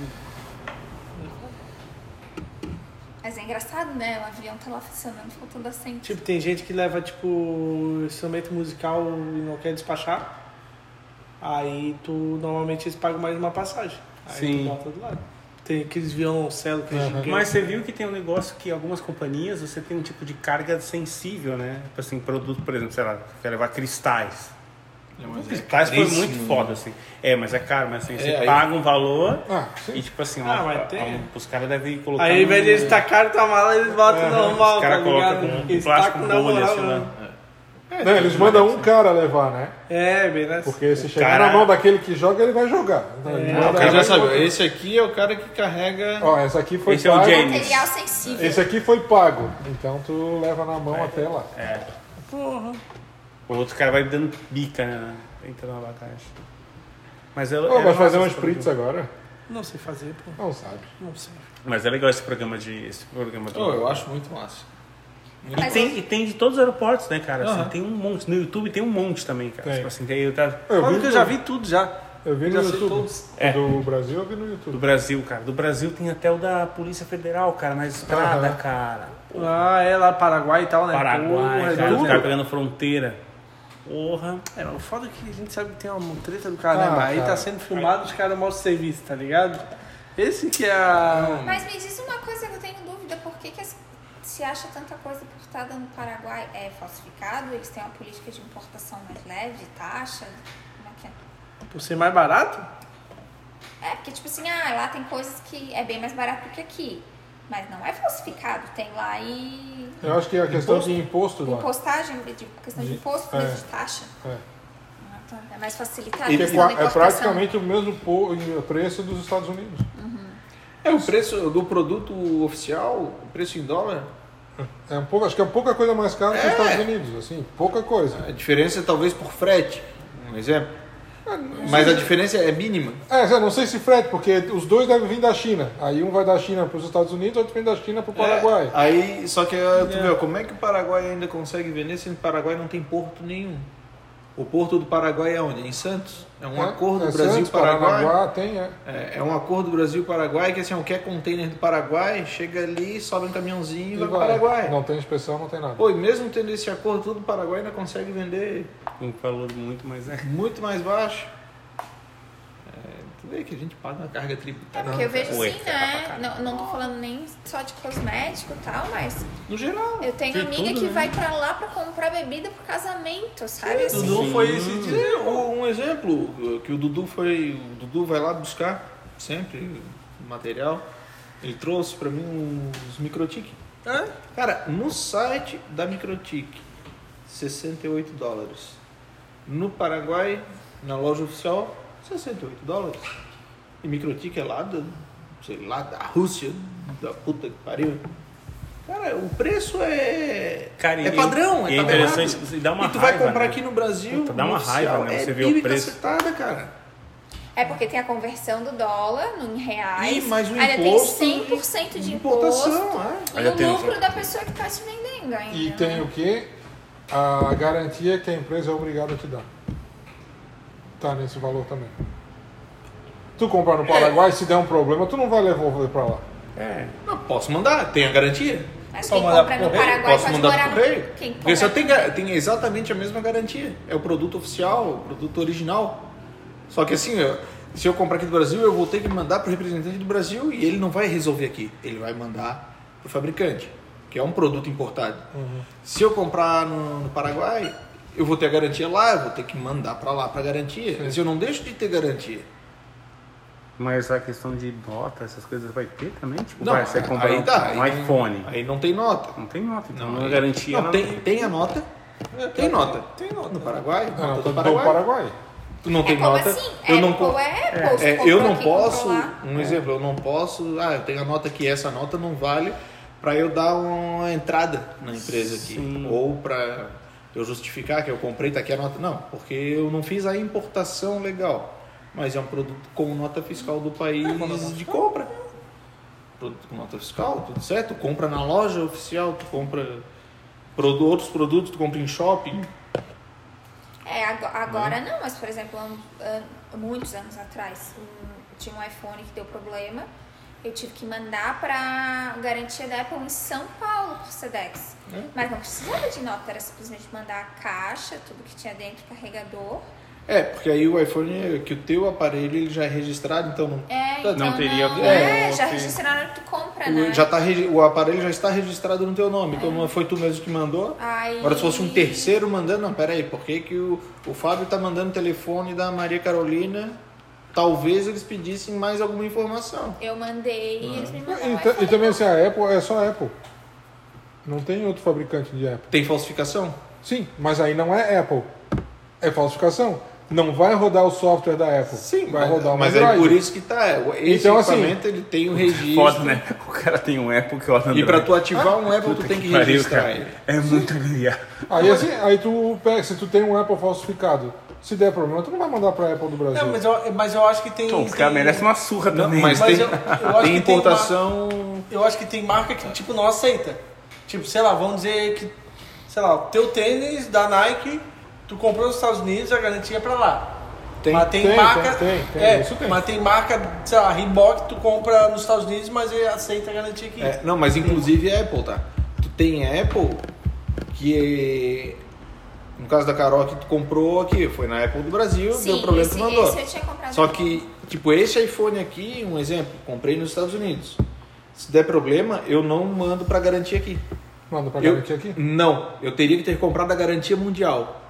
Mas é engraçado, né? O avião tá lá funcionando, faltando assento.
Tipo, tem gente que leva, tipo, instrumento musical e não quer despachar. Aí tu, normalmente, eles pagam mais uma passagem. Aí
Sim.
tu bota do lado. Tem aqueles violoncelo que é gigante.
Mas você viu que tem um negócio que algumas companhias você tem um tipo de carga sensível, né? Tipo assim, produto, por exemplo, sei lá, quer levar cristais.
É,
cristais foi
caríssimo,
muito foda, assim. É, mas é caro, mas assim, você
aí-
paga um valor
Ah, sim.
e tipo assim,
Ah,
ó,
mas
ó,
tem-
os caras devem colocar.
Aí, ao
um-
invés de eles tacarem tua mala, eles botam normal,
Os
tá
caras colocam
ligado?
com um
Eles
plástico
tacam na
bolha, assim,
moral, né?
sei lá.
Não, eles mandam um cara levar, né?
É, bem nessa.
Porque se chegar
cara-
na mão daquele que joga, ele vai jogar. Então, ele manda
É. O cara já
ele-
sabe, esse aqui é o cara que carrega.
Ó, essa aqui foi
Esse é o
pago.
James.
Material sensível.
esse aqui foi pago. Então tu leva na mão até lá.
O outro cara vai dando bica, né? Entrando na caixa. Mas ela.
Pô,
é
vai
massa
fazer um
esse produto.
spritz agora?
Não sei fazer, pô.
Não sabe.
Não sei.
Mas é legal esse programa de. Esse programa do-
Ô, eu acho muito massa.
E
Mas
tem, e tem de todos os aeroportos, né, cara? Assim,
Aham.
tem um monte. No YouTube tem um monte também, cara.
Tem.
Tipo assim, tem o cara
Eu
Claro
vi,
que eu
no-
já vi tudo já.
Eu vi no
Já sei
YouTube.
todos.
É.
Do Brasil eu vi no
do
YouTube.
Brasil, cara. Do Brasil tem até o da Polícia Federal, cara, na estrada,
Aham.
cara.
Ah, é lá Paraguai e tal, né? Porra,
Paraguai,
é
cara. Os
tudo.
caras pegando fronteira. Porra.
É, mas o foda é que a gente sabe que tem uma treta do caramba.
Ah,
aí
cara.
tá sendo filmado, os caras mostram serviço, tá ligado? Esse que é a.
Mas me diz uma coisa que eu tenho dúvida, por que, que as- se acha tanta coisa importada no Paraguai? É falsificado? Eles têm uma política de importação mais leve, taxa? Como é que é?
Por ser mais barato?
É, porque tipo assim, ah, lá tem coisas que é bem mais barato do que aqui. Mas não é falsificado, tem lá e.
Eu acho que a questão de imposto lá.
Impostagem, de tipo, questão de
De-
imposto, né,
é.
de taxa.
É.
Ah, tá. É mais facilitado.
Porque
a questão da
é
importação.
praticamente o mesmo po- preço dos Estados Unidos.
É o preço do produto oficial, o preço em dólar.
É um pouco, acho que é pouca coisa mais cara que os Estados Unidos, assim, pouca coisa.
A diferença é talvez por frete, um exemplo. Mas a diferença é mínima.
É, eu não sei se frete, porque os dois devem vir da China. Aí um vai da China para os Estados Unidos, outro vem da China para o Paraguai.
É, aí, só que ah, tu vê, como é que o Paraguai ainda consegue vender sendo que o Paraguai não tem porto nenhum? O porto do Paraguai é onde? Em Santos? É um
É,
acordo
é Santos,
Brasil-Paraguai.
Paranaguá, tem, é.
É, é um acordo Brasil-Paraguai que assim, ó, quer container do Paraguai, chega ali, sobe um caminhãozinho e vai pro Paraguai.
Não tem inspeção, não tem nada.
Pô, e mesmo tendo esse acordo, tudo o Paraguai ainda consegue vender
Um valor muito mais é.
muito mais baixo. É, tu vê que a gente paga uma carga
É
tributária.
porque eu vejo
Ué,
assim,
cara, é pra
né?
caralho.
Não, não tô falando nem só de cosmético e tal, mas
No geral.
Eu tenho
Tem
amiga
tudo,
que
né?
vai pra lá pra comprar bebida pro casamento, sabe? Assim,
Dudu foi esse dia. Um um exemplo que o Dudu foi. O Dudu vai lá buscar sempre o material. Ele trouxe pra mim os microtic.
Hã?
Cara, no site da Microtic, 68 dólares. No Paraguai, na loja oficial, 68 dólares. E Microtic é lá, da, sei lá, da Rússia, da puta que pariu. Cara, o preço é.
Cara, e-
é padrão,
e
é,
é
tabelado.
interessante, dá uma
E tu
raiva,
vai comprar
né?
aqui no Brasil.
Puta, dá uma
no
raiva,
oficial,
né, você
é
vê o
bica
preço.
cacetada, cara.
É porque tem a conversão do dólar no- em reais.
Ih, mas o
ainda
imposto-
tem 100% de imposto.
Importação, é.
E
Ainda tem
o
um
lucro
imposto.
da pessoa que tá te vendendo ainda.
E
né?
tem o quê? A garantia que a empresa é obrigada a te dar. Tá nesse valor também. Tu comprar no Paraguai, se der um problema, tu não vai levar para lá.
É.
Não, posso mandar, tem a garantia.
Mas
Só
quem
mandar
compra
pro
no
correio?
Paraguai
Posso
pode
mandar
morar
pro correio?
no... Quem
Porque só
compra
tem, ga- tem exatamente a mesma garantia. É o produto oficial, o produto original. Só que assim, eu- se eu comprar aqui do Brasil, eu vou ter que mandar para o representante do Brasil e ele não vai resolver aqui. Ele vai mandar para o fabricante, que é um produto importado. Se eu comprar no, no Paraguai, eu vou ter a garantia lá, eu vou ter que mandar para lá para garantia. Mas eu não deixo de ter garantia.
Mas a questão de nota, essas coisas vai ter também? Tipo,
Não,
vai, você
aí
comprar um,
tá,
um
aí não-
iPhone.
Aí não tem nota.
Não tem nota, então
Não,
não é
aí-
garantia.
Não, tem, tem a nota. É, Tem nota. Tem nota. tá No Paraguai?
Não,
nota
não,
do
não,
Ah, Paraguai.
Paraguai.
Tu não
É
tem
como
nota.
assim?
Eu
Apple
não po-
é Apple. se
É,
comprou
eu não
aqui,
posso,
comprou lá.
um exemplo, eu não posso, ah, eu tenho a nota que essa nota não vale para eu dar uma entrada na empresa aqui ou para eu justificar que eu comprei tá aqui a nota, não, porque eu não fiz a importação legal, mas é um produto com nota fiscal do país
É,
de compra. Produto com nota fiscal, tudo certo? Compra na loja oficial, tu compra produ- outros produtos, tu compra em shopping.
Hum. É, ago- agora
Né?
não, mas por exemplo, há um- há muitos anos atrás, um- tinha um iPhone que deu problema. Eu tive que mandar pra garantia da Apple em São Paulo pro Sedex.
É?
Mas não precisava de nota, era simplesmente mandar a caixa, tudo que tinha dentro, carregador.
É, porque aí o iPhone, é- que o teu aparelho ele já é registrado, então não
É, então
Não teria
não,
como,
é, já
sim.
registraram que tu compra,
O,
né?
já tá, regi- o aparelho já está registrado no teu nome, então não foi tu mesmo que mandou.
Aí-
Agora, se fosse um terceiro mandando, não, peraí, por que, que o, o Fábio tá mandando o telefone da Maria Carolina? Talvez eles pedissem mais alguma informação.
Eu mandei
Ah.
e eles me
Então,
mandaram.
E,
o
ta- e
iPhone.
também assim, a Apple é só a Apple. Não tem outro fabricante de Apple.
Tem falsificação?
Sim, mas aí não é Apple. É falsificação. Não vai rodar o software da Apple. vai rodar o
mas é
Android.
por isso que tá. é, Esse
Então, assim,
equipamento ele tem o registro.
Foda, né? (laughs) O cara tem um Apple que olha
E para tu ativar um Apple, tu tem que registrar ele.
É muito agriado.
Aí
é.
assim, aí tu pega, se tu tem um Apple falsificado, se der problema, tu não vai mandar pra Apple do Brasil.
É, mas eu, mas eu acho que tem.
Então, os caras
tem-
merecem uma surra também.
mas-
Mas
tem-
eu, eu acho
tem
que
importação-
Tem mar- eu acho que tem marca que, tipo, não aceita. Tipo, sei lá, vamos dizer que. Sei lá, o teu tênis da Nike, tu comprou nos Estados Unidos, a garantia é pra lá.
Tem-
mas tem,
tem,
marca.
tem, tem, tem,
é,
isso tem.
Mas tem marca, sei lá, Reebok, tu compra nos Estados Unidos, mas ele aceita a garantia aqui.
É, não, mas inclusive a Apple, tá? Tu tem a Apple que no caso da Carol que tu comprou aqui, foi na Apple do Brasil,
Sim,
deu problema
esse-
tu mandou.
esse é eu tinha comprado.
Só que, tipo, esse iPhone aqui, um exemplo, comprei nos Estados Unidos. Se der problema, eu não mando pra garantia aqui.
Manda pra
Eu-
garantir aqui.
Não, eu teria que ter comprado a garantia mundial.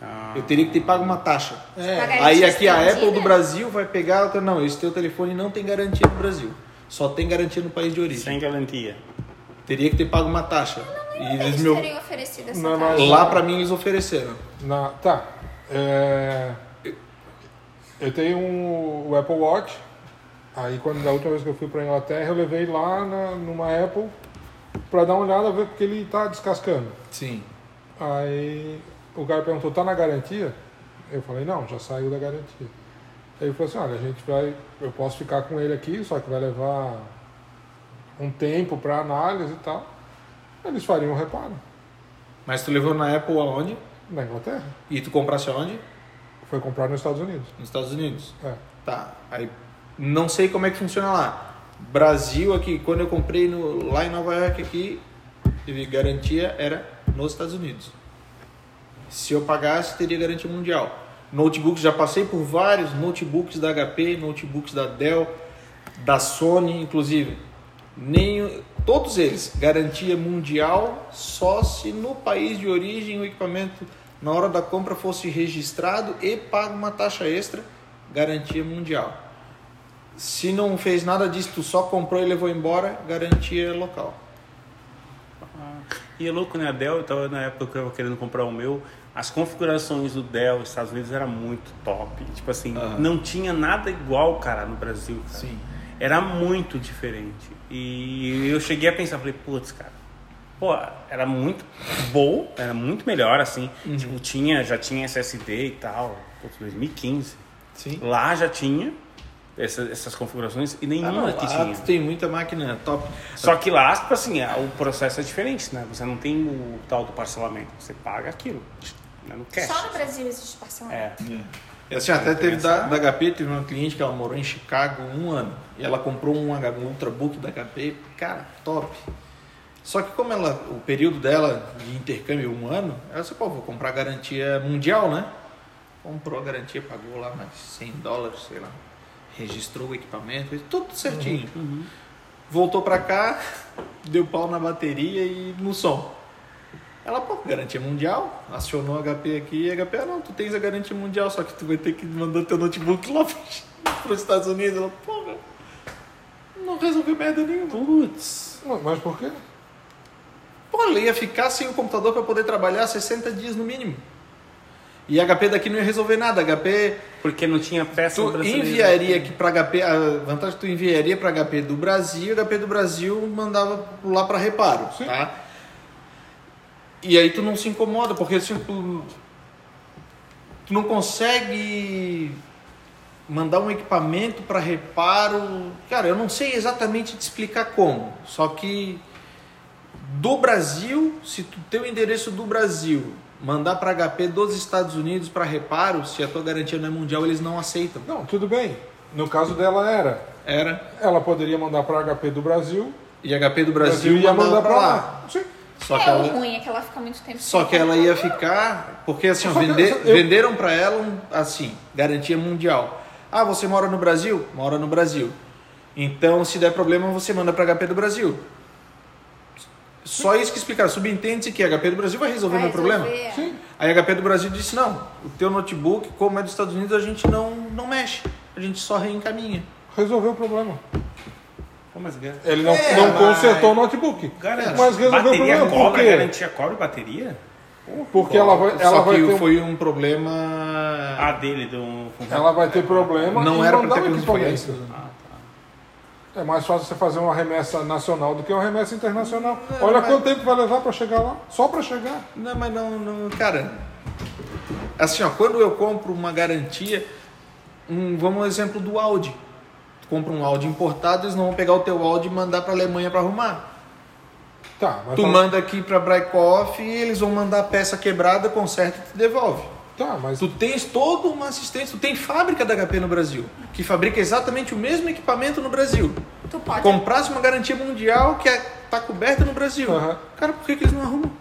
Ah.
Eu teria que ter pago uma taxa. É.
Uma Tipo, garantia
Aí aqui a Apple do
estendida.
Brasil vai pegar, não, esse teu telefone não tem garantia no Brasil. Só tem garantia no país de origem.
Sem garantia.
Teria que ter pago uma taxa. E eles
Eles
me...
teriam oferecido essa
Não,
taxa.
mas-
Lá pra mim eles ofereceram.
Na, tá. É, eu tenho um, o Apple Watch. Aí quando da última vez que eu fui pra Inglaterra, eu levei lá na, numa Apple pra dar uma olhada, ver porque ele tá descascando.
Sim.
Aí o cara perguntou, tá na garantia? Eu falei, não, já saiu da garantia. Aí ele falou assim, olha, a gente vai. Eu posso ficar com ele aqui, só que vai levar um tempo pra análise e tal. Eles fariam o reparo.
Mas tu levou na Apple aonde?
Na Inglaterra.
E tu comprasse aonde?
Foi comprado nos Estados Unidos.
Nos Estados Unidos.
É.
Tá. Aí não sei como é que funciona lá. Brasil aqui, quando eu comprei no, lá em Nova York aqui, teve garantia era nos Estados Unidos. Se eu pagasse, teria garantia mundial. Notebooks, já passei por vários notebooks da HP, notebooks da Dell, da Sony, inclusive. Nem, todos eles, garantia mundial, só se no país de origem o equipamento, na hora da compra, fosse registrado e paga uma taxa extra, garantia mundial. Se não fez nada disso, tu só comprou e levou embora, garantia local.
E é louco, né? A Dell, eu tava na época que eu tava querendo comprar o meu, as configurações do Dell, nos Estados Unidos, era muito top. Tipo assim,
Aham.
não tinha nada igual, cara, no Brasil. cara.
Sim.
Era muito diferente. E eu cheguei a pensar, falei, putz, cara, pô, era muito bom, era muito melhor, assim. Tipo, tinha, já tinha SSD e tal, putz, 2015.
Sim.
Lá já tinha essa- essas configurações e
Ah,
nenhuma
não,
aqui
lá
tinha.
tu tem muita máquina top.
Só que lá, tipo assim, a- o processo é diferente, né? Você não tem o tal do parcelamento, você paga aquilo, né? no cash.
Só no Brasil existe parcelamento.
É.
E Assim, até teve da, da HP, teve uma cliente que ela morou em Chicago um ano e ela comprou um, H- um Ultrabook da HP, cara, top. Só que como ela, o período dela de intercâmbio é um ano, ela disse, pô, vou comprar garantia mundial, né? Comprou a garantia, pagou lá mais 100 dólares, sei lá. Registrou o equipamento, fez tudo certinho. Voltou pra cá, deu pau na bateria e no som. Ela, pô, garantia mundial, acionou o HP aqui e HP, ah, não, tu tens a garantia mundial, só que tu vai ter que mandar teu notebook lá (laughs) pros Estados Unidos. Ela, porra, não resolveu merda nenhuma. Putz.
Mas por quê?
Pô, ela ia ficar sem o computador para poder trabalhar 60 dias no mínimo. E HP daqui não ia resolver nada. HP,
Porque não tinha peça
tu
brasileira.
enviaria aqui para HP, a vantagem é que tu enviaria para HP do Brasil, HP do Brasil mandava lá para reparo,
Sim.
tá? E aí tu não se incomoda, porque assim, tu, tu não consegue mandar um equipamento para reparo. Cara, eu não sei exatamente te explicar como, só que do Brasil, se tu tem o endereço do Brasil, mandar para HP dos Estados Unidos para reparo, se a tua garantia não é mundial, eles não aceitam.
Não, tudo bem. No caso dela era.
Era.
Ela poderia mandar para HP do Brasil.
E HP do
O
Brasil,
ia mandar
para
para
lá.
lá. Sim.
Só que
é, o
ela,
ruim é que ela fica muito tempo
só
sem
que ela
comprar.
ia ficar, porque assim, ó,
Só que-
vender-
eu-
venderam para ela um, assim, garantia mundial. Ah, você mora no Brasil? Mora no Brasil. Então, se der problema, você manda para HP do Brasil. Só isso que explicaram. Subentende-se que HP do Brasil vai resolver
Vai
meu problema.
resolver, é.
Sim.
Aí a HP do Brasil disse: não, o teu notebook, como é dos Estados Unidos, a gente não, não mexe. A gente só reencaminha.
Resolveu o problema.
Pô, mas gar-
Ele não,
É,
não
mas-
consertou o notebook.
Garante.
Mas resolveu o
bateria
problema. Por
cobra, né?
né,
quê?
garantia cobra e bateria?
Porque ela vai,
Só
ela vai
que
ter,
foi um problema.
A dele
É um
do.
ela vai ter problema
não
em
era para
mandar
ter
o
acontecido. Foi
equipamento. Ah,
isso.
É mais fácil você fazer uma remessa nacional do que uma remessa internacional. Olha quanto tempo vai levar para chegar lá. Só para chegar.
Não, mas não, não, cara. Assim, ó, quando eu compro uma garantia, um, vamos ao exemplo do Audi. Tu compra um Audi importado, eles não vão pegar o teu Audi e mandar pra Alemanha pra arrumar.
Tá, mas
Tu
tá-
manda aqui pra Braikoff e eles vão mandar a peça quebrada, conserta e te devolve.
tá, mas
Tu tens toda uma assistência, tu tem fábrica da HP no Brasil, que fabrica exatamente o mesmo equipamento no Brasil.
Tu pode.
Comprasse uma garantia mundial que é, tá coberta no Brasil.
Aham.
Cara, por que, que eles não arrumam?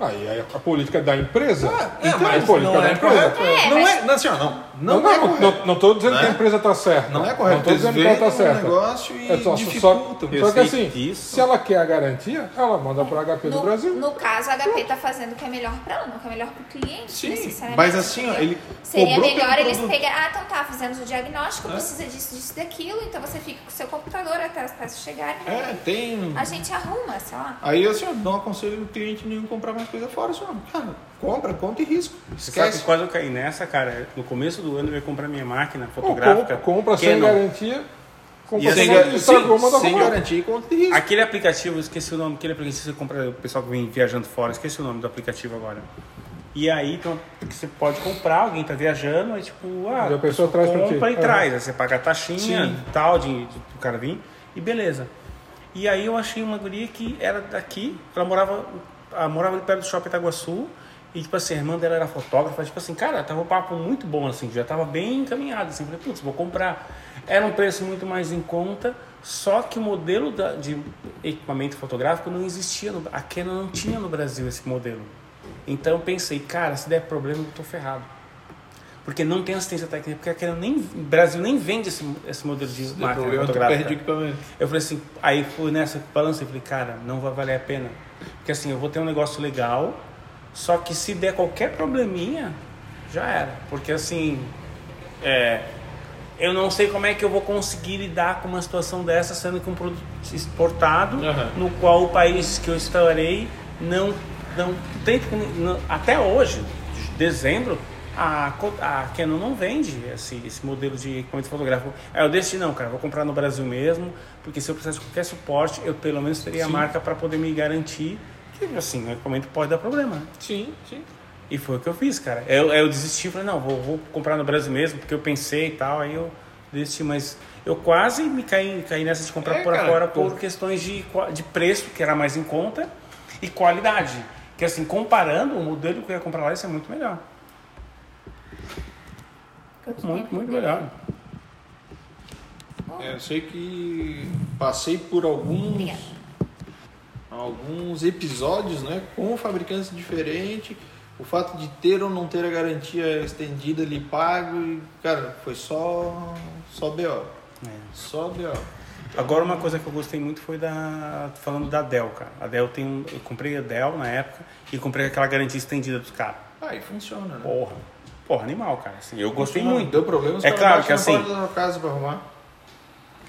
aí é a política da empresa.
é,
então,
mas
a política
não
da
é
empresa.
correto.
É,
não
mas-
é, não, assim, ó, não,
Não,
não,
não,
é
não,
correto.
não, não tô dizendo
Não
que a
é?
empresa está certa.
Não é correto.
Não tô
Eles
dizendo que ela
vendem
tá certa.
um negócio e
É só, só,
dificultam.
só que
Eu
assim,
sei disso.
é
se ela quer a garantia, ela manda para HP do
No,
Brasil.
no caso, a HP tá fazendo o que é melhor pra ela, não o que é melhor pro cliente,
Sim,
necessariamente.
mas assim, ó,
entendeu?
ele
Seria
cobrou
melhor
pelo
eles
produto. É.
pegarem. Ah, então tá, fizemos o diagnóstico, precisa disso, disso, daquilo, então você fica com o seu computador até as peças chegarem.
É, tem.
A gente arruma, sei lá.
Aí assim, ó, não aconselho o cliente nenhum comprar mais coisa fora, assim, ó, cara, compra, conta e risco.
Você sabe
Esquece.
que quase eu caí nessa, cara? No começo do ano eu ia comprar minha máquina
Ou
fotográfica.
compra, compra sem
Canon.
garantia. Compra
assim,
sem
Sem,
quando
gar-
garantia.
sim,
Estragou, manda
sem
comprar.
garantia e conta e risco.
Aquele aplicativo, eu esqueci o nome, aquele aplicativo que você compra, o pessoal que vem viajando fora, esqueci o nome do aplicativo agora. E aí, então, porque você pode comprar, alguém tá viajando, aí tipo, ah,
E a pessoa traz pra ti.
compra e
Aham.
traz, aí né? você paga a taxinha
Sim.
e tal, de, de- do cara vir, e beleza. E aí eu achei uma guria que era daqui, ela morava, ela morava ali perto do shopping Itaguaçu, e tipo assim, a irmã dela era fotógrafa, tipo assim, cara, tava um papo muito bom, assim, já tava bem encaminhado, assim, falei, putz, vou comprar. Era um preço muito mais em conta, só que o modelo da- de equipamento fotográfico não existia, no, a Canon não tinha no Brasil esse modelo. Então eu pensei, cara, se der problema eu tô ferrado. Porque não tem assistência técnica, porque a Canon nem, o Brasil nem vende esse, esse modelo de
Deu
máquina
problema, tu
fotográfica.
perde é o equipamento.
Eu falei assim, aí fui nessa balança e falei, cara, não vai valer a pena. Porque assim, eu vou ter um negócio legal, só que se der qualquer probleminha, já era. Porque assim, é, eu não sei como é que eu vou conseguir lidar com uma situação dessa, sendo que um produto exportado,
Aham.
no qual o país que eu estarei não, não tem. não- até hoje, de- dezembro, a, co- a Canon não vende esse, esse modelo de equipamento fotográfico. Aí eu decidi, não, cara, vou comprar no Brasil mesmo, porque se eu precisasse de qualquer suporte, eu pelo menos teria a marca para poder me garantir que, assim, o equipamento pode dar problema. né?
Sim, sim.
E foi o que eu fiz, cara. Eu, eu desisti, falei, não, vou, vou comprar no Brasil mesmo, porque eu pensei e tal, aí eu desisti, mas eu quase me caí, caí nessa de comprar
É,
por
cara,
fora
pô.
por questões de, qua- de preço, que era mais em conta, e qualidade. Que assim, comparando, o modelo que eu ia comprar lá, isso é muito melhor. Muito, muito melhor.
É, eu sei que passei por alguns.
Obrigada.
alguns episódios né, com fabricantes diferentes. O fato de ter ou não ter a garantia estendida ali pago, e, cara, foi só, só BO.
É.
Só BO.
Agora uma coisa que eu gostei muito foi da falando da Dell, cara. A Dell tem um, eu comprei a Dell na época e comprei aquela garantia estendida dos caras.
Aí funciona, né?
Porra. Porra, animal, cara. Assim, eu gostei
Funciona.
muito.
Deu problemas
É claro que assim-
Porta da casa pra arrumar.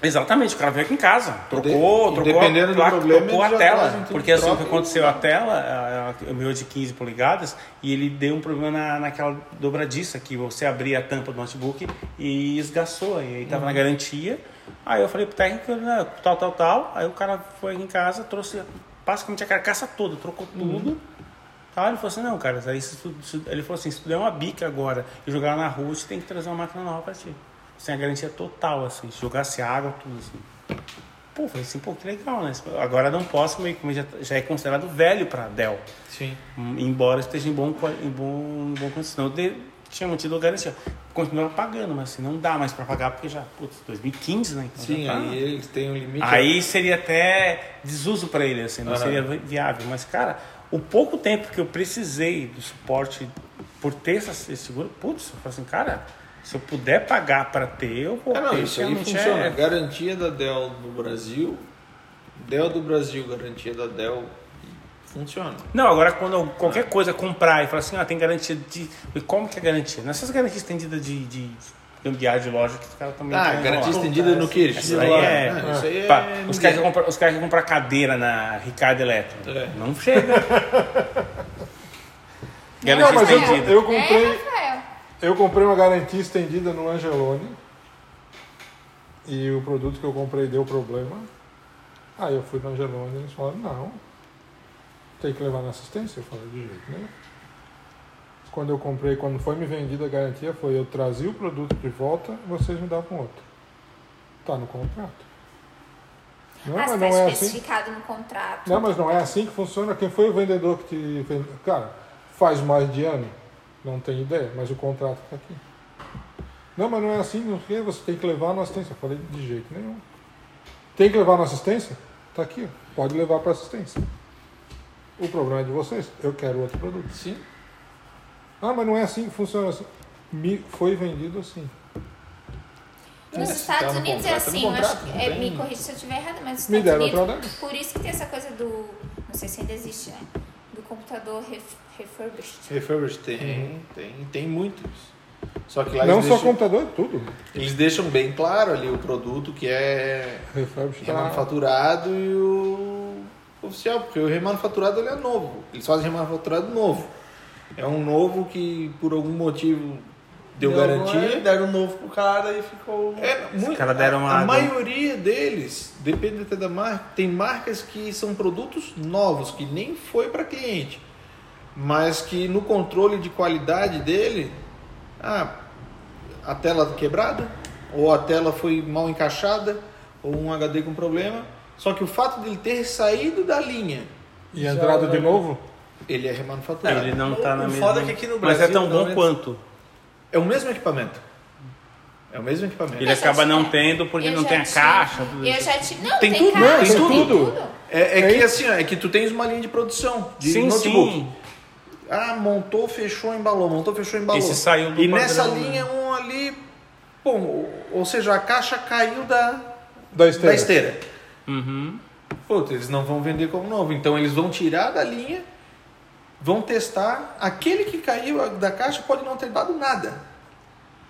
Exatamente, o cara veio aqui em casa,
e
trocou, trocou,
dependendo do
a, placa,
problema,
trocou a
eles já trazem
tela.
tudo
Porque assim, o que
próprio e-
aconteceu, a tela, a- a- o meu é de 15 polegadas, e ele deu um problema na, naquela dobradiça que você abria a tampa do notebook e esgaçou, e aí tava
Uhum.
na garantia. Aí eu falei pro técnico, né, tal, tal, tal. Aí o cara foi aqui em casa, trouxe basicamente a carcaça toda, trocou tudo. Tá? Ele falou assim, não, cara, aí se tu- se- ele falou assim, se tu der uma bica agora e jogar lá na rua, você tem que trazer uma máquina nova pra ti. Sem a garantia total, assim, se jogasse água, tudo assim. Pô, eu falei assim, pô, que legal, né? Agora não posso, meio como já, já é considerado velho pra Dell.
Sim.
Hum, Embora esteja em bom, qua- em bom, em bom condição. Eu de- tinha mantido a garantia. Continuava pagando, mas assim, não dá mais pra pagar, porque já, putz, 2015, né? Então
Sim,
já tá-
aí eles têm um limite.
Aí seria até desuso para ele, assim, não
Aham.
seria vi- viável. Mas, cara, o pouco tempo que eu precisei do suporte por ter essa- esse seguro, putz, eu falo assim, cara, se eu puder pagar para ter, eu vou
Ah, não,
ter,
isso aí
É, realmente
funciona.
é-
Garantia da Dell no Brasil. Dell do Brasil, garantia da Dell. Funciona.
Não, agora quando eu- qualquer coisa comprar e falar assim, ah, tem garantia de. E como que é garantia? Nessas garantias estendidas de, de, de gambiarra de loja que os caras também.
Ah,
têm,
garantia
ó.
estendida no que?
Isso aí é.
Ah, isso aí é
Pá, os
ninguém.
caras que compram os caras que compram cadeira na Ricardo Eletro.
É.
Não chega.
Não,
garantia
mas eu,
estendida.
eu
É,
comprei,
Rafael?
eu comprei uma garantia estendida no Angelone. E o produto que eu comprei deu problema. Aí eu fui no Angelone e eles falaram, não. Tem que levar na assistência. Eu falei, de jeito nenhum. Quando eu comprei, quando foi me vendida a garantia, foi eu trazia o produto de volta, vocês me davam outro. Tá no contrato. Não,
Mas
mas
tá
não é assim.
especificado no contrato.
Não, mas não é assim que funciona. Quem foi o vendedor que te vendeu? Cara, faz mais de ano? Não tem ideia, mas o contrato está aqui. Não, mas não é assim, não sei, você tem que levar na assistência. Eu falei, de jeito nenhum. Tem que levar na assistência? Tá aqui, ó. pode levar para assistência. O problema é de vocês, eu quero outro produto.
Sim.
Ah, mas não é assim que funciona. Assim. Me foi vendido assim.
Nos
É, se
Estados
tá no
Unidos é
contrato, tá no
assim, eu acho
contrato,
que-
não
é,
tem-
me corrija se eu estiver errada, mas nos
Me
Estados
deram
Unidos,
outra data.
por isso que tem essa coisa do, não sei se ainda existe, né? do computador ref- refurbished.
Refurbished tem, tem, tem muitos. Só que lá
não
eles,
só
deixam,
computador, é tudo.
eles deixam bem claro ali o produto que é
Refurbish tá...
remanufaturado e o oficial, porque o remanufaturado ele é novo. Eles fazem remanufaturado novo. É um novo que por algum motivo deu garantia.
Deram um novo pro cara e ficou.
É, muito,
caras
a-
deram uma-
a, maioria deles, depende até da marca, tem marcas que são produtos novos, que nem foi para cliente, mas que no controle de qualidade dele, ah, a tela quebrada, ou a tela foi mal encaixada, ou um HD com problema. Só que o fato dele ter saído da linha,
E entrada de novo?
ele é remanufaturado.
Ele não tá
o-
na
o
mesma.
foda é que aqui no
mas é
Brasil,
tão
pelo
bom
menos-
quanto.
É o mesmo equipamento. É o mesmo equipamento.
Ele
Eu já
acaba não
tive.
tendo porque
Eu
não
já
tem a
tive.
caixa. tudo
Eu
isso.
já tive, não,
Tem
tem,
tudo,
caixa,
tem tudo.
É, é
É
que assim, ó, é que tu tens uma linha de produção de
Sim,
notebook.
sim.
Ah, montou, fechou, embalou, montou, fechou, embalou.
Esse saiu do
E
padrão,
nessa
né?
linha um ali, bom, ou- ou seja, a caixa caiu da,
Da
da
esteira.
esteira.
Uhum.
Putz, eles não vão vender como novo. Então eles vão tirar da linha, vão testar. Aquele que caiu da caixa pode não ter dado nada.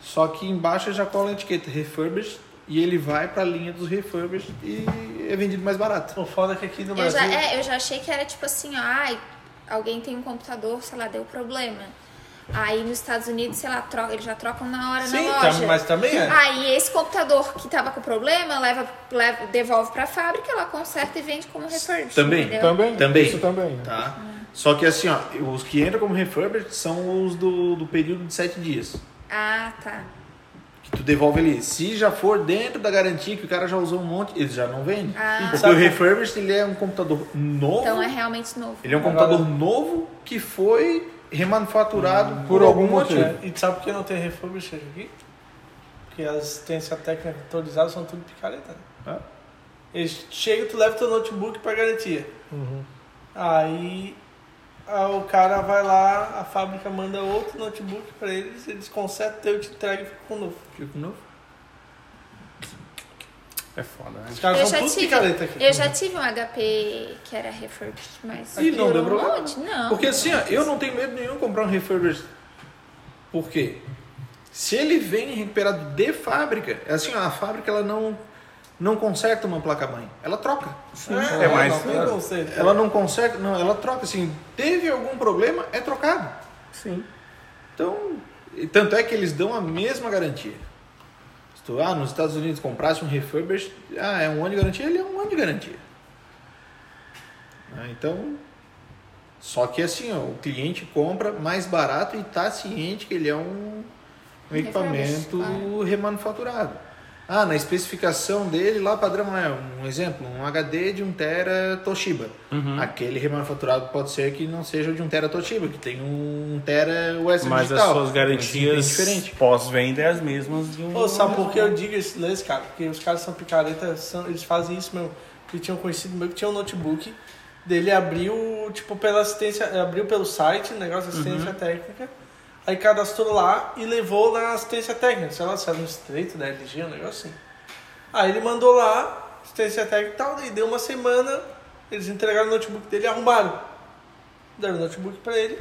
Só que embaixo já cola a etiqueta refurbished e ele vai para a linha dos refurbished e é vendido mais barato.
O foda é que aqui no
Eu
Brasil.
já, é, eu já achei que era tipo assim, ó, ai, alguém tem um computador, sei lá, deu problema. Aí nos Estados Unidos, sei lá, troca, eles já trocam na hora
Sim,
na
tam-
loja.
mas também é.
Aí esse computador que tava com problema, leva, leva, devolve pra fábrica, ela conserta e vende como refurbished.
Também,
entendeu?
Também?
Também.
Isso também. né?
Tá? Só que assim, ó, os que entram como refurbished são os do, do período de 7 dias.
Ah, tá.
Que tu devolve ali. Se já for dentro da garantia que o cara já usou um monte, eles já não vendem.
Ah.
Porque o refurbished ele é um computador novo.
Então é realmente novo.
Ele é um computador novo que foi remanufaturado
Hum, Por algum motivo.
É,
Sim.
E tu sabe por que não tem refurbished aqui?
Porque a assistência técnica atualizada são tudo picareta. né?
É.
Eles chega, tu leva teu notebook pra garantia. Aí ah, o cara vai lá, a fábrica manda outro notebook pra eles, eles consertam teu, te entregam e ficam com o novo.
Fico novo.
É foda, né?
Os caras
Eu
são
já
tudo
tive-
picareta aqui.
Eu já tive um HP que era refurbished, mas.
Ih, não
durou
deu
um
problema.
monte, Não.
Porque assim, ó, eu não tenho medo nenhum de comprar um refurbished. Por quê? Se ele vem recuperado de fábrica, é assim, ó, a fábrica ela não não conserta uma placa mãe, ela troca.
É mais-
Não, tem conceito.
Ela não conserta, não, ela troca assim, teve algum problema, é trocado.
Sim.
Então, e tanto é que eles dão a mesma garantia. Se tu, ah, nos Estados Unidos comprasse um refurbished, ah, é um ano de garantia, ele é um ano de garantia. Ah, então, só que assim, ó, o cliente compra mais barato e tá ciente que ele é um, um
Refurbished,
equipamento
claro.
remanufaturado. Ah, na especificação dele, lá padrão é um exemplo, um HD de 1 tera Toshiba. Aquele remanufaturado pode ser que não seja o de 1 tera Toshiba, que tem um 1 tera USB
Mas
digital.
as suas
É
garantias
diferente.
pós-venda é as mesmas de um.
Ô, sabe por que eu digo esse lance, cara? Porque os caras são picaretas, são, eles fazem isso mesmo. Eu tinha um conhecido meu que tinha um notebook, dele abriu, tipo, pela assistência, abriu pelo site, um negócio de assistência técnica, aí cadastrou lá e levou na assistência técnica, sei lá, se era um estreito da LG, um negócio assim. Aí ele mandou lá, assistência técnica e tal, e deu uma semana, eles entregaram o notebook dele e arrumaram. Deram o notebook pra ele.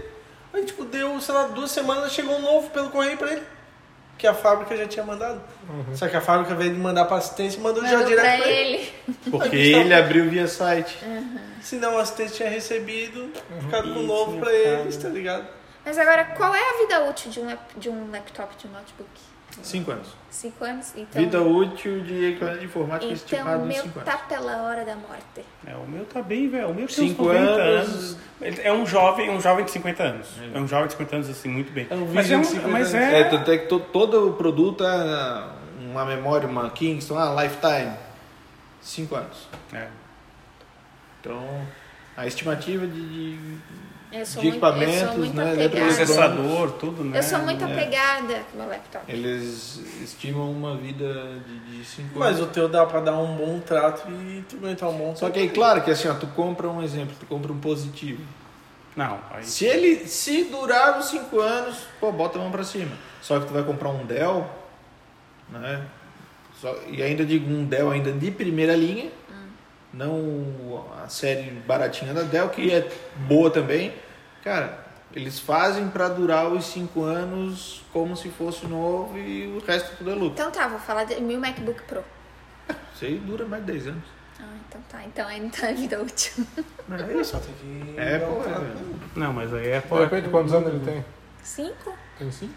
Aí, tipo, deu, sei lá, duas semanas, chegou um novo pelo correio pra ele. Que a fábrica já tinha mandado.
Uhum.
Só que a fábrica veio de mandar pra assistência e mandou, já
Mandou
direto
pra
pra ele.
ele.
Porque ele abriu via site.
Senão o assistente tinha recebido,
Uhum.
ficado com o
Ih,
novo
tinha
pra
ficado.
eles, tá ligado?
Mas agora, qual é a vida útil de um, lap- de um laptop, de um notebook?
Cinco anos.
Cinco anos? Então,
Vida útil de equipamento de informática
então
estimado
o
em
meu
5 tipo, anos.
tá pela hora da morte.
É, o meu tá bem, velho. O meu tem uns
Cinco
90
anos.
anos. Ele É um jovem, um jovem de 50 anos. É um jovem de 50 anos, assim, muito bem.
É um
mas é,
virgem
um-
de 50
mas
anos.
é-
É, tanto é que to- todo o produto é uma memória, uma Kingston, uma lifetime. Cinco anos.
é.
Então, a estimativa de. de-
Eu sou
De
muito, eu sou
equipamentos,
muito
né,
apegada.
eletroeletrônicos.
Processador, tudo, né?
Eu sou muito
É.
apegada com meu laptop.
eles estimam uma vida de, de cinco
Mas o
anos.
teu dá pra dar um bom trato e tu aguentar um bom
Só que aí, claro que assim, ó, tu compra um exemplo, tu compra um positivo.
Não, aí.
Se ele se durar os 5 anos, pô, bota a mão pra cima. Só que tu vai comprar um Dell, né? Só- e ainda digo um Dell ainda de primeira linha, não a série baratinha da Dell, que é boa também. Cara, eles fazem pra durar os 5 anos como se fosse novo e o resto tudo é lucro.
Então tá, vou falar do meu MacBook Pro.
Isso aí dura mais de 10 anos.
Ah, então tá. Então é então é vida útil.
É, só tem que.
É,
dar um
pô,
trato.
é.
Não, mas aí é.
De repente, quantos anos ele tem?
Cinco?
Tem cinco?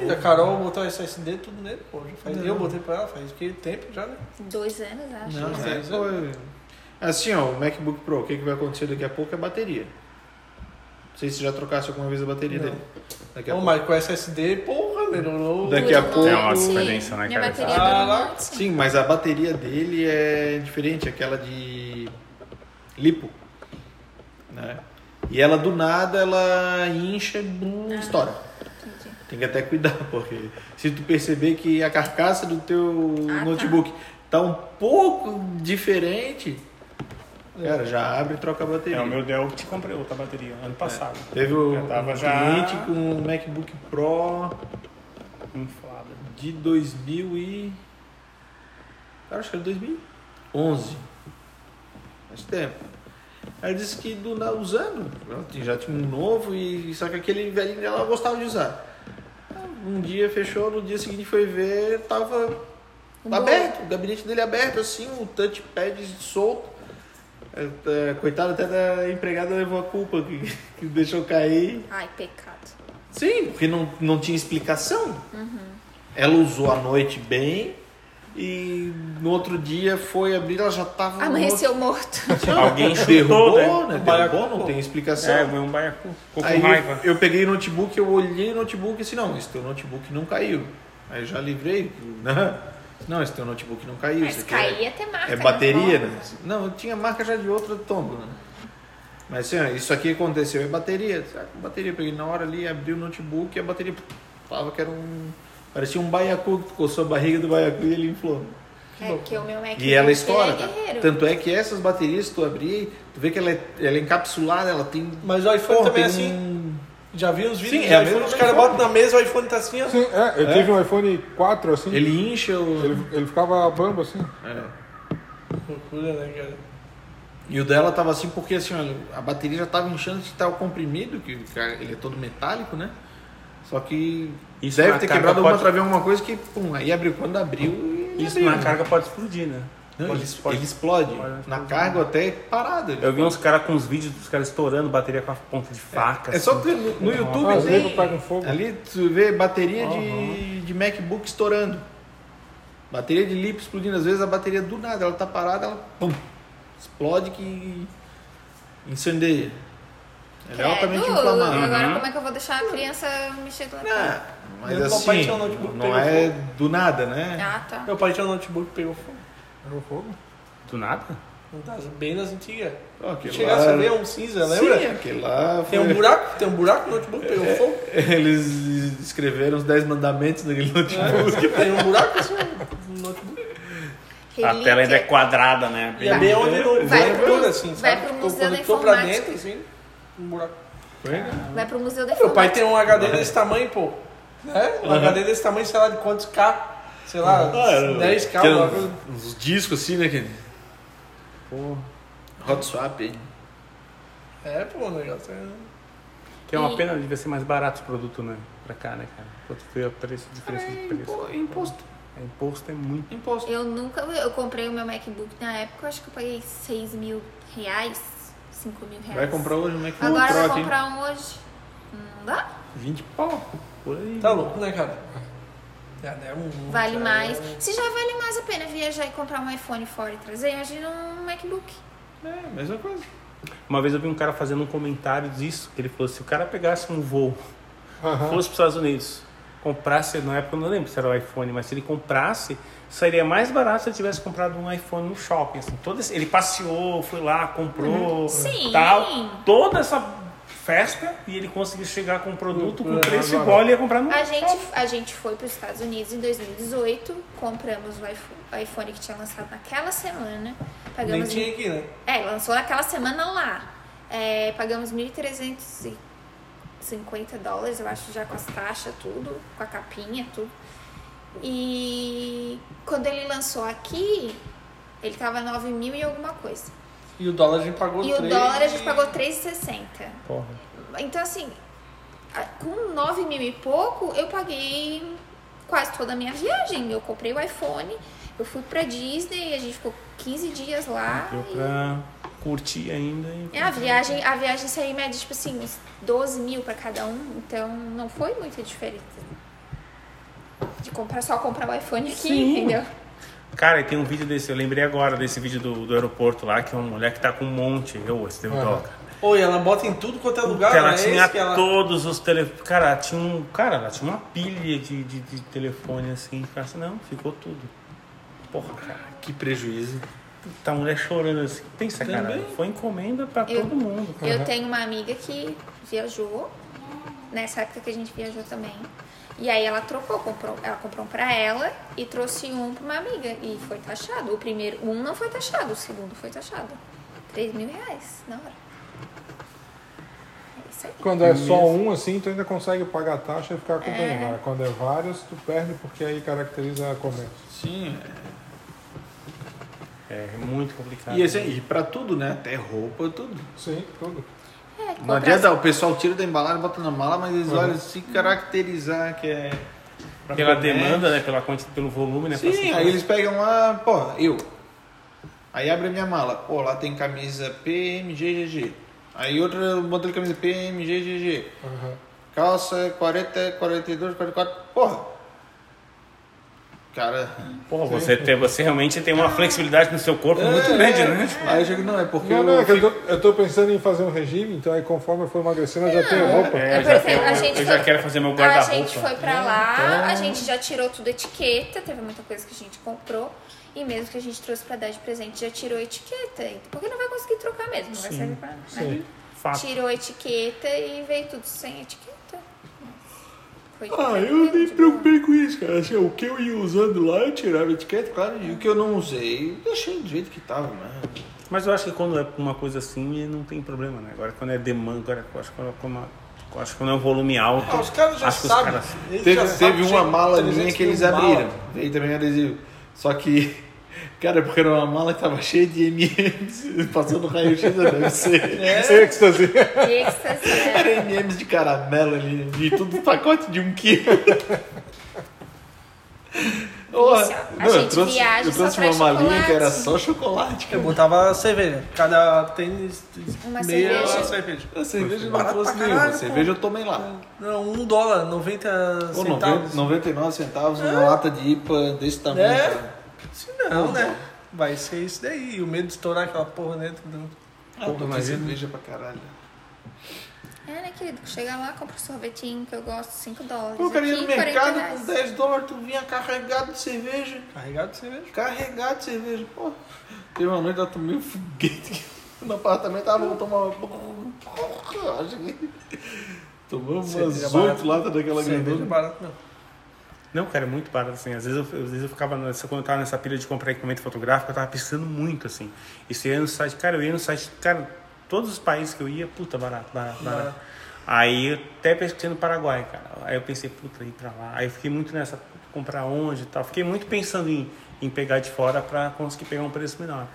é
E a Carol botou SSD tudo nele, pô. já faz- eu botei pra ela, faz que tempo já, né?
Dois anos, acho.
Não,
Mas-
é.
Mas foi- Assim, ó, o MacBook Pro, o que, que vai acontecer daqui a pouco é a bateria. Não sei se já trocasse alguma vez a bateria
Não.
dele. Daqui a
Ô,
pouco.
mas com SSD, porra, melhorou.
Daqui
Dura
a
um
pouco- Ah,
monte.
É uma
diferença, né,
Minha
cara?
bateria dura um
Caraca.
monte.
Sim, mas a bateria dele é diferente, aquela de lipo. Né? E ela do nada, ela incha e bum, estoura.
Ah, Entendi.
Tem que até cuidar, porque se tu perceber que a carcaça do teu
Ah, tá.
notebook tá um pouco diferente, cara, já abre e troca a bateria.
É, o meu Dell que te comprei outra bateria ano passado.
Teve o
Já tava
um
já-
cliente com um MacBook Pro
Inflada.
de 2000 e... Cara, acho que era 2011. Faz tempo. Aí disse que do, na- usando, ela tinha- já tinha um novo, e só que aquele velhinho dela ela gostava de usar. Um dia fechou, no dia seguinte foi ver, tava
Um
aberto, o gabinete dele aberto, assim, o touchpad solto. É, tá, Coitado até da empregada levou a culpa que, que deixou cair.
Ai, pecado.
Sim, porque não, não tinha explicação. Ela usou a noite bem e no outro dia foi abrir, ela já
Ah,
tava.
Amanheceu morto.
Alguém
no...
chutou,
derrubou,
né?
né?
Baiacu.
Derrubou, não tem explicação.
É, foi um baiacu. Ficou
Aí
com raiva.
eu peguei o notebook, eu olhei o notebook e disse, não, esse teu notebook não caiu. Aí eu já livrei, né? Não, esse teu notebook não caiu. (laughs) isso
Mas
aqui é-
cair até marca.
é bateria, né? Não, eu tinha marca já de outra tombo, né? Mas assim, ó, isso aqui aconteceu, é bateria. Sabe? Bateria, peguei na hora ali, abri o notebook e a bateria pff, falava que era um. Parecia um baiacu, que tu coçou a barriga do baiacu e ele inflou.
Que
É
louco.
porque o meu Mac
E ela
é
estoura, cara.
guerreiro.
Tanto é que essas baterias, tu abrir, tu vê que ela é, ela é encapsulada, ela tem.
Mas o iPhone
Porra,
também é
tem
assim.
um-
Já vi uns vídeos
Sim,
de
é a
iPhone,
mesma
os caras
forma.
botam na mesa, o iPhone tá assim, ó.
Sim, é, eu tive um iPhone 4 assim. Ele,
Ele incha o.
ele ficava bamba assim.
É.
Loucura, né, cara?
E o dela tava assim porque assim, olha, a bateria já tava inchando de tal comprimido, que cara, ele é todo metálico, né? Só que
Isso
deve
na
ter
carga
quebrado alguma
pode-
trave, alguma coisa que, pum, aí abriu. Quando abriu, ele
Isso
abriu.
na carga pode explodir, né?
Não,
pode-
ele, ele
pode-
explode.
pode-
na carga ou até parado. ele
Eu vi uns caras com uns vídeos dos caras estourando bateria com a ponta de faca.
É só
assim.
tu, no, no YouTube
Ah, às vezes eu
tem,
pego fogo.
ali tu vê bateria de, de MacBook estourando. Bateria de LiP explodindo. Às vezes a bateria do nada, ela tá parada, ela pum, explode que incendeia. Ela é altamente
Credo,
inflamável.
Uhum.
Agora como é que eu vou deixar a criança mexer do lado?
Ah, mas
Meu papai
assim,
tinha um notebook
não
pegou
é do nada, né?
Ah, tá.
Meu pai tinha um notebook, pegou fogo.
Pegou fogo.
Do nada?
Não tá, bem nas antigas.
Ó, aquele
Chegasse a ver um cinza, lembra?
Sim, aquele lá
Tem um
foi-
buraco, tem um buraco no notebook, pegou
É.
fogo.
(laughs) Eles escreveram os 10 mandamentos
Ah,
naquele notebook.
Tem um buraco assim, no notebook.
A tela ainda é
Relíquia.
quadrada, né?
E é bem onde não
Vai
vai
pro-
tudo, assim,
vai
sabe?
pro
Tipo,
Museu
quando
da
tu for pra
Informática.
dentro, assim, um buraco.
Vai pro museu da
Meu pai
informática.
tem um HD desse tamanho, pô. Né?
Uhum.
Um HD desse tamanho, sei lá, de quantos K? Sei lá,
Ah,
10K,
Aquele-
um bagulho.
uns discos assim, né? Que... Hot swap, hein?
É, pô, o negócio é...
Que é uma
E-
pena, devia ser mais barato o produto, né? Pra cá, né, cara? Pô, tu vê a preço, diferença de preço.
É, imposto.
É, imposto é muito.
Imposto.
Eu nunca. Eu comprei o meu MacBook na época, eu acho que eu paguei 6 mil reais, 5 mil reais.
Vai comprar hoje um MacBook
Agora eu
Pro
vou
aqui.
comprar um hoje. Não dá?
20 pau. Por aí.
Tá louco, né, cara? Já é um-
Vale
já
mais.
é-
Se já vale mais a pena viajar e comprar um iPhone fora e trazer, imagina um MacBook.
É, mesma coisa.
Uma vez eu vi um cara fazendo um comentário disso, que ele falou, se o cara pegasse um voo,
Aham.
fosse para os Estados Unidos, comprasse, na época eu não lembro se era o iPhone, mas se ele comprasse, sairia mais barato se ele tivesse comprado um iPhone no shopping. Assim, todo esse- ele passeou, foi lá, comprou,
Uhum. Sim.
tal. Toda essa festa e ele conseguiu chegar com um produto com
É, Agora.
preço igual ele ia comprar no
A gente, a gente foi para os Estados Unidos em 2018, compramos o iPhone, o iPhone que tinha lançado naquela
Nem
semana. Pagamos.
tinha aqui, né?
É, lançou naquela semana lá. É, pagamos 1.350 dólares, eu acho, já com as taxas, tudo, com a capinha, tudo. E quando ele lançou aqui, ele tava 9 mil e alguma coisa.
E o dólar a gente pagou
E o
três-
dólar a gente pagou 3,60.
Porra.
Então, assim, a- com 9 mil e pouco, eu paguei quase toda a minha viagem. Eu comprei o iPhone, eu fui pra Disney, a gente ficou 15 dias lá.
Deu
e-
pra curtir ainda. e-
É, a viagem, a viagem saiu em média, tipo assim, uns 12 mil pra cada um. Então, não foi muita diferença. De comprar, só comprar o iPhone aqui,
Sim.
entendeu?
Cara, e tem um vídeo desse, eu lembrei agora desse vídeo do, do aeroporto lá, que é uma mulher que tá com um monte. Eu, esse deu
Aham.
dó, cara.
Oi, ela bota em tudo quanto é lugar,
que ela
né? É
tinha
esse que ela...
todos os telefones. Cara, ela tinha um. Cara, ela tinha uma pilha de, de, de telefone assim. Cara, assim, não, ficou tudo. Porra, cara.
Que prejuízo.
Tá a mulher chorando assim. Pensa, cara. Foi encomenda pra
Eu-
todo mundo. cara.
Eu tenho uma amiga que viajou, nessa época que a gente viajou também. E aí ela trocou, comprou, ela comprou um pra ela e trouxe um pra uma amiga. E foi taxado. O primeiro, um não foi taxado, o segundo foi taxado. 3 mil reais na hora. É isso aí.
Quando é só um assim, tu ainda consegue pagar a taxa e ficar acompanhando. Agora, Quando é vários, tu perde porque aí caracteriza comércio.
Sim.
É, é muito complicado.
E, assim, e pra tudo, né? Até roupa, tudo.
Sim, tudo.
É,
Não
comprar-
né?
adianta, o pessoal tira da embalagem, bota na mala, mas eles
Uhum.
olham se caracterizar que é... pra
Pela
comércio.
demanda, né? Pela quantidade, pelo volume, né? pra
Sim,
ser-
aí eles pegam lá, pô, eu. Aí abre a minha mala. Pô, lá tem camisa PMGGG. Aí outra modelo de camisa PMGGG.
Aham.
Calça 40, 42, 44. Porra. Cara.
Porra, você, tem, você realmente tem uma
Ah.
flexibilidade no seu corpo muito
É,
grande,
é.
né?
Aí eu digo, não, é porque
Não, não,
eu.
é que eu
fico-
tô, eu tô pensando em fazer um regime, então aí conforme eu for emagrecendo, eu já tenho roupa.
É,
É,
eu
por
já
exemplo,
quero-
a gente
eu já
foi-
quero fazer meu
A
guarda-roupa.
gente foi
né?
pra lá,
Então
a gente já tirou tudo etiqueta, teve muita coisa que a gente comprou. E mesmo que a gente trouxe pra dar de presente, já tirou etiqueta. Porque não vai conseguir trocar mesmo, não vai servir pra nada.
Fato.
Tirou a etiqueta e veio tudo sem etiqueta. Foi
Ah,
foi
eu nem me
de boa.
preocupei com isso, cara. Assim, o que eu ia usando lá, eu tirava a etiqueta, claro, e o que eu não usei, eu deixei do jeito que tava, né?
Mas eu acho que quando é uma coisa assim, não tem problema, né? Agora, quando é demanda, agora, eu acho que quando é, uma- eu acho que quando é um volume alto...
Ah, os caras já
acho que os
sabem.
caras-
Eles
Teve,
já sabem
teve
que
uma
já-
mala
300
minha que eles
mil
abriram.
mala.
Veio também adesivo. Só que, (laughs) cara, porque era uma mala que tava cheia de MMs, (laughs) passando raio-x da UFC.
Êxtase.
Êxtase, né?
Era MMs de caramelo ali, de tudo pacote de um quilo. Ó,
Isso, a
eu
gente
trouxe,
viaja
eu
só
trouxe uma
traz
malinha que era
chocolate.
só chocolate,
Eu
cara.
botava cerveja. Cada tênis,
Uma
meia
cerveja.
cerveja.
A cerveja eu não
Barato
trouxe
pra
nenhuma.
caralho,
Cerveja eu tomei lá.
Não, um dólar, 90
Pô,
centavos.
90, 99 centavos uma lata de IPA desse tamanho.
É.
cara.
Se não, né? Vai ser isso daí. E o medo de estourar aquela porra dentro do...
Ah, eu tomei cerveja pra caralho.
É, né, querido? Chega lá, compra um sorvetinho que eu gosto, 5 dólares.
Pô, cara ia no
Aqui, 40
mercado
reais.
com 10 dólares, tu vinha carregado de cerveja.
Carregado de cerveja.
Carregado de cerveja. Pô, teve uma noite que eu tomei um foguete (laughs) no apartamento, tava vou tomar uma. Porra, acho que. Tomamos umas
Cerveja
8
barata.
latas daquela
Cerveja é
grandona.
barato, não.
Não, cara, é muito barato, assim. Às vezes eu, às vezes eu ficava, nessa, quando eu tava nessa pilha de comprar equipamento fotográfico, eu tava pensando muito, assim. E você ia no site, cara, eu ia no site, cara, todos os países que eu ia, puta, barato, barato, barato. Aí eu até pensei no Paraguai, cara. Aí eu pensei, puta, ir pra lá. Aí eu fiquei muito nessa, puta, comprar onde e tal. Fiquei muito pensando em, em pegar de fora pra conseguir pegar um preço menor.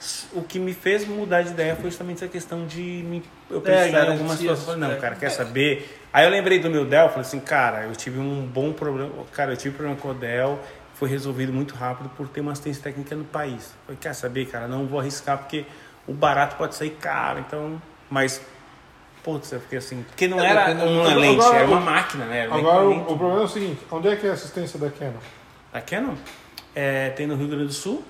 S- O que me fez mudar de ideia foi justamente essa questão de me,
É,
eu pensar em
garantias,
algumas coisas. Eu falei, Não,
é.
cara, quer saber? Aí eu lembrei do meu Dell, falei assim, cara, eu tive um bom problema, cara, eu tive problema com o Dell, foi resolvido muito rápido por ter uma assistência técnica no país. Falei, quer saber, cara, não vou arriscar porque o barato pode sair caro, então, mas putz, eu fiquei assim, porque não
É,
era
depende
uma
do-
lente,
agora-
era uma máquina, né? Era um
Agora, o,
equipamento.
o problema é o seguinte: onde é que é a assistência da Canon?
A Canon é, tem no Rio Grande do Sul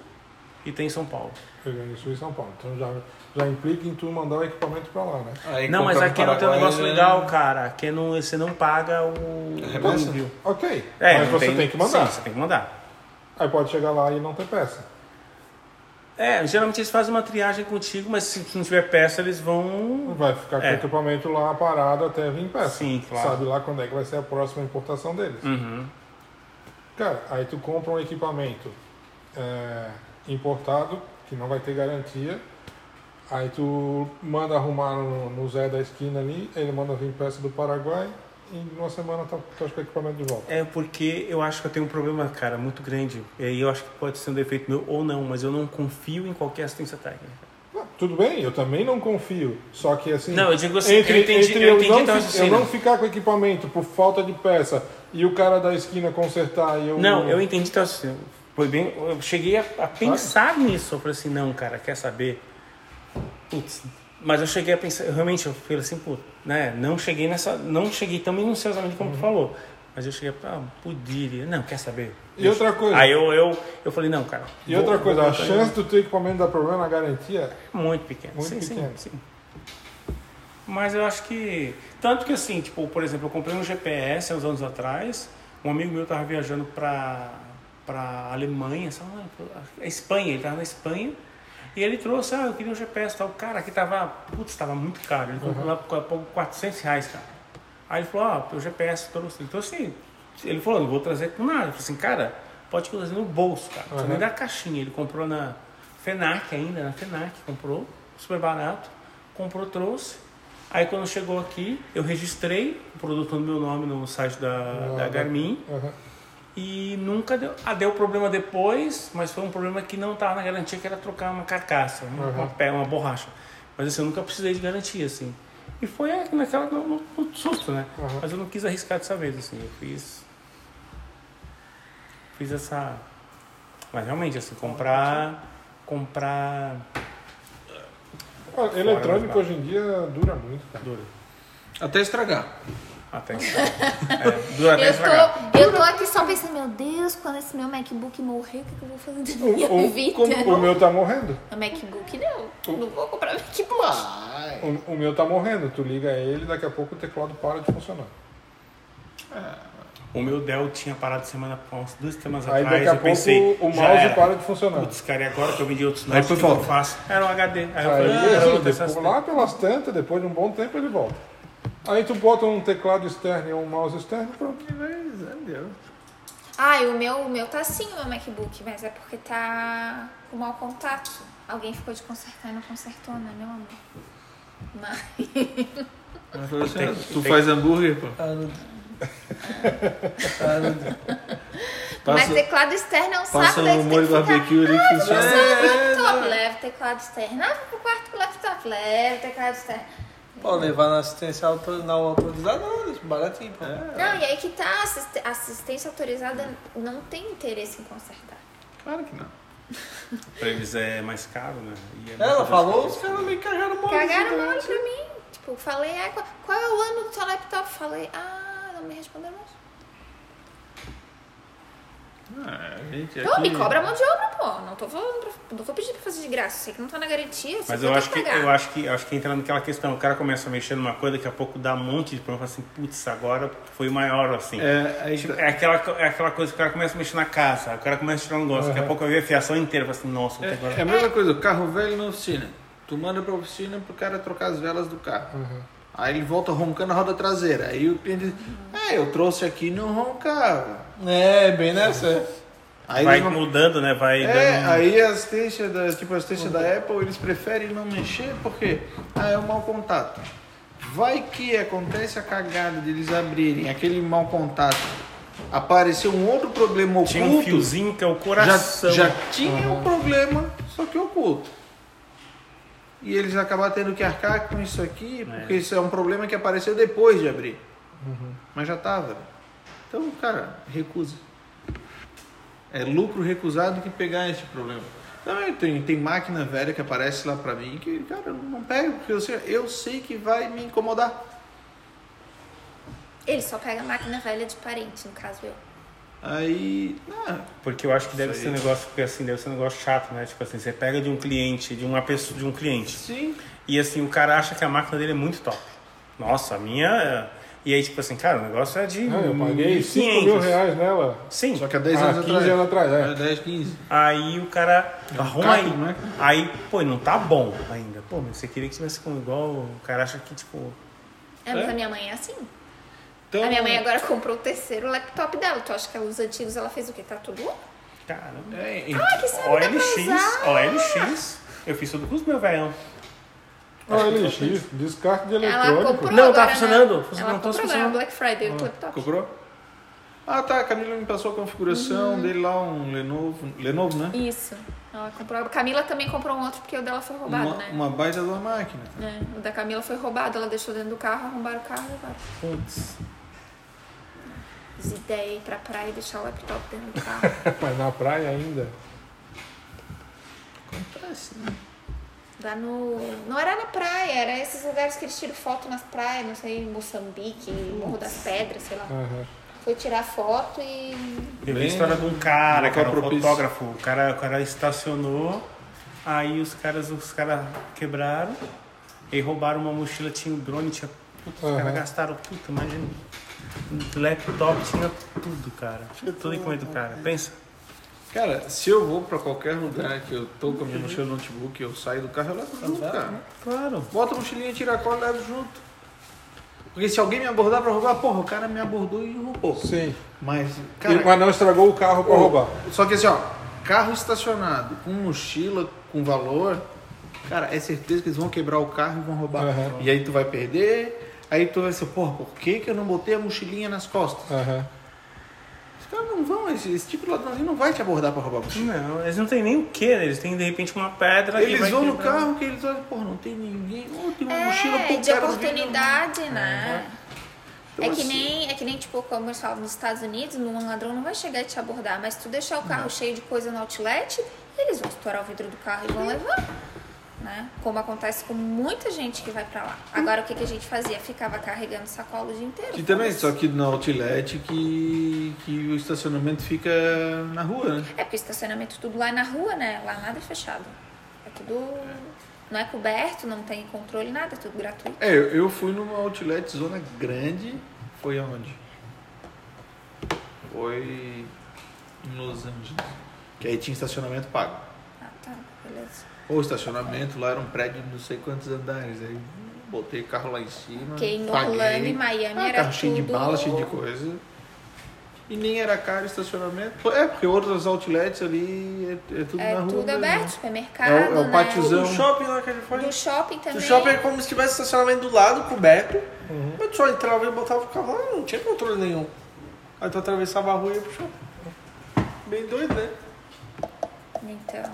e tem em São Paulo.
Rio Grande do Sul e São Paulo. Então já, já implica em tu mandar o equipamento pra lá, né?
Aí
não, mas a Canon
compramos
tem um
Paraguai,
negócio
né?
legal, cara. A Canon, você não paga o...
remessa?
o envio.
Ok.
É,
mas
não
você tem, que mandar.
Sim, você tem que mandar.
Aí pode chegar lá e não ter peça.
É, geralmente eles fazem uma triagem contigo, mas se não tiver peça, eles vão...
Vai ficar com
É.
o equipamento lá parado até vir peça.
Sim, claro.
Sabe lá quando é que vai ser a próxima importação deles.
Uhum.
Cara, aí tu compra um equipamento é, importado, que não vai ter garantia. Aí tu manda arrumar no, no Zé da esquina ali, ele manda vir peça do Paraguai e em uma semana tá, tá com o equipamento de volta.
É porque eu acho que eu tenho um problema, cara, muito grande. E aí eu acho que pode ser um defeito meu ou não, mas eu não confio em qualquer assistência técnica.
Não, tudo bem, eu também não confio. Só que assim.
Não, eu digo assim,
entre,
eu entendi,
entre
eu
eu,
entendi então
não,
teu
fi-
raciocínio.
eu não ficar com o equipamento por falta de peça e o cara da esquina consertar e eu.
Não, eu entendi teu raciocínio. Foi bem, eu cheguei a, a pensar nisso. Eu falei assim, não, cara, quer saber? Putz, mas eu cheguei a pensar, eu realmente, eu falei assim, pô, né, não cheguei nessa, não cheguei tão minuciosamente como tu falou. Mas eu cheguei, ah, poderia, não, quer saber?
E outra coisa.
Aí eu, eu, eu falei, não, cara.
E
vou-
outra
vou
coisa, a
botar
chance do teu equipamento dar problema na garantia
Muito pequeno.
Muito
sim,
pequeno.
sim, sim. Mas eu acho que. Tanto que assim, tipo, por exemplo, eu comprei um GPS há uns anos atrás, um amigo meu tava viajando pra, pra Alemanha, sei lá, a Espanha, ele tava na Espanha, e ele trouxe, ah, eu queria um GPS e tal. Cara, aqui tava, putz, tava muito caro, ele
Uhum.
comprou lá por por 400 reais, cara. Aí ele falou, "Ah, ó, o GPS trouxe, ele trouxe. Então, assim, Ele falou, não vou trazer com nada. Eu falei assim, cara, pode trazer no bolso, cara. Você nem dá caixinha. Ele comprou na FENAC ainda, na FENAC, comprou, super barato. Comprou, trouxe. Aí quando chegou aqui, eu registrei o produto no meu nome no site da, da Garmin.
Aham.
E nunca deu. Ah, deu problema depois, mas foi um problema que não estava na garantia, que era trocar uma carcaça, uma, uma, pe- uma borracha. Mas assim, eu nunca precisei de garantia, assim. E foi é, naquela no, no- no susto, né?
Uhum.
Mas eu não quis arriscar dessa vez, assim. Eu fiz. Fiz essa. Mas realmente, assim, comprar. Comprar.
Olha, eletrônico hoje em dia dura muito, cara.
Dura.
Até estragar.
Até
(laughs)
estragar. É, dura até
Eu
estragar.
tô, eu tô aqui só pensando, meu Deus, quando esse meu MacBook morrer, o que, que eu vou fazer da (laughs)
O,
minha
o-
vida? (laughs)
como- o meu tá morrendo.
O MacBook
Hum.
não. Não vou comprar MacBook.
Vai.
O, o meu tá morrendo. Tu liga ele, daqui a pouco o teclado para de funcionar.
O meu Dell tinha parado semana, umas duas semanas
Aí
atrás.
daqui
eu
a pouco
pensei.
o
já
mouse
era.
para de funcionar.
Putz, cara, e agora que eu vendi outros
Aí
novos,
foi
o que eu
falta.
faço? Era um HD. Aí eu
Aí,
falei, ah, eu
assim,
vou ter
depois-
essas-
lá pelas tantas, depois de um bom tempo ele volta. Aí tu bota um teclado externo e um mouse externo, pronto.
Ah, e o meu, o meu tá assim, o meu MacBook, mas é porque tá com mau contato. Alguém ficou de consertar e não consertou, né, meu amor? Mas...
tu faz hambúrguer, pô.
Arudo. Arudo.
Mas
Passa-
teclado externo é um saco,
Passa
daí
um
tu tem que
molho
ficar...
barbecue É, ali que funciona.
Leva o laptop, leva o teclado externo. Ah, vou pro quarto com o laptop, leva o teclado externo.
(laughs) Pô, levar na assistência autor... não autorizada, não, baratinho, pô.
É.
Não, e aí que tá, assist- assistência autorizada não tem interesse em consertar.
Claro que não.
Pra eles é mais caro, né? E é
Ela
muito
falou, os
mais
caras
caro.
meio cagaram mole.
Cagaram
assim,
mal
também.
pra mim. Tipo, falei, ah, qual, qual é o ano do teu laptop? Falei, ah, não me responderam mais.
Ah, gente,
Não, me
aqui-
cobra a mão de obra, pô. Não tô falando pra, não tô pedindo pra fazer de graça. Sei que não tá na garantia, você
Mas
tem
eu acho, que,
pagar.
eu, acho que, eu acho que entra naquela questão, o cara começa mexendo numa coisa, daqui a pouco dá um monte de problema, fala assim, putz, agora foi maior, assim.
É, aí
Tipo, é, aquela, co- é aquela coisa que o cara começa a mexer na casa, o cara começa a tirar um negócio, daqui a pouco eu vi a fiação inteira, fala assim, nossa, vou ter agora...
É, é a mesma coisa, o carro velho na oficina. Tu manda pra oficina pro cara trocar as velas do carro. Aí ele volta roncando a roda traseira. Aí o cliente diz, é, eu trouxe aqui e não roncava.
É, bem nessa.
Aí
vai
eles não-
mudando, né? Vai
É,
dando...
aí as textas da, tipo, as textas da Apple, eles preferem não mexer porque ah, é um mau contato. Vai que acontece a cagada de eles abrirem aquele mau contato. Apareceu um outro problema oculto.
Tinha um fiozinho que é o
já,
coração.
já tinha um problema, só que oculto. E eles acabaram tendo que arcar com isso aqui, porque isso é um problema que apareceu depois de abrir. Mas já estava. Então, cara, recusa. É lucro recusado que pegar este problema. Também tem, tem máquina velha que aparece lá pra mim que, cara, eu não pego, porque eu sei, eu sei que vai me incomodar.
Ele só pega a máquina velha de parente, no caso eu.
Aí. Ah,
Porque eu acho que deve ser um negócio, porque assim, deve ser um negócio chato, né? Tipo assim, você pega de um cliente, de uma pessoa, de um cliente.
sim.
E assim, o cara acha que a máquina dele é muito top. Nossa, a minha. é- E aí, tipo assim, cara, o negócio é de.
Ah, eu paguei 5 mil
500.
reais nela.
Sim.
Só que há 10
Há
anos
15
atrás.
anos atrás,
É,
é.
10, 15.
Aí o cara
Tá
arruma
caro,
aí.
né?
Aí, pô, não tá bom ainda. Pô, mas você queria que tivesse com igual. O cara acha que, tipo.
É, mas a minha mãe é assim.
Então,
A minha mãe agora comprou o terceiro laptop dela. Tu acha que os antigos ela fez o quê? Tá tudo?
Caramba.
é,
Ah, que sabe dá pra
OLX,
usar.
OLX. Eu fiz tudo com os meus velhão. É,
Ah, LX, descarte de
Ela
eletrônico.
comprou
Não, tá
agora,
funcionando.
Né?
Funcionou, não
Ela
tá
comprou agora
funcionando.
no Black Friday o laptop.
Comprou? Ah tá, a Camila me passou a
Uhum.
configuração dele lá, um Lenovo. Lenovo, né?
Isso. Ela comprou. A Camila também comprou um outro porque o dela foi roubado,
Uma,
né?
uma baita da máquina.
É, o da Camila foi roubado. Ela deixou dentro do carro, arrombaram o carro e levaram.
Putz.
As ideias ir pra praia e deixar o laptop dentro do carro.
(laughs)
(laughs)
Mas na praia ainda.
Lá no. Não era na praia, era esses lugares que eles tiram foto nas praias, não sei, em Moçambique, Morro das Pedras, sei lá.
Aham.
Foi tirar foto e.
Eu vi a
Bem,
história de um cara,
local
que era um
propício.
fotógrafo. O cara, o cara estacionou, aí os caras, os caras quebraram e roubaram uma mochila, tinha um drone, tinha tudo. Os
Aham.
caras gastaram puta, imagina. Laptop tinha tudo, cara. Tinha tudo em coisa do cara. Pensa.
Cara, se eu vou pra qualquer lugar que eu tô com a minha
Uhum.
mochila no notebook, eu saio do carro, eu levo junto,
né?
cara.
Claro.
Bota a mochilinha, tira a cola e levo junto. Porque se alguém me abordar pra roubar, porra, o cara me abordou e roubou.
Sim.
Mas, cara,
E- mas não estragou o carro pra
Ô,
roubar.
Só que assim, ó, carro estacionado com mochila, com valor, cara, é certeza que eles vão quebrar o carro e vão roubar.
Aham.
E aí tu vai perder, aí tu vai ser, porra, por que, que eu não botei a mochilinha nas costas?
Aham.
Os caras não vão, esse, esse tipo de ladrãozinho não vai te abordar pra roubar a mochila.
Não, eles não têm nem o que, né? Eles têm de repente uma pedra. que
Eles
vai
vão no
quebrar.
carro que eles olham, porra, não tem ninguém, oh, tem uma mochila,
É,
pô,
de
cara, não vi, não.
oportunidade, né?
É, Então,
é, que
assim,
nem, é que nem, tipo, como eles falam, nos Estados Unidos, um ladrão não vai chegar e te abordar, mas tu deixar o carro cheio de coisa no outlet, eles vão estourar o vidro do carro e
Uhum.
vão levar. Né? Como acontece com muita gente que vai pra lá. Agora, o que, que a gente fazia? Ficava carregando sacola o dia inteiro.
Que também, só que no outlet que, que o estacionamento fica na rua, né?
É porque estacionamento tudo lá é na rua, né? Lá nada é fechado. É tudo. Não é coberto, não tem controle, nada, é tudo gratuito.
É, eu eu fui numa outlet zona grande. Foi aonde? Foi em Los Angeles. Que aí tinha estacionamento pago.
Ah, tá, beleza.
Ou estacionamento lá era um prédio de não sei quantos andares. Aí
botei o carro lá em cima.
Porque em
paguei.
Orlando e Miami
Ah,
era
carro cheio de
tudo-
bala, cheio de coisa. E nem era caro o estacionamento. Pô, É, porque outras outlets ali é, é tudo
É
na rua.
tudo
né?
aberto, supermercado,
É o- é o
né?
pátiozão.
Do um shopping lá que ele foi.
Do shopping
Do
também.
shopping é como se tivesse estacionamento do lado, coberto. Mas tu só entrava e botava o carro lá, não tinha controle nenhum. Aí tu atravessava a rua e ia pro shopping. Bem doido, né?
Então,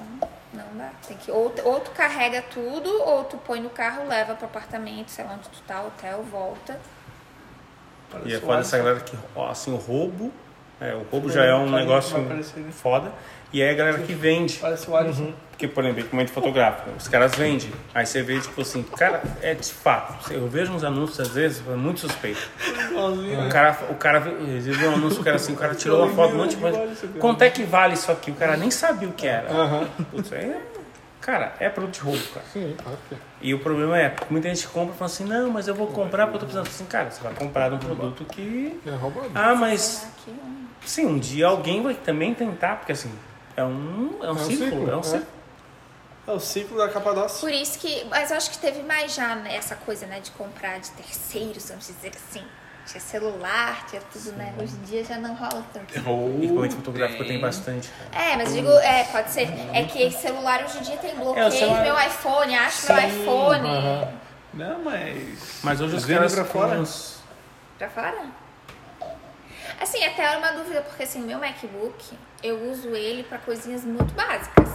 não dá. Tem que, ou, ou tu carrega tudo, ou tu põe no carro, leva pro apartamento, sei lá onde tu tá, hotel, volta.
E é
Parece
foda
um
essa galera que, ó, assim, o roubo. é, o roubo já é um
Vai
negócio
aparecer, né?
foda. E aí a galera que vende. Uhum.
Parece o Alisson.
Porque, por exemplo, equipamento fotográfico, os caras vendem. Aí você vê, tipo assim, cara, é de fato. Eu vejo uns anúncios, às vezes, é muito suspeito.
Igualzinho,
O
né?
cara, o cara, às vezes, um anúncio, o cara assim, o cara tirou uma foto, um monte de coisa. Quanto é que vale isso aqui? O cara nem sabia o que era.
Aham.
Putz, aí é- cara, é produto de roubo, cara.
Sim, claro que é.
E o problema é, muita gente compra e fala assim, não, mas eu vou comprar porque eu tô precisando. Assim, cara, você vai comprar um produto que...
É roubado.
Ah, mas
Aqui, um-
Sim, um dia alguém vai também tentar, porque assim, é um, é um, círculo, é um círculo.
É o ciclo da Capadócia.
Por isso que. Mas eu acho que teve mais já né, essa coisa, né? De comprar de terceiros, vamos dizer assim. Tinha celular, tinha tudo, né? Hoje em dia já não rola tanto.
E equipamento fotográfico tem bastante.
É, mas eu digo, é, pode ser. É que celular hoje em dia tem bloqueio,
celular-
meu iPhone, acho meu iPhone.
Não, mas.
Mas hoje os
Vende
caras
pra
com
fora?
uns-
Pra fora? Assim, até era uma dúvida, porque assim, meu MacBook, eu uso ele pra coisinhas muito básicas.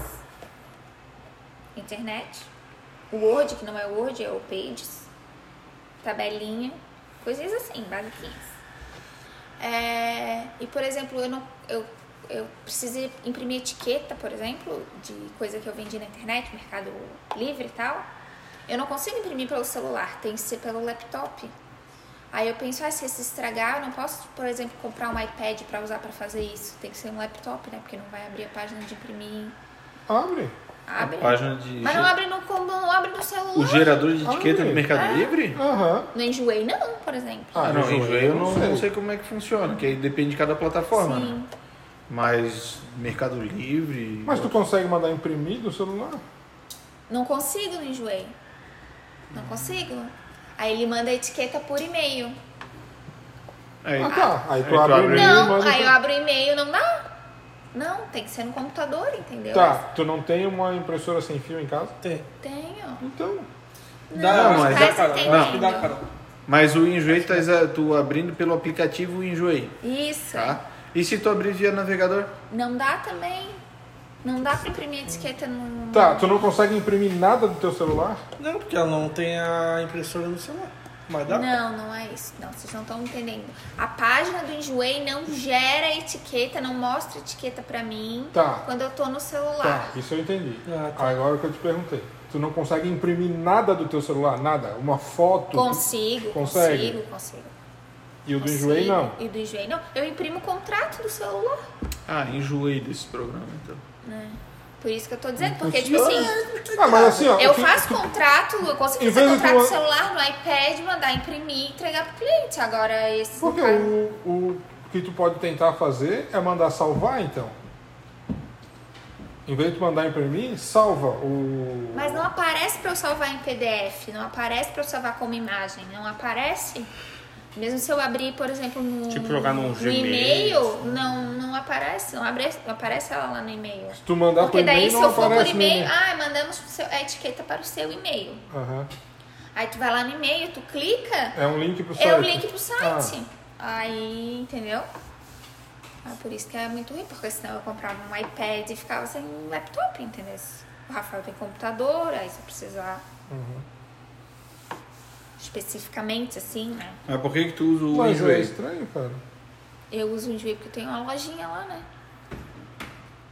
Internet, o Word, que não é Word, é o Pages, tabelinha, coisinhas assim, basiquinhas. É, e, por exemplo, eu, não, eu, eu precisei imprimir etiqueta, por exemplo, de coisa que eu vendi na internet, Mercado Livre e tal. Eu não consigo imprimir pelo celular, tem que ser pelo laptop. Aí eu penso, ah, se esse estragar, eu não posso, por exemplo, comprar um iPad pra usar pra fazer isso. Tem que ser um laptop, né? Porque não vai abrir a página de imprimir.
Abre.
Abre. né?
Página de.
Mas não é abre no como não abre no
O
celular.
gerador de etiqueta
Ah,
do
É.
Mercado Livre?
Aham.
Não enjoei não, por exemplo.
Ah,
Ah, não,
enjoei,
enjoei, eu não,
não sei.
não sei como é que funciona, porque aí depende de cada plataforma, né?
Sim.
Mas Mercado Livre.
Mas tu consegue mandar imprimir do celular?
Não consigo, não enjoei. Não consigo. Aí ele manda a etiqueta por e-mail.
Aí,
Ah, tá. Aí tu
Aí tu
abre o
abre.
e-mail e
Não,
manda.
aí eu abro o e-mail, não dá. Não, tem que ser no computador, entendeu?
Tá, tu não tem uma impressora sem fio em casa?
Tem.
Tenho. tá
Então,
Dá,
Não, mas
dá,
dá,
Carol.
tem
Eu acho que
ainda.
dá, Carol.
Mas o Enjoei tá exa- tu abrindo pelo aplicativo Enjoei,
Isso.
tá? E se tu abrir via navegador?
Não dá também. Não dá pra imprimir a etiqueta no.
tá, tu não consegue imprimir nada do teu celular?
Não, porque ela não tem a impressora no celular. Mas
Tá.
dá.
Não, não é isso. Não, vocês não estão entendendo. A página do Enjoei não gera etiqueta, não mostra etiqueta pra mim
Tá.
quando eu tô no celular.
Tá, isso eu entendi.
Ah,
Agora que eu te perguntei. Tu não consegue imprimir nada do teu celular? Nada? Uma foto?
Consigo,
Consegue?
consigo, consigo.
E o do
consigo.
enjoei, não.
E do Enjoei não. Eu imprimo o contrato do celular.
Ah, enjoei desse programa, então.
Né? Por isso que eu tô dizendo, porque, tipo assim,
Ah, mas assim, ó.
eu
tu-
faço contrato, eu consigo
Em
fazer
vez de
contrato no
tu-
celular, no iPad, mandar imprimir e entregar pro cliente. Agora, esse.
Porque o, o que tu pode tentar fazer é mandar salvar, então. Em vez de tu mandar imprimir, salva o.
Mas não aparece pra eu salvar em PDF, não aparece pra eu salvar como imagem, não aparece. Mesmo se eu abrir, por exemplo, no,
Tipo, jogar num
no
Gmail. assim.
e-mail, não, não aparece, não, abre, não aparece ela lá no e-mail.
Se tu mandar
Porque
por
daí
e-mail,
se
não
eu for por
aparece
né?
no
e-mail, ah, mandamos o seu- a etiqueta para o seu e-mail.
Aham.
Aí tu vai lá no e-mail, tu clica,
É um link pro site.
é o link pro site. Aí, entendeu? Ah, por isso que é muito ruim, porque senão eu comprava um iPad e ficava sem um laptop, entendeu? O Rafael tem computador, aí se eu precisar especificamente, assim, né?
Mas por que que tu usa o
Mas é
Enjoei?
estranho, cara.
Eu uso o Enjoei porque tem uma lojinha lá, né?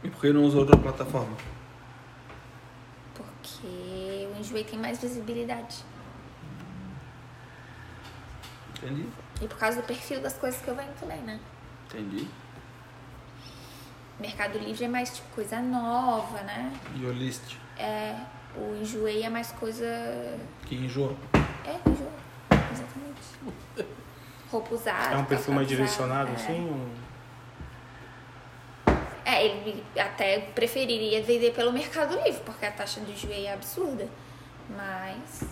E por que não usa outra plataforma?
Porque o Enjoei tem mais visibilidade.
Entendi,
E por causa do perfil das coisas que eu vendo também, né?
entendi.
Mercado Livre é mais tipo coisa nova, né?
E o List,
É, o Enjoei é mais coisa
que enjoa.
É, enjoa. Exatamente. Roupa usada.
É um perfil mais
calça usada,
direcionado,
é.
assim. um-
É, ele até preferiria vender pelo Mercado Livre, porque a taxa do joelho é absurda. Mas.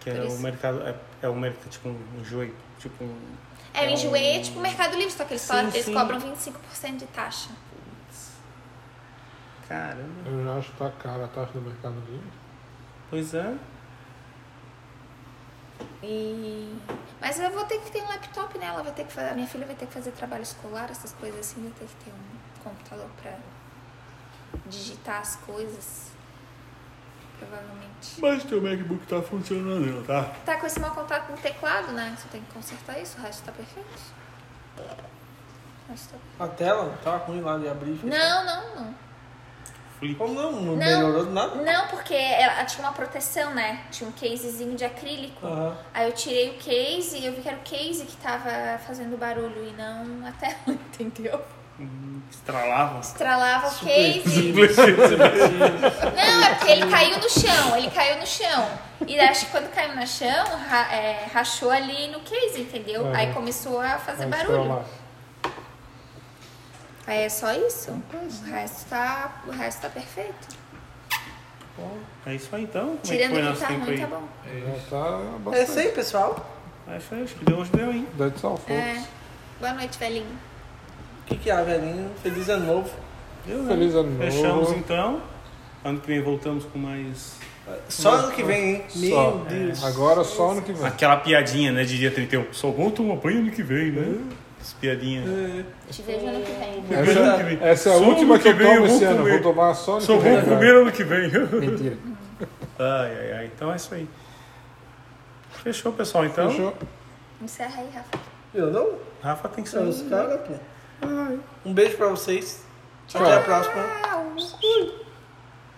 Que é
Por
o
isso.
mercado, é, é o mercado, tipo um joio, tipo um...
É, o
É
enjoei é
um-
tipo o Mercado Livre, só que eles,
Sim,
só, eles
sim.
cobram 25% de taxa.
Caramba,
Eu já acho que tá cara a taxa do Mercado Livre.
pois é.
E... Mas eu vou ter que ter um laptop, né? Ela vai ter que fazer, a minha filha vai ter que fazer trabalho escolar, essas coisas assim, vai ter que ter um computador pra digitar as coisas. Provavelmente.
Mas teu MacBook tá funcionando, tá?
Tá com esse mau contato no teclado, né? Você tem que consertar isso, o resto tá perfeito. O resto tá-
A tela tava ruim lá de abrir. e fechar.
Não, não, não.
Flip.
Como não? Não,
Não.
melhorou nada?
Não, porque ela tinha uma proteção, né? Tinha um casezinho de acrílico.
Aham.
Aí eu tirei o case e eu vi que era o case que tava fazendo barulho e não a (laughs) tela, entendeu?
Estralava.
Estralava o case.
Supletivo.
Não, é porque ele caiu no chão, ele caiu no chão. E acho que quando caiu no chão, ra- é, rachou ali no case, entendeu?
Uhum.
Aí começou a fazer
Aí
é barulho.
estralava.
Aí é só isso. O resto tá, o resto tá perfeito.
É isso aí então? Como
Tirando
é que foi
o que
nosso
tá
tempo
ruim,
aí?
tá bom.
Já tá
É
bastante.
isso aí, pessoal.
É isso aí, acho que deu, hoje deu, hein?
Dead South
É. Boa noite, velhinho.
O que, que é, velhinho? Feliz ano novo.
Deu, né?
Feliz ano novo.
Fechamos então. Ano que vem voltamos com mais.
Só ano que vem, hein?
Só.
Meu Deus.
Agora só ano que vem.
Aquela piadinha, né? De dia 31. Só volta uma apanha ano que vem, né? As piadinhas.
Te vejo ano que vem.
ano que
Essa,
vem.
essa é a
Só
última
ano
que eu
que vem eu
tomo
vou
esse ano.
comer.
Vou
(laughs)
tomar só ano
Só
que vem.
vou comer ano que vem. (laughs)
Mentira.
ai, ai, ai. Então é isso aí. Fechou, pessoal, então.
Fechou?
Encerra aí, Rafa.
Eu não?
Rafa tem que
São
sair.
os caras, pô. Um beijo pra vocês. Até a próxima.
Tchau.